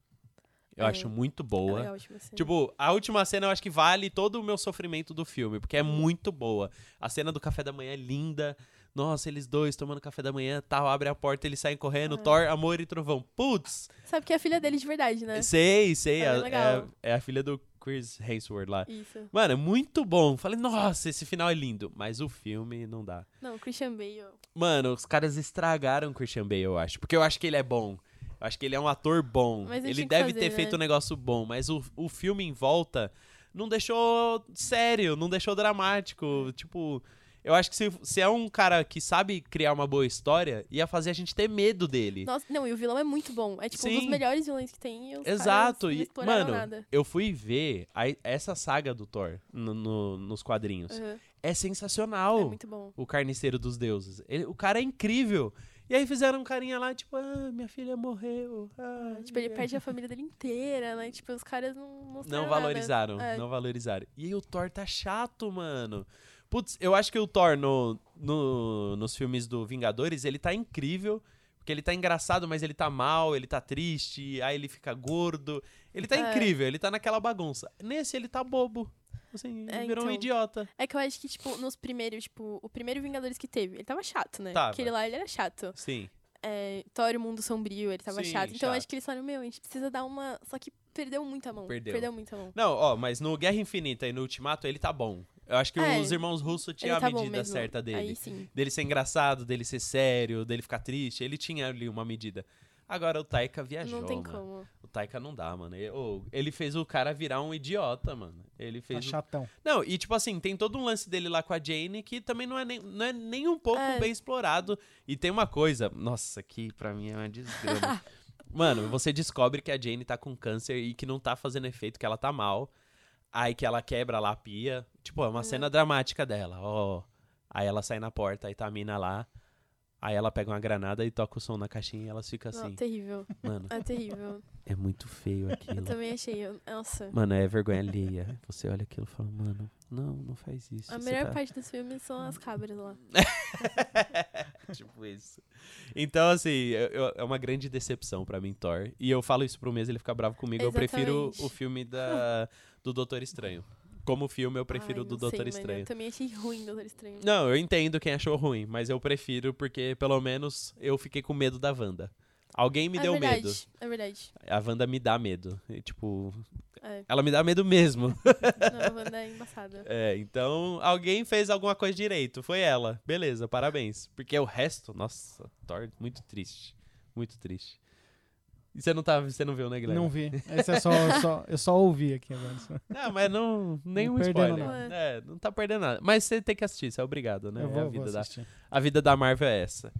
Eu
É.
acho muito
É
boa.
legal, tipo assim.
Tipo, a última cena eu acho que vale todo o meu sofrimento do filme, porque é muito boa. A cena do café da manhã é linda. Nossa, eles dois tomando café da manhã, tal, abre a porta, eles saem
É.
correndo, Thor, amor e trovão. Putz!
Sabe que é a filha dele de verdade, né?
Sei, sei.
É
a-
bem legal.
é, é a filha do Chris Hemsworth lá.
Isso.
Mano, é muito bom. Falei, nossa, esse final é lindo. Mas o filme não dá.
Não, Christian Bale.
Mano, os caras estragaram o Christian Bale, eu acho. Porque eu acho que ele é bom. Eu acho que ele é um ator bom.
Mas ele
ele
tinha que
deve
fazer,
ter
né?
feito um negócio bom, mas o, o filme em volta não deixou sério, não deixou dramático. Tipo, eu acho que se, se é um cara que sabe criar uma boa história, ia fazer a gente ter medo dele.
Nossa, não, e o vilão é muito bom. É tipo um
Sim.
dos melhores vilões que tem. E os
Exato,
Caras não
e-
exploraram
mano,
nada.
Eu fui ver a- essa saga do Thor no- no- nos quadrinhos.
Uhum.
É sensacional.
É muito bom.
o carniceiro dos deuses. Ele- o cara é incrível. E aí fizeram um carinha lá, tipo, ah, minha filha morreu. ah,
Tipo, ele
é."
perde a família dele inteira, né? Tipo, os caras não mostraram
Não
nada.
valorizaram,
É.
não valorizaram. E aí o Thor tá chato, mano. Putz, eu acho que o Thor no, no- nos filmes do Vingadores, ele tá incrível. Porque ele tá engraçado, mas ele tá mal, ele tá triste, aí ele fica gordo. Ele tá
É.
incrível, ele tá naquela bagunça. Nesse, ele tá bobo. Assim,
É,
ele virou um
então.
idiota.
É que eu acho que, tipo, nos primeiros, tipo, o primeiro Vingadores que teve, ele tava chato, né?
Tava.
Aquele lá, ele era chato.
Sim.
É, Thor, e o Mundo Sombrio, ele tava
Sim,
chato. Então eu
chato.
acho que eles falaram, meu, a gente precisa dar uma... Só que perdeu muito a mão.
Perdeu.
muito a mão.
Não, ó, mas no Guerra Infinita e no Ultimato ele tá bom. Eu acho que
É,
os irmãos russos tinham
ele tá
a
bom
medida
mesmo.
certa dele.
Aí sim.
Dele ser engraçado, dele ser sério, dele ficar triste. Ele tinha ali uma medida. Agora o Taika viajou,
não tem
mano.
como.
O Taika não dá, mano. Ele, ô, ele fez o cara virar um idiota, mano. Ele
Tá
fez. o-
chatão.
Não, e tipo assim, tem todo um lance dele lá com a Jane que também não é nem, não é nem um pouco
É.
bem explorado. E tem uma coisa, nossa, que pra mim é uma desgrama. Mano, você descobre que a Jane tá com câncer e que não tá fazendo efeito, que ela tá mal. Aí que ela quebra lá a pia. Tipo, é
Uhum.
uma cena dramática dela, ó. Aí ela sai na porta, aí tá a mina lá. Aí ela pega uma granada e toca o som na caixinha e elas ficam
Não,
assim.
terrível.
Mano,
É terrível.
é muito feio
Eu
aquilo.
também achei. eu- Nossa.
Mano, é vergonha alheia. Você olha aquilo e fala, mano, não, não faz isso.
A
você
melhor
tá-
parte dos filmes são as cabras lá.
tipo isso. Então, assim, eu- eu- é uma grande decepção pra mim, Thor. E eu falo isso pro mês, ele fica bravo comigo. Eu prefiro
Exatamente.
o filme da, do Doutor Estranho. Como filme, eu prefiro o
Ai,
do
não sei,
Doutor
mano,
Estranho.
Eu também achei ruim Doutor Estranho.
Não, eu entendo quem achou ruim, mas eu prefiro porque, pelo menos, eu fiquei com medo da Wanda. Alguém me
é
deu
verdade,
medo.
É verdade.
A Wanda me dá medo. E, tipo,
É.
ela me dá medo mesmo.
Não, a Wanda é embaçada.
É, então alguém fez alguma coisa direito. Foi ela. Beleza, parabéns. Porque o resto, nossa, Thor, muito triste. Muito triste. E Você não, tá, você não viu, né, Guilherme?
Não vi. Esse é só, só- eu só ouvi aqui agora. só.
Não, mas não. Nenhum
perdendo
spoiler.
nada.
É, não tá perdendo nada. Mas você tem que assistir, você é obrigado, né?
eu
é a
vou, vou
vida da
assistir.
A vida da Marvel é essa.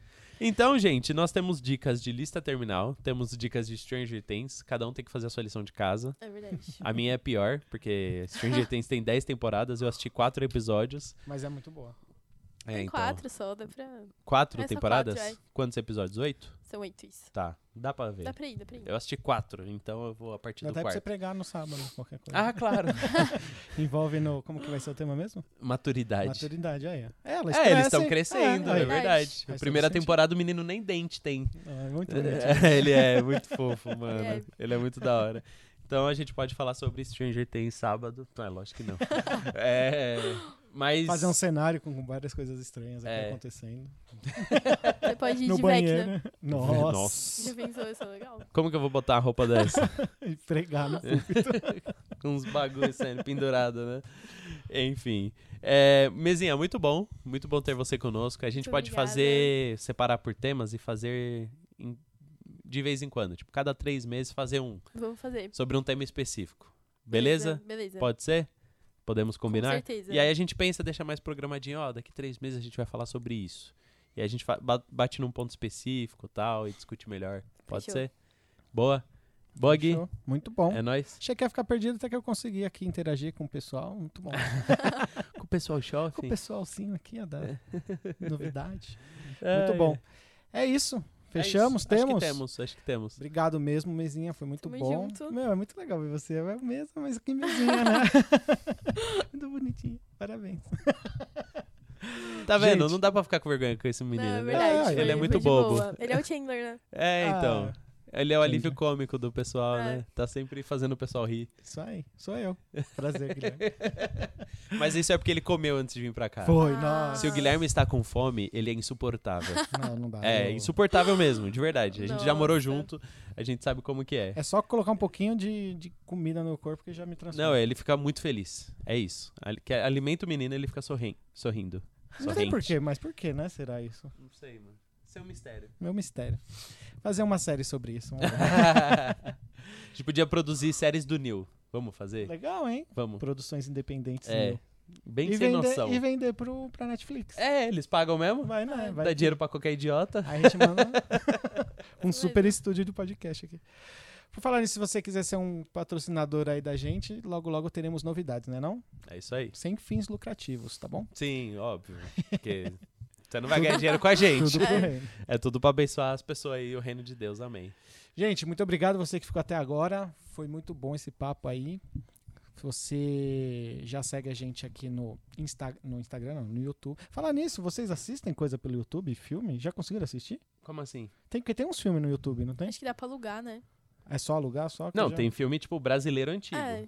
Então, gente, nós temos dicas de lista terminal, temos dicas de Stranger Things, cada um tem que fazer a sua lição de casa.
É verdade.
A minha é pior, porque Stranger Things tem 10 temporadas, eu assisti 4 episódios.
Mas é muito boa.
É,
Tem
então.
quatro só, dá pra.
Quatro
É, só
temporadas?
quatro,
Quantos episódios? 8?
São oito isso.
Tá, dá pra ver.
Dá pra ir, dá pra ir.
Eu assisti 4, então eu vou a partir
Dá
do
até pra você
quarto.
pregar no sábado, qualquer coisa.
Ah, claro.
Envolve no. Como que vai ser o tema mesmo?
Maturidade.
Maturidade, aí. ó. É, elas
É, eles estão
crescem.
crescendo,
Ah,
é,
aí.
verdade.
todo
Primeira
sentido.
temporada o menino nem dente tem.
Ah, é muito bonito.
É, ele é muito fofo, mano.
é.
Ele é muito da hora. Então a gente pode falar sobre Stranger Things sábado. Não, é lógico que não. É, mas.
Fazer um cenário com várias coisas estranhas aqui
É.
acontecendo.
Você pode ir
no
de
banheiro. né?
Vecna.
Nossa.
Já pensou, isso é legal?
Como que eu vou botar uma roupa dessa?
E pregar no
Com uns bagulhos saindo pendurado, né? Enfim. É, Mesinha, muito bom. Muito bom ter você conosco. A gente
Muito
pode
obrigada.
fazer, separar por temas e fazer em- de vez em quando. Tipo, cada três meses fazer um
Vamos fazer.
sobre um tema específico. Beleza?
Beleza.
Pode ser? Podemos
Com
combinar?
certeza.
E aí a gente pensa, deixa mais programadinho, ó, daqui três meses a gente vai falar sobre isso. E aí a gente fa- ba- bate num ponto específico tal e discute melhor. Pode
Fechou.
ser? Boa. Boa, Gui.
Fechou. Muito bom.
É nóis.
Achei que ia ficar perdido até que eu consegui aqui interagir com o pessoal. Muito bom.
Com o pessoal
Com o
shopping.
pessoal sim aqui, a
É.
dar novidade. Muito bom. É isso. Fechamos,
Acho que
temos.
temos, acho que temos.
Obrigado mesmo, mesinha. Foi muito
Tamo
bom.
junto.
Meu, é muito legal ver você. É mesmo, mas que mesinha, né? muito bonitinho. Parabéns.
Tá vendo?
Gente.
Não dá pra ficar com vergonha com esse menino,
Não, é
né?
verdade.
É,
foi-
ele é Ah.
foi
muito
de
bobo.
boa. Ele é o Chandler, né?
É, então. Ele é o alívio
Entendi.
cômico do pessoal,
É.
né? Tá sempre fazendo o pessoal rir.
Isso aí. Sou eu. Prazer, Guilherme.
Mas isso é porque ele comeu antes de vir pra cá.
Foi,
Ah.
nossa.
Tá. Se o Guilherme está com fome, ele é insuportável.
Não, não dá.
É,
Ah, Eu-
insuportável mesmo, de verdade. A gente já morou
Nossa.
junto, a gente sabe como que é.
É só colocar um pouquinho de, de comida no corpo que já me transforma.
Não, é ele fica muito feliz. É isso. Ali- que Alimenta o menino, ele fica sorri sorrindo.
Não sei porquê, mas por que, né? Será isso?
Não sei, mano. Isso é um mistério.
Meu mistério. Fazer uma série sobre isso. um
É.
vamos lá.
a gente podia produzir séries do Neil. Vamos fazer?
Legal, hein?
Vamos.
Produções independentes.
É,
meu.
Bem
e
sem
vender,
noção.
E vender pro, pra Netflix.
É, tá eles pagam mesmo?
Vai, né? Vai
Dá
que-
dinheiro pra qualquer idiota.
Aí a gente manda um super estúdio de podcast aqui. Por falar nisso, se você quiser ser um patrocinador aí da gente, logo logo teremos novidades, né não?
É isso aí.
Sem fins lucrativos, tá bom?
Sim, óbvio. Porque você não vai ganhar dinheiro com a gente.
Tudo correndo.
É tudo pra abençoar as pessoas aí, o reino de Deus. Amém.
Gente, muito obrigado você que ficou até agora. Foi muito bom esse papo aí. Você já segue a gente aqui no, Insta- no Instagram, não, no YouTube. Falar nisso, vocês assistem coisa pelo YouTube, filme? Já conseguiram assistir?
Como assim?
Tem, porque tem uns filmes no YouTube, não tem?
Acho que dá pra alugar, né?
É só alugar, só? que
Não,
já-
tem filme, tipo, brasileiro antigo.
É,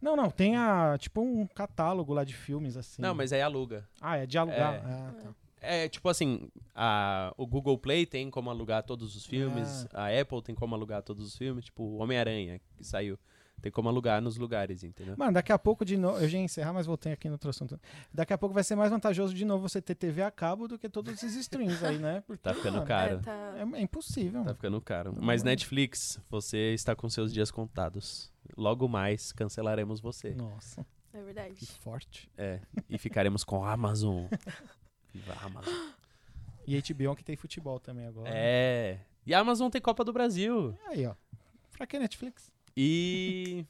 Não, não, tem a, tipo um catálogo lá de filmes assim.
Não, mas aí aluga.
Ah, é dialogar.
É.
Ah, tá.
É, tipo assim, a, o Google Play tem como alugar todos os filmes,
Ah.
a Apple tem como alugar todos os filmes, tipo o Homem-Aranha, que saiu, tem como alugar nos lugares, entendeu?
Mano, daqui a pouco de novo. Eu já ia encerrar, mas voltei aqui no outro assunto. Daqui a pouco vai ser mais vantajoso de novo você ter TV a cabo do que todos esses streams aí, né? Porque,
Tá ficando
mano,
caro,
é, tá. é.
É, é impossível.
tá ficando caro. Mas Netflix, você está com seus dias contados. Logo mais cancelaremos você.
Nossa,
É
que
verdade.
forte.
É, e ficaremos com a Amazon. Viva a Amazon.
E HBO que tem futebol também agora.
É. E a Amazon tem Copa do Brasil.
Aí, ó. Pra que Netflix?
E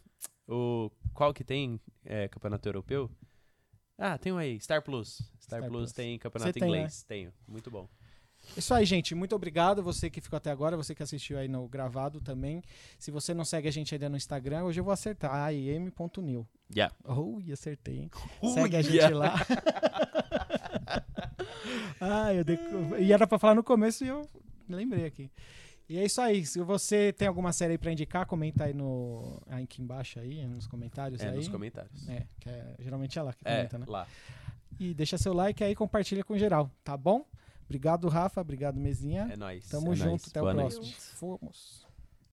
o qual que tem é, campeonato europeu? Ah, tem um aí, Star Plus. Star,
Star
Plus,
Plus.
tem campeonato
Você tem, né?
inglês, tenho. Muito bom.
Isso aí, gente. Muito obrigado. Você que ficou até agora, você que assistiu aí no gravado também. Se você não segue a gente ainda no Instagram, hoje eu vou acertar. AIM.new.
Yeah.
Ui, acertei, hein? Segue a gente lá. ah, eu deco- E era pra falar no começo e eu lembrei aqui. E é isso aí. Se você tem alguma série aí pra indicar, comenta aí no aí aqui embaixo aí, nos comentários
É,
aí.
nos comentários.
É, que é- geralmente é lá que
É,
comenta, né?
lá.
E deixa seu like aí, compartilha com geral, tá bom? Obrigado, Rafa. Obrigado, Mesinha.
É nóis.
Tamo
é
junto,
nóis.
até
Boa
o
noite.
próximo. Fomos.